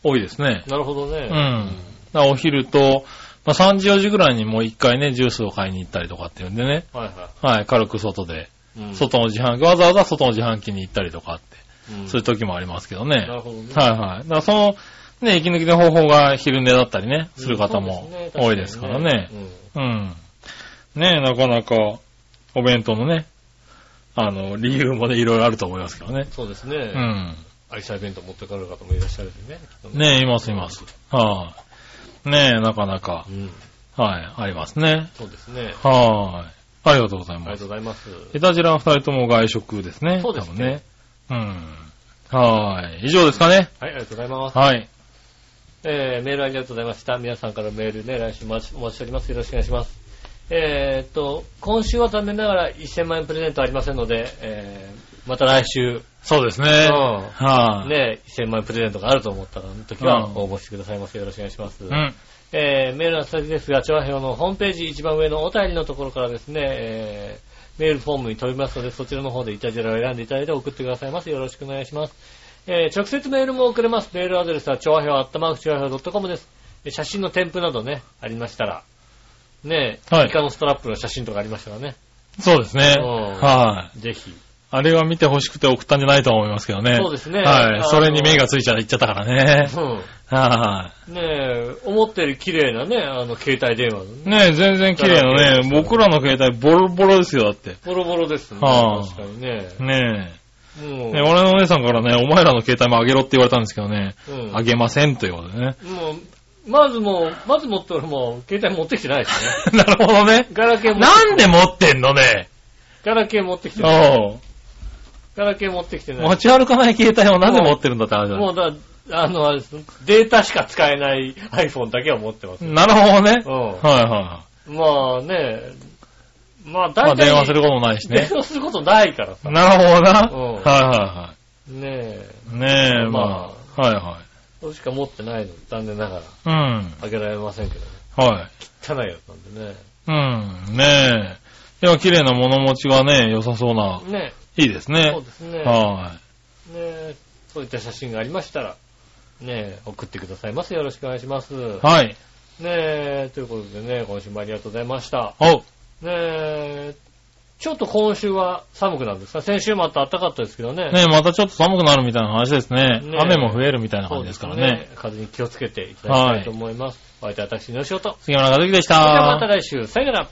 Speaker 3: 多いですね。
Speaker 2: なるほどね。
Speaker 3: うん。だからお昼と、まあ、3時4時ぐらいにもう一回ね、ジュースを買いに行ったりとかっていうんでね。
Speaker 2: はいは
Speaker 3: はい、軽く外で、
Speaker 2: い。うん、
Speaker 3: 外の自販機、わざわざ外の自販機に行ったりとかって、
Speaker 2: うん
Speaker 3: そういう時もありますけどね。
Speaker 2: なるほどね。
Speaker 3: はいはい。だからその、ね、息抜きの方法が昼寝だったりね、する方
Speaker 2: う
Speaker 3: も
Speaker 2: んそうですね
Speaker 3: 多いですからね。
Speaker 2: 確かにね
Speaker 3: うん。ねえ、なかなか、お弁当のね、あの、理由もね、いろいろあると思いますけどね
Speaker 2: うん。そうです
Speaker 3: う
Speaker 2: ね。
Speaker 3: ん。
Speaker 2: 愛妻弁当持って帰る方もいらっしゃるしね。きっと
Speaker 3: ねえ、いますいます。。はい、ねえ、なかなか
Speaker 2: う、ん。
Speaker 3: はい、ありますね。
Speaker 2: そうですね。
Speaker 3: はい、あ。りがとうござい
Speaker 2: ありが
Speaker 3: ま
Speaker 2: と
Speaker 3: す。
Speaker 2: うございます。
Speaker 3: いたじらは二人とも外食ですね。
Speaker 2: そうですね
Speaker 3: 多分ね。うん。はい。以上ですかね。
Speaker 2: はい、ありがとうございます。
Speaker 3: はい。
Speaker 2: えー、メールありがとうございました。皆さんからメールね、来週お待ちお待ちしております。よろしくお願いします。えー、っと、今週は残念ながら1000万円プレゼントありませんので、えー、また来週、
Speaker 3: そうですね。
Speaker 2: うん
Speaker 3: はい、
Speaker 2: ね、1000万円プレゼントがあると思った時は
Speaker 3: うん
Speaker 2: 応募してくださいませ。よろしくお願いします。
Speaker 3: うん。
Speaker 2: えー、メールの先ですが、調和表のホームページ一番上のお便りのところからですね、えー、メールフォームに飛びますので、そちらの方でイタジラを選んでいただいて送ってくださいます。よろしくお願いします。えー、直接メールも送れます。メールアドレスは、調和表、あったまく調和表 .com です。えー写真の添付などね、ありましたら、ねえ、
Speaker 3: はい
Speaker 2: イカのストラップの写真とかありましたらね、
Speaker 3: そうですね。
Speaker 2: うん
Speaker 3: はい、
Speaker 2: ぜひ。
Speaker 3: あれは見て欲しくて送ったんじゃないとは思いますけどね。
Speaker 2: そうですねあ
Speaker 3: は
Speaker 2: の
Speaker 3: い。それに目がついちゃいっちゃったからね。
Speaker 2: う
Speaker 3: は
Speaker 2: ん。ねえ、思ったより綺麗なね、あの、携帯電話のね
Speaker 3: い。ねえ、全然綺麗なね。僕らの携帯ボロボロですよ、だって。
Speaker 2: ボロボロですね。
Speaker 3: はあ
Speaker 2: 確かにね。
Speaker 3: ね
Speaker 2: も
Speaker 3: え。
Speaker 2: う、
Speaker 3: ね俺のお姉さんからね、お前らの携帯もあげろって言われたんですけどね。
Speaker 2: うん
Speaker 3: あげませんということでね。
Speaker 2: もう、まずもう、まず持って俺も、携帯持ってきてないですね。
Speaker 3: なるほどね。
Speaker 2: ガラケー持って
Speaker 3: なんで持ってんのね。
Speaker 2: ガラケー持ってきてない。
Speaker 3: おう
Speaker 2: ガラケー持ってきてない。
Speaker 3: 持ち歩かない携帯をなんで持ってるんだって話だ
Speaker 2: もうだ、あの、あれですデータしか使えない iPhone だけは持ってます。
Speaker 3: なるほどね。
Speaker 2: う
Speaker 3: はいは
Speaker 2: ん。まあね、まあ
Speaker 3: い。まあ
Speaker 2: 大体、
Speaker 3: 電話することもないしね
Speaker 2: 電。話することないからさ。ね
Speaker 3: なるほどな。
Speaker 2: うん
Speaker 3: はいは
Speaker 2: え、
Speaker 3: いはい。ね
Speaker 2: ま
Speaker 3: え、まあ。はいはい。
Speaker 2: それしか持ってないので、残念ながら、
Speaker 3: うん。
Speaker 2: あげられませんけどね。
Speaker 3: はい。
Speaker 2: 汚いやつなんでね。
Speaker 3: うん。ねえ。いや、綺麗な物持ちがね、良さそうな。
Speaker 2: ね
Speaker 3: いいです
Speaker 2: え、そう
Speaker 3: ね。
Speaker 2: ですね。ね
Speaker 3: は
Speaker 2: え、そういった写真がありましたら、ねえ、送ってくださいませ。よろしくお願いします。
Speaker 3: い。はい。
Speaker 2: ねえ、ということでね、今週もありがとうございました。
Speaker 3: おう。
Speaker 2: ねえ、ちょっと今週は寒くなるんですか先週また暖かったですけどね。
Speaker 3: ねえ、またちょっと寒くなるみたいな話ですね。
Speaker 2: ねえ
Speaker 3: 雨も増えるみたいな
Speaker 2: そ
Speaker 3: 感
Speaker 2: うで
Speaker 3: じですすから
Speaker 2: ね
Speaker 3: ね。。
Speaker 2: 風に気をつけていただきたいと思います。お相手は私、の仕事。
Speaker 3: 杉村和樹でし
Speaker 2: それでは
Speaker 3: た
Speaker 2: また。来週、さよなら。